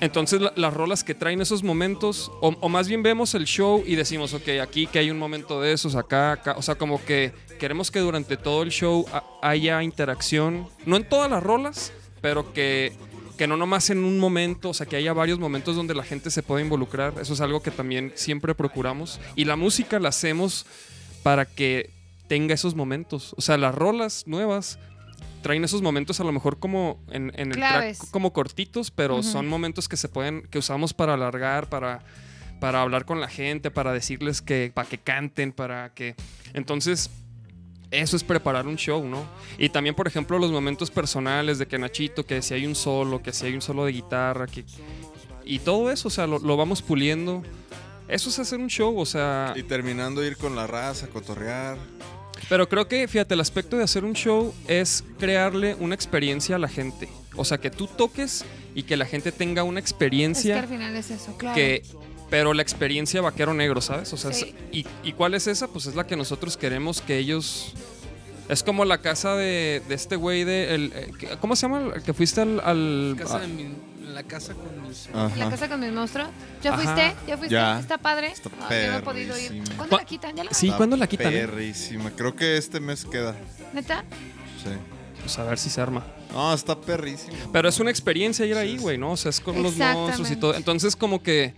B: entonces la- las rolas que traen esos momentos, o, o más bien vemos el show y decimos, ok, aquí que hay un momento de esos, acá, acá, o sea, como que queremos que durante todo el show ha- haya interacción, no en todas las rolas, pero que, que no nomás en un momento, o sea, que haya varios momentos donde la gente se pueda involucrar, eso es algo que también siempre procuramos, y la música la hacemos para que tenga esos momentos, o sea, las rolas nuevas traen esos momentos a lo mejor como en, en el
D: Claves.
B: track como cortitos, pero
D: Ujú.
B: son momentos que se pueden, que usamos para alargar, para, para hablar con la gente, para decirles que, para que canten, para que... Entonces, eso es preparar un show, ¿no? Y también, por ejemplo, los momentos personales de que Nachito, que si hay un solo, que si hay un solo de guitarra, que... Y todo eso, o sea, lo, lo vamos puliendo. Eso es hacer un show, o sea...
C: Y terminando ir con la raza, cotorrear.
B: Pero creo que, fíjate, el aspecto de hacer un show es crearle una experiencia a la gente. O sea, que tú toques y que la gente tenga una
D: Es que
B: experiencia
D: al final es eso, claro.
B: que, pero la experiencia vaquero negro, ¿sabes? O sea,
D: Sí.
B: es- y, ¿y cuál es esa? Pues es la que nosotros queremos que ellos... Es como la casa de, de este güey de... el- eh, que- ¿Cómo se llama? El que fuiste al... al- ah,
E: Casa
B: a-
E: de mi- la casa con mis...
D: La
C: Ajá.
D: casa con mis monstruos. ¿Ya
B: Ajá.
D: fuiste? ¿Ya fuiste?
C: Ya.
D: Está padre.
C: Está
D: Ah, yo no he podido ir.
C: perrísima.
D: ¿Cuándo la
B: Cu-
D: quitan? ¿Ya la
B: Sí,
C: Está
B: ¿cuándo la quitan, eh?
C: Perrísima. Creo que este mes queda.
D: ¿Neta?
C: Sí.
B: Pues a ver si se arma.
C: No, está perrísimo.
B: Pero es una experiencia ir
C: Sí,
B: ahí,
C: sí.
B: güey, ¿no? O sea, es con los monstruos y
D: Exactamente.
B: todo. Entonces, como que.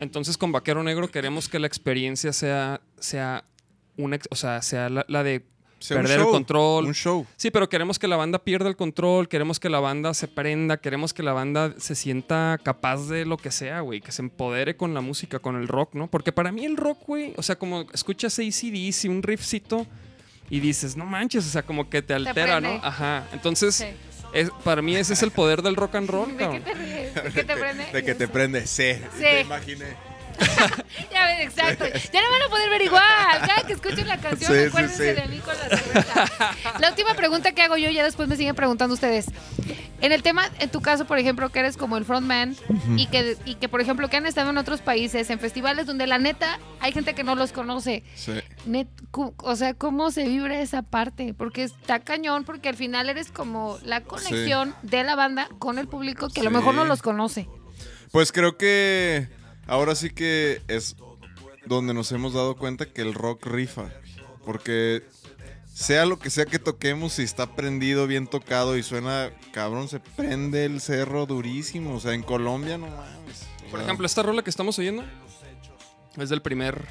B: Entonces, con Vaquero Negro queremos que la experiencia sea. sea una, ex- o sea, sea la, la de.
C: Sí, un
B: perder el
C: show,
B: control.
C: Un show.
B: Sí, pero queremos que la banda pierda el control, queremos que la banda se prenda, queremos que la banda se sienta capaz de lo que sea, güey, que se empodere con la música, con el rock, ¿no? Porque para mí el rock, güey, o sea, como escuchas ACDC, un riffcito y dices, no manches, o sea, como que te altera, ¿no?
D: prende.
B: Ajá. Entonces,
D: Sí.
B: es- para mí ese es el poder del rock and roll,
D: ¿De qué
B: cabrón.
D: te ríes? ¿De qué te prende?
C: De que te prende. Sí. Te imaginé.
D: Ya ven, exacto. Ya no van a poder ver igual. Cada que escuchen la canción,
C: Sí, sí,
D: acuérdense
C: sí.
D: de mí con la cerveza. La última pregunta que hago yo, ya después me siguen preguntando ustedes. En el tema, en tu caso, por ejemplo, que eres como el frontman y que, y que, por ejemplo, que han estado en otros países, en festivales donde la neta hay gente que no los conoce.
C: Sí.
D: Net- cu- o sea, ¿cómo se vibra esa parte? Porque está cañón, porque al final eres como la conexión de la banda con el público que a lo
C: Sí.
D: mejor no los conoce.
C: Pues creo que ahora sí que es donde nos hemos dado cuenta que el rock rifa. Porque sea lo que sea que toquemos, si está prendido, bien tocado y suena cabrón, se prende el cerro durísimo. O sea, en Colombia no mames. O
B: Por
C: sea,
B: ejemplo, esta rola que estamos oyendo es del primer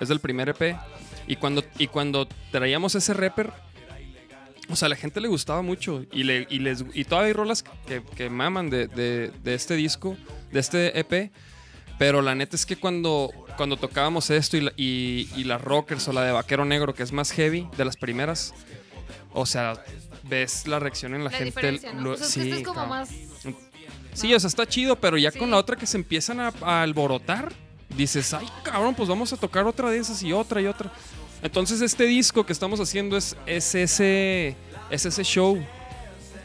B: es del primer EP y cuando y cuando traíamos ese rapper o sea, a la gente le gustaba mucho y, le, y, les, y todavía hay rolas que, que maman de, de- de este disco, de este EP, pero la neta es que cuando, cuando tocábamos esto y, la- y, y las rockers o la de Vaquero Negro, que es más heavy, de las primeras, o sea, ves la reacción en la,
D: La,
B: gente.
D: diferencia, ¿no?
B: lo-
D: O sea, es que esto es como
B: cabrón.
D: más...
B: Sí, o sea, está chido, pero ya
D: Sí.
B: con la otra que se empiezan a, a alborotar, dices, ay, cabrón, pues vamos a tocar otra de esas y otra y otra. Entonces este disco que estamos haciendo es, es, ese, es ese show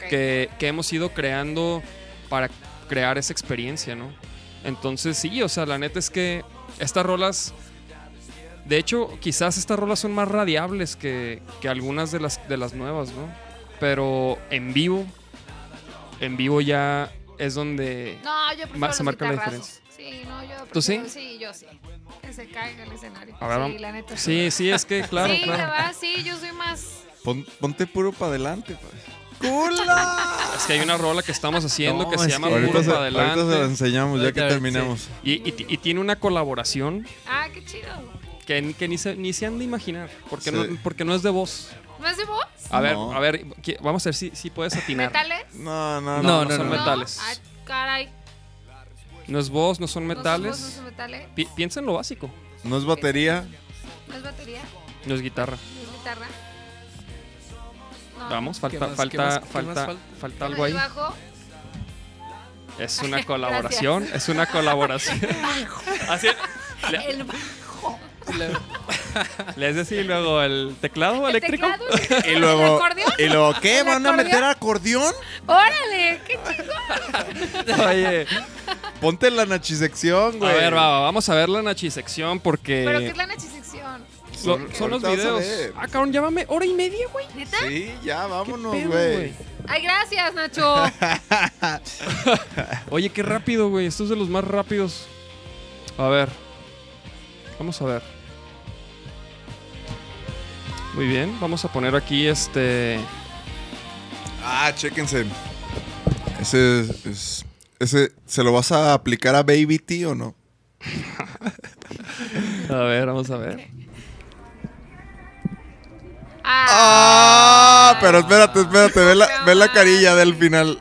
B: que, que hemos ido creando para crear esa experiencia, ¿no? Entonces sí, o sea, la neta es que estas rolas, de hecho, quizás estas rolas son más radiables que, que algunas de las, de las nuevas, ¿no? Pero en vivo, en vivo ya es donde...
D: No, yo
B: Ma-
D: prefiero
B: se
D: los
B: marca la
D: guitarrazos. Sí, no, yo
B: ¿Tú sí?
D: prefiero- sí, yo sí. Que se caiga el escenario.
B: A ver,
D: sí, la neta.
B: Sí, sí, es que claro,
D: sí, la
B: claro.
D: verdad, sí, yo soy más...
C: pon- ponte puro para adelante. pa. ¡Cula!
B: Es que hay una rola que estamos haciendo
E: No,
B: que se
E: es
B: llama
E: que-
B: Puro
C: ahorita, se,
B: para
C: ahorita se la
B: Adelante.
C: enseñamos, ya que
E: Ahorita,
C: terminamos.
B: Y, y- y tiene una colaboración
D: Ah, qué chido.
B: que, ni- que ni, se, ni se han de imaginar, porque, no,
C: Sí.
B: porque no es de voz.
D: ¿No es de voz?
B: A ver,
C: No.
B: a ver, qui- vamos a ver si, si puedes atinar.
D: ¿Metales?
C: No, no,
E: No,
C: no.
E: no,
B: son
E: no.
B: metales.
D: Ay, caray.
B: No es voz, no son
D: No son, voz,
B: metales.
D: no son metales.
B: Pi- piensa en lo básico.
C: No es batería.
D: No es batería.
B: No es guitarra.
D: No es guitarra. No.
B: Vamos, falta,
E: más, qué
B: falta,
E: más, qué
B: falta,
E: más
B: falta,
E: falta?
B: algo ahí.
D: El bajo.
B: Es una colaboración, es una colaboración. Así, le,
D: El bajo.
B: les decía y luego el teclado
D: El
B: eléctrico.
D: teclado,
C: Y luego,
D: ¿El acordeón?
C: y luego ¿qué?
D: ¿El
C: ¿Van a meter
D: acordeón?
C: acordeón?
D: ¡Órale! ¡Qué
B: Oye,
C: Ponte la nachisección,
B: a
C: güey.
B: ver, va, va, vamos a ver la nachisección porque
D: Pero qué es la nachisección.
B: lo- son los
C: Ahorita vas a
B: videos.
C: ver.
B: Ah, cabrón, llámame hora y media, güey.
D: ¿Neta?
C: Sí, ya,
B: ¿Qué
C: vámonos,
B: pedo,
C: güey.
D: Ay, gracias, Nacho.
B: Oye, qué rápido, güey. Esto es de los más rápidos. A ver. Vamos a ver. Muy bien, vamos a poner aquí este.
C: Ah, chéquense. Ese, es- es- ese, ¿se lo vas a aplicar a Baby T o no?
B: A ver, vamos a ver.
D: Ah,
C: Ah, pero espérate, espérate, ve la, ve la carilla del final.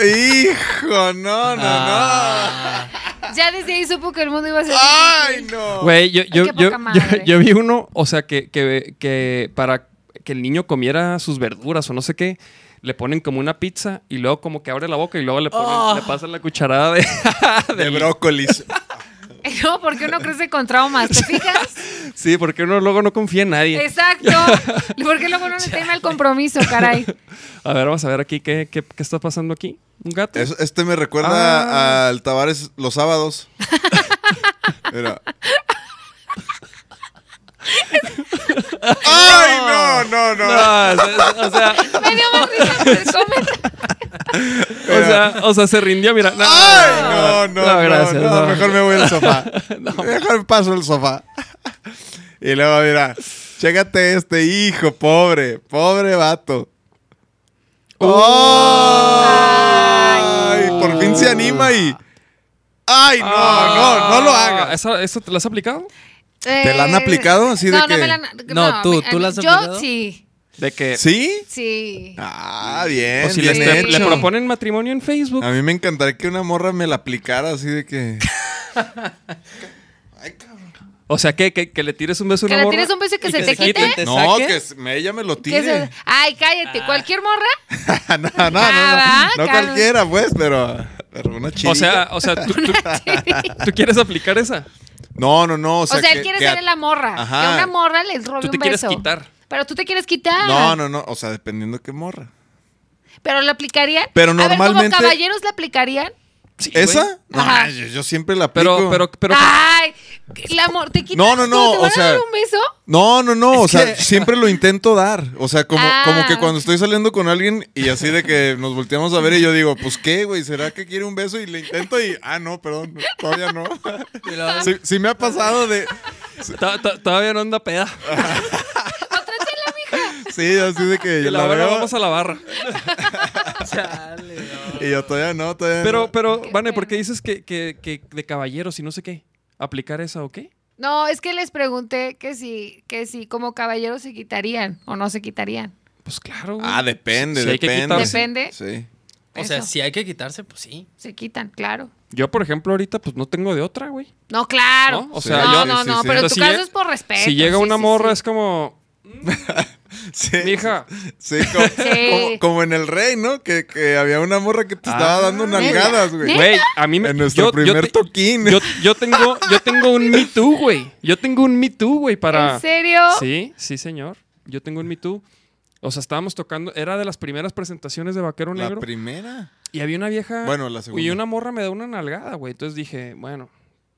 C: Hijo, no, no, no.
B: Ah.
D: ya desde ahí supo que el mundo iba a ser.
C: Ay,
D: difícil.
C: no.
B: Güey, yo, yo,
D: qué
B: yo,
D: poca
B: yo-
D: madre.
B: yo vi uno, o sea, que, que, que para que el niño comiera sus verduras o no sé qué, le ponen como una pizza y
D: Oh.
B: luego como que abre la boca y luego le, ponen- le pasan la cucharada de...
C: De brócolis.
D: No, porque uno crece con traumas, ¿te fijas?
B: Sí, porque uno luego no confía en nadie.
D: Exacto. Porque luego uno le teme al compromiso, caray.
B: A ver, vamos a ver aquí qué, qué, qué está pasando aquí. ¿Un gato?
C: Es- este me recuerda al Tavares los sábados. Mira. ¡Ay, no, no, no!
B: No, o sea, o sea,
D: Me dio más risa por el comentario.
B: o sea, o sea, se rindió, mira. No, no,
C: ¡Ay, no, no!
B: No, gracias,
C: no,
B: no.
C: Mejor me voy al sofá. Mejor paso al sofá. y luego, mira, chécate este hijo, pobre, pobre vato. Uh. ¡Ay! Por fin se anima y. ¡Ay, no, no, no lo hagas!
B: ¿Eso, eso te lo has aplicado?
C: ¿Te la han
D: Eh,
C: aplicado así de
D: no,
C: que-
D: No, me la han-
E: No, tú-
D: me-
E: ¿tú la has
D: yo
E: aplicado?
D: sí,
B: De que
C: ¿Sí?
D: sí.
C: Ah, bien.
B: o si
C: bien
B: les te- le
C: hecho. Ah.
B: proponen matrimonio en Facebook.
C: A mí me encantaría que una morra me la aplicara así de que. Ay, cabrón.
B: O sea, ¿qué, que, que le tires un beso a
D: Que
B: una
D: le
B: morra?
D: tires un beso y que
E: y
D: se
E: que
D: te
E: se quite.
D: quite.
E: ¿Te
C: No,
E: saque?
C: que s- me- ella me lo
D: Que
C: tire.
D: se- Ay, cállate.
B: Ah.
D: ¿Cualquier morra?
C: no, no, no, no.
D: Ah,
C: No
D: va, Carlos.
C: cualquiera, pues, pero, pero una chica.
B: O sea, o sea tú, tú- tú quieres aplicar esa.
C: no, no, no. O
D: O sea,
C: sea,
D: él
C: que-
D: quiere
C: que
D: ser
C: a-
D: la morra.
C: Ajá.
D: Que una morra les robe
B: Tú te
D: un
B: quieres
D: beso.
B: quitar.
D: Pero tú te quieres quitar.
C: No, no, no. O sea, dependiendo qué morra.
D: Pero la aplicarían.
C: Pero
D: A ver, ¿como
C: normalmente-
D: caballeros la aplicarían?
B: Sí, güey.
C: ¿Esa? No,
D: Ajá.
C: yo, yo siempre la aplico.
B: Pero, pero, pero.
D: Ay, la amor, te quitas.
C: No, no, no,
D: ¿Te
C: o
D: van
C: sea-
D: a dar un beso?
C: No, no, no, o sea,
E: que-
C: siempre lo intento dar. O sea, como,
D: Ah.
C: como que cuando estoy saliendo con alguien y así de que nos volteamos a ver y yo digo, pues qué, güey, ¿será que quiere un beso? Y le intento y, ah, no, perdón, todavía no.
E: Y luego-
C: Sí, sí me ha pasado de,
B: to- to- todavía no anda peda.
D: Otra chela, mija.
C: sí, así de que
B: Y
C: yo
B: la
C: la
B: hora
C: veo
B: vamos a la barra.
E: Chale, no.
C: y yo todavía no, todavía
B: Pero,
C: no.
B: pero,
D: Qué
B: Vane, ¿por qué
D: pena.
B: dices que, que, que de caballeros y no sé qué? ¿Aplicar esa o qué?
D: No, es que les pregunté que si, que si como caballeros se quitarían o no se quitarían.
B: Pues claro. güey.
C: Ah, depende,
B: Sí, hay que
C: depende.
B: quitarse.
D: Depende.
C: Sí.
E: O sea,
D: Eso.
E: si hay que quitarse, pues sí.
D: Se quitan, claro.
B: Yo, por ejemplo, ahorita pues no tengo de otra, güey.
D: No, claro.
B: ¿No? O
C: sea,
D: no,
C: yo-
D: no,
C: sí,
D: no,
C: sí, sí.
D: pero en
B: Entonces,
D: tu
B: si
D: caso
B: llega-
D: es por respeto.
B: si llega
D: sí,
B: una
D: sí,
B: morra
D: sí.
B: es como...
C: Sí.
B: Mija.
C: Sí, como,
D: Sí.
C: como- como en el rey, ¿no? Que, que había una morra que te estaba dando nalgadas, güey.
B: Ah. Güey, a mí me...
C: En nuestro primer
B: te-
C: toquín.
B: Yo, yo tengo, yo tengo un Me Too, güey. Yo tengo un Me Too, güey, para...
D: ¿En serio?
B: Sí, sí, señor. Yo tengo un Me Too. O sea, estábamos tocando... Era de las primeras presentaciones de Vaquero
C: La
B: Negro.
C: primera.
B: Y había una vieja...
C: Bueno, la segunda.
B: Y una morra me da una nalgada, güey. Entonces dije, bueno...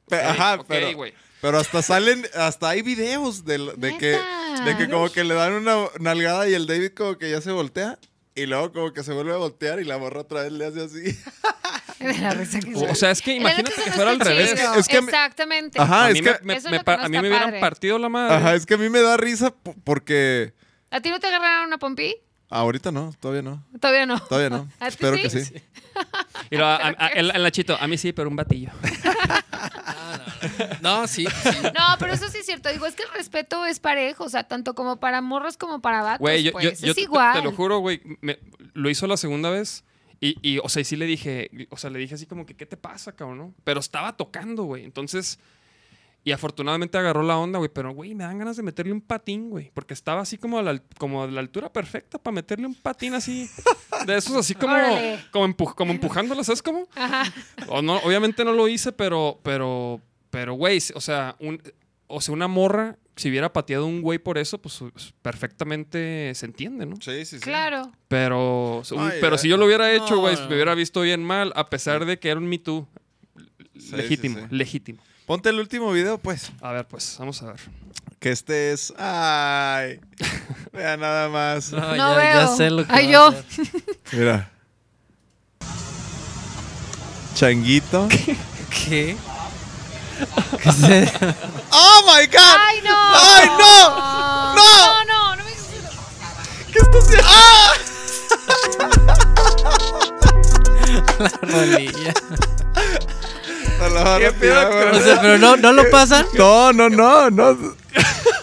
C: Pe-
B: ok,
C: Ajá,
B: ok,
C: pero...
B: güey.
C: Pero hasta salen, hasta hay videos de, de que
D: Neta.
C: de que como que le dan una nalgada y el David como que ya se voltea y luego como que se vuelve a voltear y la morra otra vez le hace así.
D: De la risa que
B: O,
D: se-
B: o sea, es que
D: La
B: imagínate
D: neta,
B: que
D: eso
B: fuera al
D: no está
B: revés.
D: chido.
C: Es que-
D: Exactamente.
C: Ajá,
B: a mí,
C: Ah, es que
B: me, me-
D: Eso es
B: me
D: lo que
B: pa-
D: no
B: a mí
D: está
B: me hubieran
D: padre.
B: partido la madre.
C: Ajá, es que a mí me da risa po- porque
D: ¿A ti no te agarraron una pompi?
C: ahorita no, todavía no.
D: Todavía no.
C: Todavía no.
D: ¿A ti
C: Espero
D: sí?
C: que sí.
B: Y luego, a- a- el, el Nachito, a mí sí, pero un batillo.
E: No, sí, pues, sí.
D: No, pero eso sí es cierto. Digo, es que el respeto es parejo, o sea, tanto como para morros como para vatos.
B: Güey, yo, yo-
D: pues.
B: yo
D: es
B: te, te-
D: igual.
B: te lo juro, güey. me- Lo hizo la segunda vez. Y, y, o sea, y sí le dije, o sea, le dije así como que, ¿qué te pasa, cabrón? no? Pero estaba tocando, güey. Entonces, y afortunadamente agarró la onda, güey. Pero, güey, me dan ganas de meterle un patín, güey. Porque estaba así como a la, al- como a la altura perfecta para meterle un patín así. De esos así como,
D: Órale.
B: como, empu- como empujándola, ¿sabes cómo?
D: Ajá.
B: O no, obviamente no lo hice, pero, pero, pero, güey, o sea, un, o sea, una morra, si hubiera pateado un güey por eso, pues perfectamente se entiende, ¿no?
C: Sí, sí, sí.
D: Claro.
B: Pero, un-
C: Ay,
B: pero
C: ya.
B: si yo lo hubiera hecho,
E: No,
B: güey,
E: no.
B: me hubiera visto bien mal, a pesar de que era un Me Too.
C: Sí,
B: legítimo,
C: sí, sí.
B: legítimo.
C: Ponte el último video, pues.
B: A ver, pues, vamos a ver.
C: Que este es. Ay. Vea nada más.
E: No,
D: No
E: ya, ya
D: veo.
E: sé lo que.
D: Ay,
E: va a
D: yo.
E: hacer.
C: Mira. Changuito.
E: ¿Qué? ¿Qué sé?
C: ¡Oh my god!
D: ¡Ay, no!
C: ¡Ay, no! ¡No!
D: No, no, no me digas eso.
C: ¿Qué estás haciendo? ¡Ah!
E: La rodilla.
C: No la va a
B: ¿Qué pedo
C: retirar,
B: con
E: O
C: güey.
E: sea, pero no, no lo pasan.
C: No, no, no, no.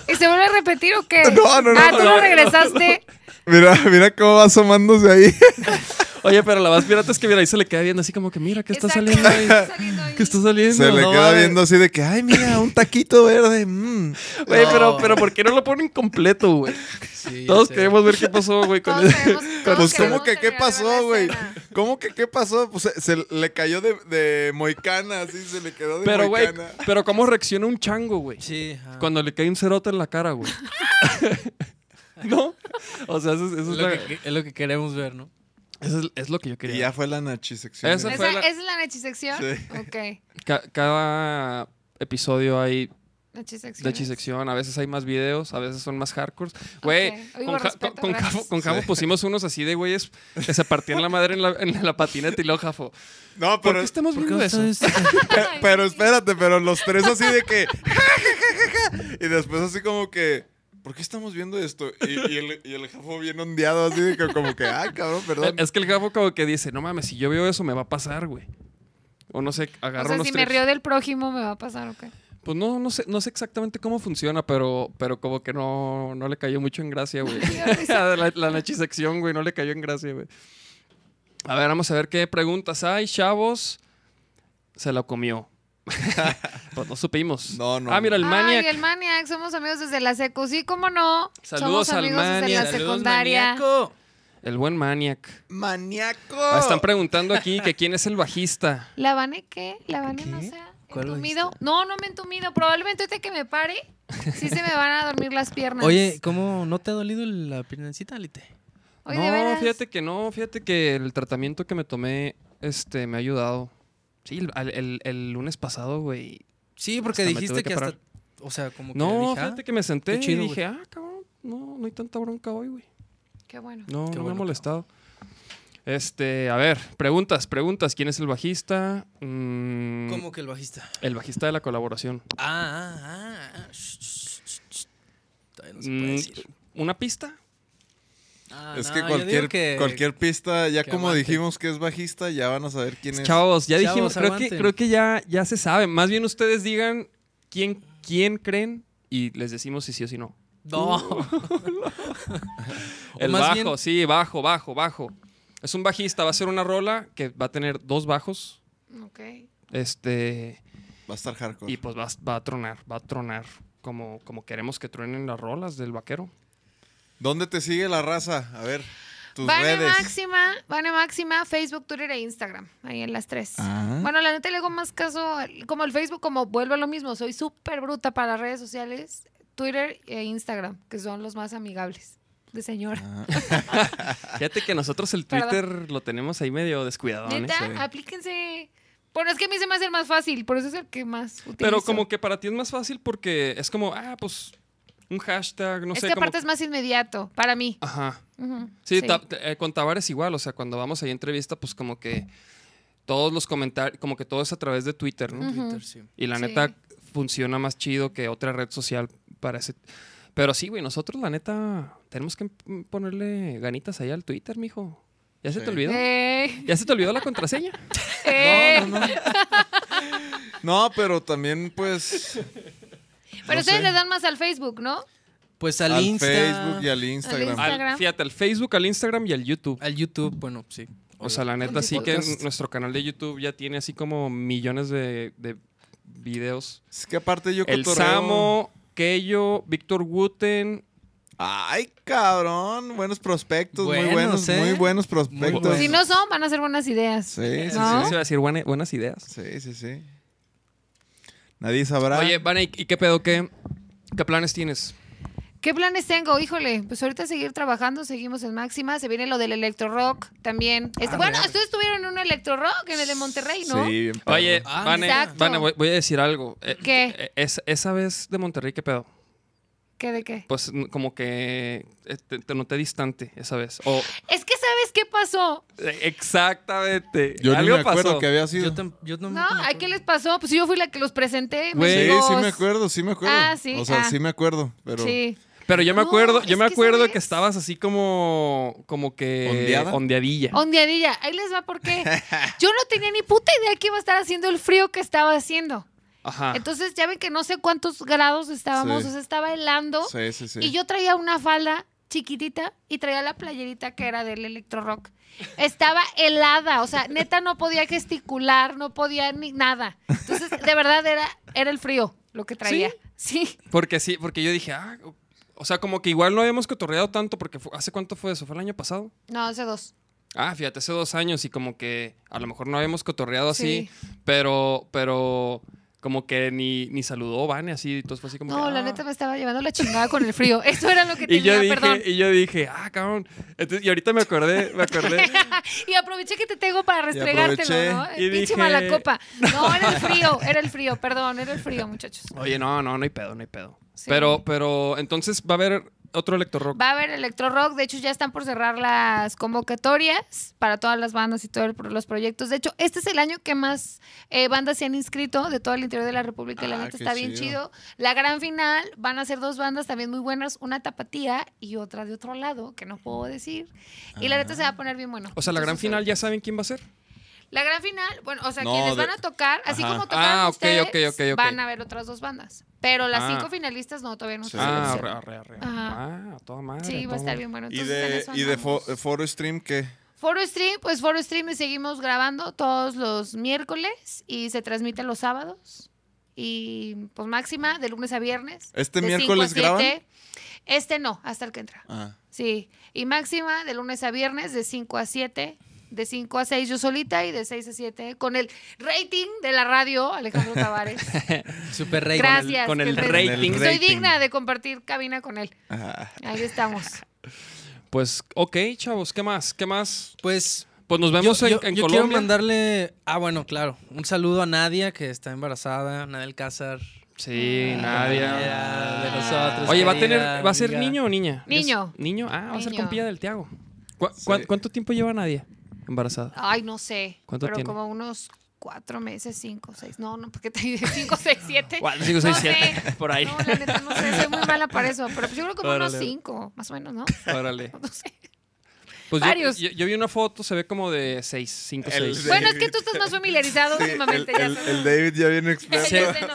D: ¿Y se vuelve a repetir o qué?
C: No, no, no,
D: Ah, tú
C: no,
D: lo
C: no.
D: regresaste.
C: Mira, mira cómo va asomándose ahí.
B: Oye, pero la más pirata es que, mira, ahí se le queda viendo así como que, mira, ¿qué está
D: Exacto,
B: saliendo ahí?
D: está saliendo ahí.
B: ¿Qué está saliendo?
C: Se le
B: No
C: queda
B: mames.
C: viendo así de que, ay, mira, un taquito verde. mm".
B: Güey, pero,
E: No.
B: pero ¿por qué no lo ponen completo, güey?
E: Sí,
B: Todos
E: sí.
B: queremos ver qué pasó, güey, con
D: Todos
B: eso.
D: queremos-
C: Pues,
D: todos
C: ¿cómo
D: queremos
C: que qué
D: terminar de ver
C: pasó,
D: la
C: güey?
D: escena.
C: ¿Cómo que qué pasó? Pues se, se le cayó de, de moicana, así se le quedó de
B: Pero, güey,
C: moicana.
B: pero ¿cómo reacciona un chango, güey?
E: Sí. ajá.
B: Cuando le cae un cerote en la cara, güey. ¿No? O sea, eso, es- eso
E: es,
B: es,
E: lo
B: la-
E: que, es lo que queremos ver, ¿no?
B: eso es- es lo que yo
C: Y
B: quería.
C: ya fue la nachisección.
B: Esa
D: ¿Esa,
B: fue la-
D: esa es la nachisección?
C: Sí.
D: Ok.
B: Ca- cada episodio hay
D: Nachisección.
B: sección, a veces hay más videos, a veces son más hardcores. Güey,
D: Oigo,
B: con, Ja-
D: respeto,
B: con
D: gracias.
B: Jafo, con Jafo pusimos unos así de güeyes que se partían la madre en la, en la patineta y luego Jafo.
C: No,
B: ¿Por
C: pero,
B: qué estamos
E: ¿Por qué
B: viendo
E: no
B: eso?
E: sabes?
C: pe- pero espérate, pero los tres así de que. y después así como que. ¿Por qué estamos viendo esto? Y, y el, y el jafo bien ondeado, así de que como que, ah, cabrón, perdón.
B: Es que el Jafo como que dice, no mames, si yo veo eso me va a pasar, güey. O no sé,
D: O
B: agarro
D: sea,
B: unos
D: si me
B: trips.
D: río del prójimo, me va a pasar, ok.
B: Pues no, no sé, no sé exactamente cómo funciona, pero, pero como que no, no le cayó mucho en gracia, güey. la, la nachisección, güey, no le cayó en gracia, güey. A ver, vamos a ver qué preguntas hay, chavos. Se la comió. pues no supimos.
C: No, no,
B: Ah, mira, el Maniac.
D: Ay, el Maniac, somos amigos desde la secu. Sí, cómo no.
B: Saludos
D: somos
B: al
D: amigos desde
B: Maniac.
D: la
E: Saludos,
D: secundaria.
E: maníaco.
B: El buen Maniac.
C: ¡Maníaco!
D: Oh.
B: Ah, están preguntando aquí que quién es el bajista.
D: ¿La Vane qué? ¿La Vane no
E: ¿Qué?
D: se ha
E: ¿Cuál
D: entumido? No, no me he entumido. Probablemente ahorita que me pare, sí se me van a dormir las piernas.
E: Oye, ¿cómo no te ha dolido la piernecita, Alite?
D: Oye,
B: no,
D: de veras.
B: fíjate que no, fíjate que el tratamiento que me tomé este, me ha ayudado. Sí, el, el- el lunes pasado, güey,
E: Sí, porque
B: Hasta me tuve
E: dijiste
B: que
E: que, hasta.
B: parar.
E: O sea, como que.
B: No,
E: dije, ah,
B: fíjate que me senté
E: qué chido,
B: y dije, ah, cabrón, no, no hay tanta bronca hoy, güey.
D: Qué bueno.
B: No, no me
E: Qué
B: ha
E: bueno,
B: molestado. Este, a ver, preguntas, preguntas. ¿Quién es el bajista? Mm,
E: ¿Cómo que el bajista?
B: El bajista de la colaboración.
E: Ah, ah, ah. Shh, shh, shh, shh. Todavía no se
B: Mm,
E: puede decir.
B: ¿Una pista?
E: Ah,
C: Es
E: no,
C: que
E: yo
C: cualquier,
E: digo que-
C: cualquier pista, ya
E: que
C: como
E: aguante.
C: dijimos que es bajista, ya van a saber quién es.
B: Chavos, ya
E: Chavos,
B: dijimos, creo que,
E: aguanten.
B: creo que ya, ya se sabe. Más bien ustedes digan quién, quién creen y les decimos si sí o si no.
E: No. O
B: El
E: más
B: bajo,
E: bien-
B: sí, bajo, bajo, bajo. Es un bajista, va a ser una rola que va a tener dos bajos.
D: Ok.
B: Este.
C: Va a estar hardcore.
B: Y pues va, va a tronar, va a tronar como, como queremos que truenen las rolas del vaquero.
C: ¿Dónde te sigue la raza? A ver, tus
D: Vane
C: redes.
D: Máxima, Vane Máxima, Facebook, Twitter e Instagram. Ahí en las tres.
C: Ah.
D: Bueno, la neta le hago más caso, al- como el Facebook, como vuelvo a lo mismo. Soy súper bruta para redes sociales, Twitter e Instagram, que son los más amigables de señora.
C: Ah.
B: Fíjate que nosotros el
D: Perdón.
B: Twitter lo tenemos ahí medio descuidado.
D: neta, aplíquense. Bueno, es que a mí se me hace el más fácil, por eso es el que más utilizo.
B: Pero como que para ti es más fácil porque es como, ah, pues un hashtag, no
D: es
B: sé.
D: que
B: como-
D: aparte es más inmediato para mí.
B: Ajá.
D: Ujú,
B: Sí, ta- eh, con Tavares igual, o sea, cuando vamos ahí a entrevista, pues como que todos los comentarios, como que todo es a través de Twitter, ¿no?
E: Twitter, sí.
B: Y la
D: Sí.
B: neta funciona más chido que otra red social para ese. Pero sí, güey, nosotros la neta tenemos que mm, ponerle ganitas ahí al Twitter, mijo. ¿Ya se
C: Sí.
B: te olvidó?
D: Eh,
B: ¿Ya se te olvidó la contraseña?
D: eh.
C: Ah. No, pero también pues
D: Pero
C: no
D: ustedes
C: sé.
D: le dan más al Facebook, ¿no?
E: Pues
C: al,
E: al, Insta,
C: Facebook y al
D: Al
C: Instagram.
D: Insta-
B: Al,
D: Instagram.
B: fíjate, al Facebook, al Instagram y al YouTube.
E: al YouTube, bueno, sí.
B: O sea, la neta,
D: Al
B: sí que
C: Pues,
E: podcast.
B: nuestro canal de YouTube ya tiene así como millones de, de videos.
C: Es que aparte yo
B: El
C: cotorreo-
B: Samo, Keyo, Víctor Wooten.
C: Ay, cabrón, buenos prospectos, muy
E: Buenos,
C: buenos,
E: ¿eh?
C: muy buenos
E: Muy
C: prospectos.
E: buenos.
D: Si no son, van a ser buenas ideas.
C: Sí, sí,
D: ¿No?
B: Sí, se va a decir buena- buenas ideas.
C: sí, sí, sí. Nadie sabrá.
B: Oye, Vane, ¿y qué pedo? ¿Qué, qué planes tienes?
D: ¿Qué planes tengo? Híjole, pues ahorita seguir trabajando, seguimos en Máxima, se viene lo del electro rock también.
B: Ah,
D: Este-
E: Arre,
D: bueno,
E: arre.
D: ustedes estuvieron en un electro rock en el de Monterrey, ¿no?
C: Sí, bien perro.
B: Oye,
E: Ah,
B: Vane,
D: exacto.
B: Vane, voy, voy a decir algo. Eh,
D: ¿Qué?
B: eh, es- esa vez de Monterrey, ¿qué pedo?
D: ¿Qué de qué?
B: Pues n- como que eh, te, te noté distante esa vez. O,
D: Es que sabes qué pasó,
B: eh, exactamente.
C: yo ni
B: algo
C: me acuerdo
B: pasó.
C: que había
E: Yo,
C: sido.
E: tam- yo tampoco
D: ¿no?
E: me
D: ¿A
E: acuerdo.
D: qué les pasó? Pues yo fui la que los presenté.
B: Güey.
C: Sí, sí
D: amigos.
C: me acuerdo, sí me acuerdo.
D: Ah, sí,
C: O sea,
D: ah.
C: sí me acuerdo, pero
D: Sí.
B: Pero yo me
D: No,
B: acuerdo, yo
D: es
B: me
D: que,
B: acuerdo que
D: ¿sabes?
B: estabas así como, como que
C: ¿Ondeada?
B: ondeadilla.
D: Ondeadilla, ahí les va porque yo no tenía ni puta idea que iba a estar haciendo el frío que estaba haciendo.
B: Ajá.
D: Entonces ya ven que no sé cuántos grados estábamos,
C: Ah. Sí.
D: o sea, estaba helando.
C: sí, sí, sí.
D: Y yo traía una falda chiquitita y traía la playerita que era del electro rock. Estaba helada, o sea, neta no podía gesticular, no podía ni nada. Entonces, de verdad era, era el frío lo que traía. Sí.
B: Porque sí, porque yo dije, ah, o- o sea, como que igual no habíamos cotorreado tanto porque fue- ¿hace cuánto fue eso? ¿Fue el año pasado?
D: No, hace dos.
B: Ah, fíjate, hace dos años y como que a lo mejor no habíamos cotorreado así,
D: Sí.
B: pero, pero como que ni, ni saludó Vane así, entonces fue así como
D: No,
B: que,
D: la
B: ah.
D: neta me estaba llevando la chingada con el frío. Eso era lo que
B: Y yo
D: tenía,
B: dije,
D: perdón.
B: y yo dije, ah, cabrón. Entonces, y ahorita me acordé, me acordé.
D: y aproveché que te tengo para
C: aproveché,
D: restregártelo, ¿no?
B: y
D: Pinche
B: dije-
D: mala copa. No, era el frío, era el frío, perdón, era el frío, muchachos.
B: Oye, no, no, no hay pedo, no hay pedo.
D: Sí.
B: Pero, pero, entonces va a haber otro Electro Rock.
D: Va a haber electro rock, de hecho ya están por cerrar las convocatorias para todas las bandas y todos los proyectos. De hecho, este es el año que más eh, bandas se han inscrito de todo el interior de la República. y la
C: Ah,
D: neta
C: qué
D: está bien
C: chido.
D: chido. La gran final van a ser dos bandas también muy buenas, una tapatía y otra de otro lado, que no puedo decir. Y la
C: Ah.
D: neta se va a poner bien bueno.
B: O sea, la gran
D: Entonces,
B: final ya saben quién va a ser.
D: La gran final, bueno, o sea,
C: No,
D: quienes
C: de-
D: van a tocar, así
C: Ajá.
D: como tocaron
B: Ah, ok,
D: ustedes,
B: ok, ok, ok.
D: van a haber otras dos bandas. Pero las
B: Ah.
D: cinco finalistas no, todavía no
C: Sí.
D: se
B: Ah, arre,
D: anuncian.
B: arre, arre.
D: Ajá.
B: Ah, toda madre.
D: Sí, va
B: toda
D: a estar
B: madre.
D: bien bueno.
C: ¿Y
D: Entonces, en
C: de,
D: eso
C: y de fo- eh,
D: andamos.
C: Foro Stream qué?
D: Foro Stream, pues Foro Stream y seguimos grabando todos los miércoles y se transmite los sábados. Y pues máxima de lunes a viernes.
C: ¿Este
D: de
C: miércoles
D: cinco a siete.
C: graban?
D: Este no, hasta el que entra.
C: Ah.
D: Sí. Y máxima de lunes a viernes de 5 a 7. De 5 a 6 yo solita y de 6 a 7 con el rating de la radio Alejandro Tavares.
E: Super rey.
D: Gracias.
B: con el
D: que te-
B: rating.
D: Soy
C: Rating.
D: digna de compartir cabina con él. Ahí estamos.
B: Pues, ok, chavos, ¿qué más? ¿Qué más?
E: Pues
B: Pues nos vemos
E: yo,
B: en,
E: yo-
B: en
E: yo
B: Colombia.
E: quiero mandarle. Ah, bueno, claro. Un saludo a Nadia, que está embarazada. Nadia Alcázar.
B: Sí,
E: compañera
B: Nadia.
E: De nosotros.
B: Oye, ¿va a tener,
E: querida
B: va a ser
E: amiga.
B: niño o niña?
D: Niño.
B: Niño, ah, va a ser
D: Niño.
B: compilla del Tiago. ¿Cu- cu-
C: Sí.
B: ¿Cuánto tiempo lleva Nadia embarazada?
D: Ay, no sé.
B: ¿Cuánto
D: pero
B: tiene?
D: como unos cuatro meses, cinco, seis. No, no, porque te dije cinco, seis, siete.
B: Cuatro, cinco,
D: No
B: seis, siete,
D: sé.
B: por ahí.
D: No, la neta, no sé. Soy muy mala para eso. Pero yo creo como unos
B: Órale.
D: cinco, más o menos, ¿no?
B: Órale.
D: No sé.
B: Pues yo-
D: Varios.
B: Yo, yo vi una foto, se ve como de 6, 5,
C: El
B: 6.
C: de-
D: Bueno, es que tú estás más familiarizado
C: Sí, el,
D: últimamente. ya
C: el-
D: sabes.
C: el David ya viene experto.
D: Ya sé, no.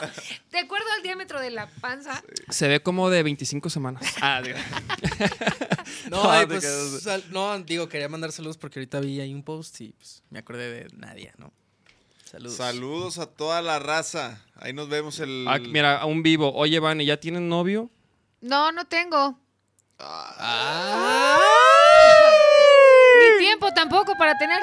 D: De acuerdo al diámetro de la panza,
B: Se ve como de 25 semanas. Ah, digo.
E: No,
B: No, Ah,
E: ay,
B: te
E: pues,
B: quedas-
E: sal- no, digo, quería mandar saludos porque ahorita vi ahí un post y pues me acordé de Nadia, ¿no? Saludos.
C: Saludos a toda la raza. Ahí nos vemos el.
B: Ah, mira, a un vivo. Oye, Vane, ¿ya tienen novio?
D: no, no tengo.
E: Ah,
D: Ni tiempo tampoco para tener.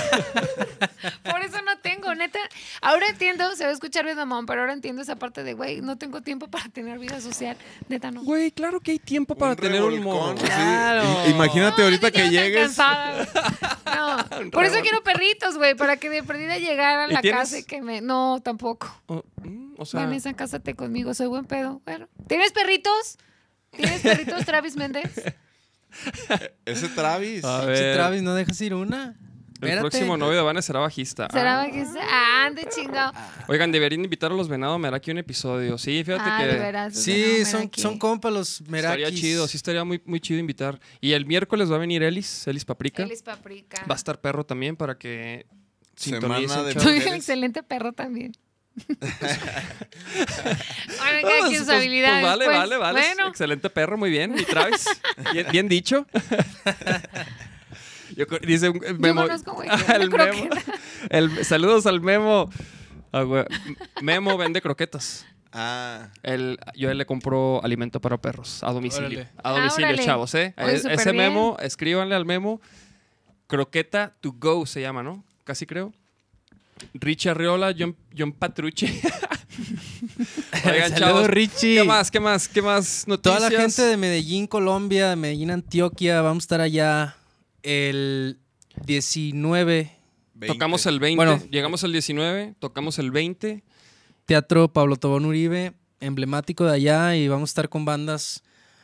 D: Por eso no tengo, neta. Ahora entiendo, se va a escuchar bien mamón, pero ahora entiendo esa parte de, güey, no tengo tiempo para tener vida social. Neta, no.
B: Güey, claro que hay tiempo para tener un morro.
C: revolcón, sí.
E: Claro.
C: I- Imagínate
D: No,
C: ahorita
D: me
C: que
D: tiene tan
C: llegues.
D: cansada, güey. No, por eso quiero perritos, güey, para que de perdida llegara a
B: ¿Y
D: la
B: tienes?
D: casa y que me... No, tampoco.
B: O, mm, o sea,
D: Vanessa, cásate conmigo, soy buen pedo. Bueno, ¿tienes perritos? ¿Tienes perritos, Travis Méndez?
C: Ese Travis.
B: a
E: si
B: ver,
E: Travis, ¿no dejas ir una?
B: el
E: Espérate.
B: próximo novio de Vane será bajista.
D: ¿Será
B: Ah.
D: que se- Ah, ande chingado.
B: Oigan, deberían invitar a los venados me hará aquí un episodio. Sí, fíjate
D: Ah,
B: que...
D: de veras. bueno,
E: Sí,
D: ven
E: son,
D: aquí.
E: son compas los Merakis.
B: Estaría chido, sí estaría muy, muy chido invitar. Y el miércoles va a venir Elis, Elis Paprika.
D: Él es paprika.
B: Va a estar perro también para que
C: Semana
B: sintonicen.
C: de-
B: chavos.
D: Soy un
C: mujeres.
D: excelente perro también. bueno,
B: Ah,
D: cada
B: pues,
D: quien sus
B: pues,
D: habilidades.
B: pues vale,
D: pues.
B: vale, vale.
D: Bueno,
B: Excelente perro, muy bien. Y Travis, bien, bien dicho. Yo co- dice un- el Memo.
D: conozco, güey, que
B: el
D: vende
B: Memo. El- saludos al Memo. Ah, güey. Memo vende croquetas.
C: Ah.
B: Él- yo le compro alimento para perros a domicilio.
E: Órale.
B: A domicilio,
D: Ah, órale.
B: chavos, ¿eh?
D: Oye,
B: E-
D: súper
B: ese
D: bien.
B: memo, escríbanle al memo. Croqueta to go se llama, ¿no? Casi creo. Richie Arriola, John, John Patrucci. Oigan,
E: Saludos,
B: chavos.
E: Richie.
B: ¿Qué más? ¿Qué más? ¿Qué más?
E: Toda
B: Noticias.
E: la gente de Medellín, Colombia, de Medellín, Antioquia, vamos a estar allá el 19.
C: 20.
B: Tocamos el 20,
E: Bueno.
B: llegamos al 19, tocamos el 20.
E: Teatro Pablo Tobón Uribe, emblemático de allá, y vamos a estar con bandas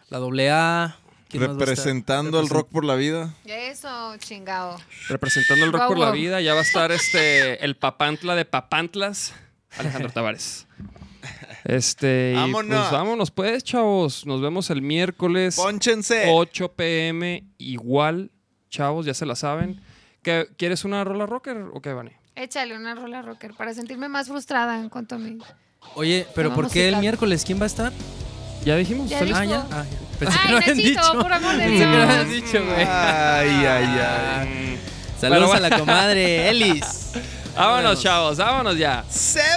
E: La AA. ¿quién más va a estar?
C: Representando al
E: Represent-
C: rock por la vida.
D: eso, chingado.
B: Representando el rock
D: Wow,
B: por la
D: wow.
B: vida, ya va a estar este el papantla de papantlas, Alejandro Tavares. Este, y,
C: Vámonos.
B: pues vámonos pues, chavos. Nos vemos el miércoles
C: Pónchense.
B: 8 pm igual, chavos, ya se la saben. ¿Qué- ¿Quieres una rola rocker o qué, Vani?
D: Échale una rola rocker para sentirme más frustrada en cuanto a mí.
E: Oye, pero
D: No,
E: ¿por qué el
D: musical.
E: miércoles? ¿Quién va a estar?
B: Ya dijimos.
D: Ya
B: Felipe?
D: dijo.
E: Ah, ya. Ah, ya.
B: Pues,
E: Pensé que
D: Ay,
E: lo habían
D: Nachito,
E: dicho.
D: por amor de
E: Pensé que lo
D: Dios.
E: habían dicho, güey.
C: Ay, ay, ay.
B: Ah.
E: Saludos
B: Pero
E: a la comadre Elis.
B: Vámonos, chavos, vámonos ya.
C: Se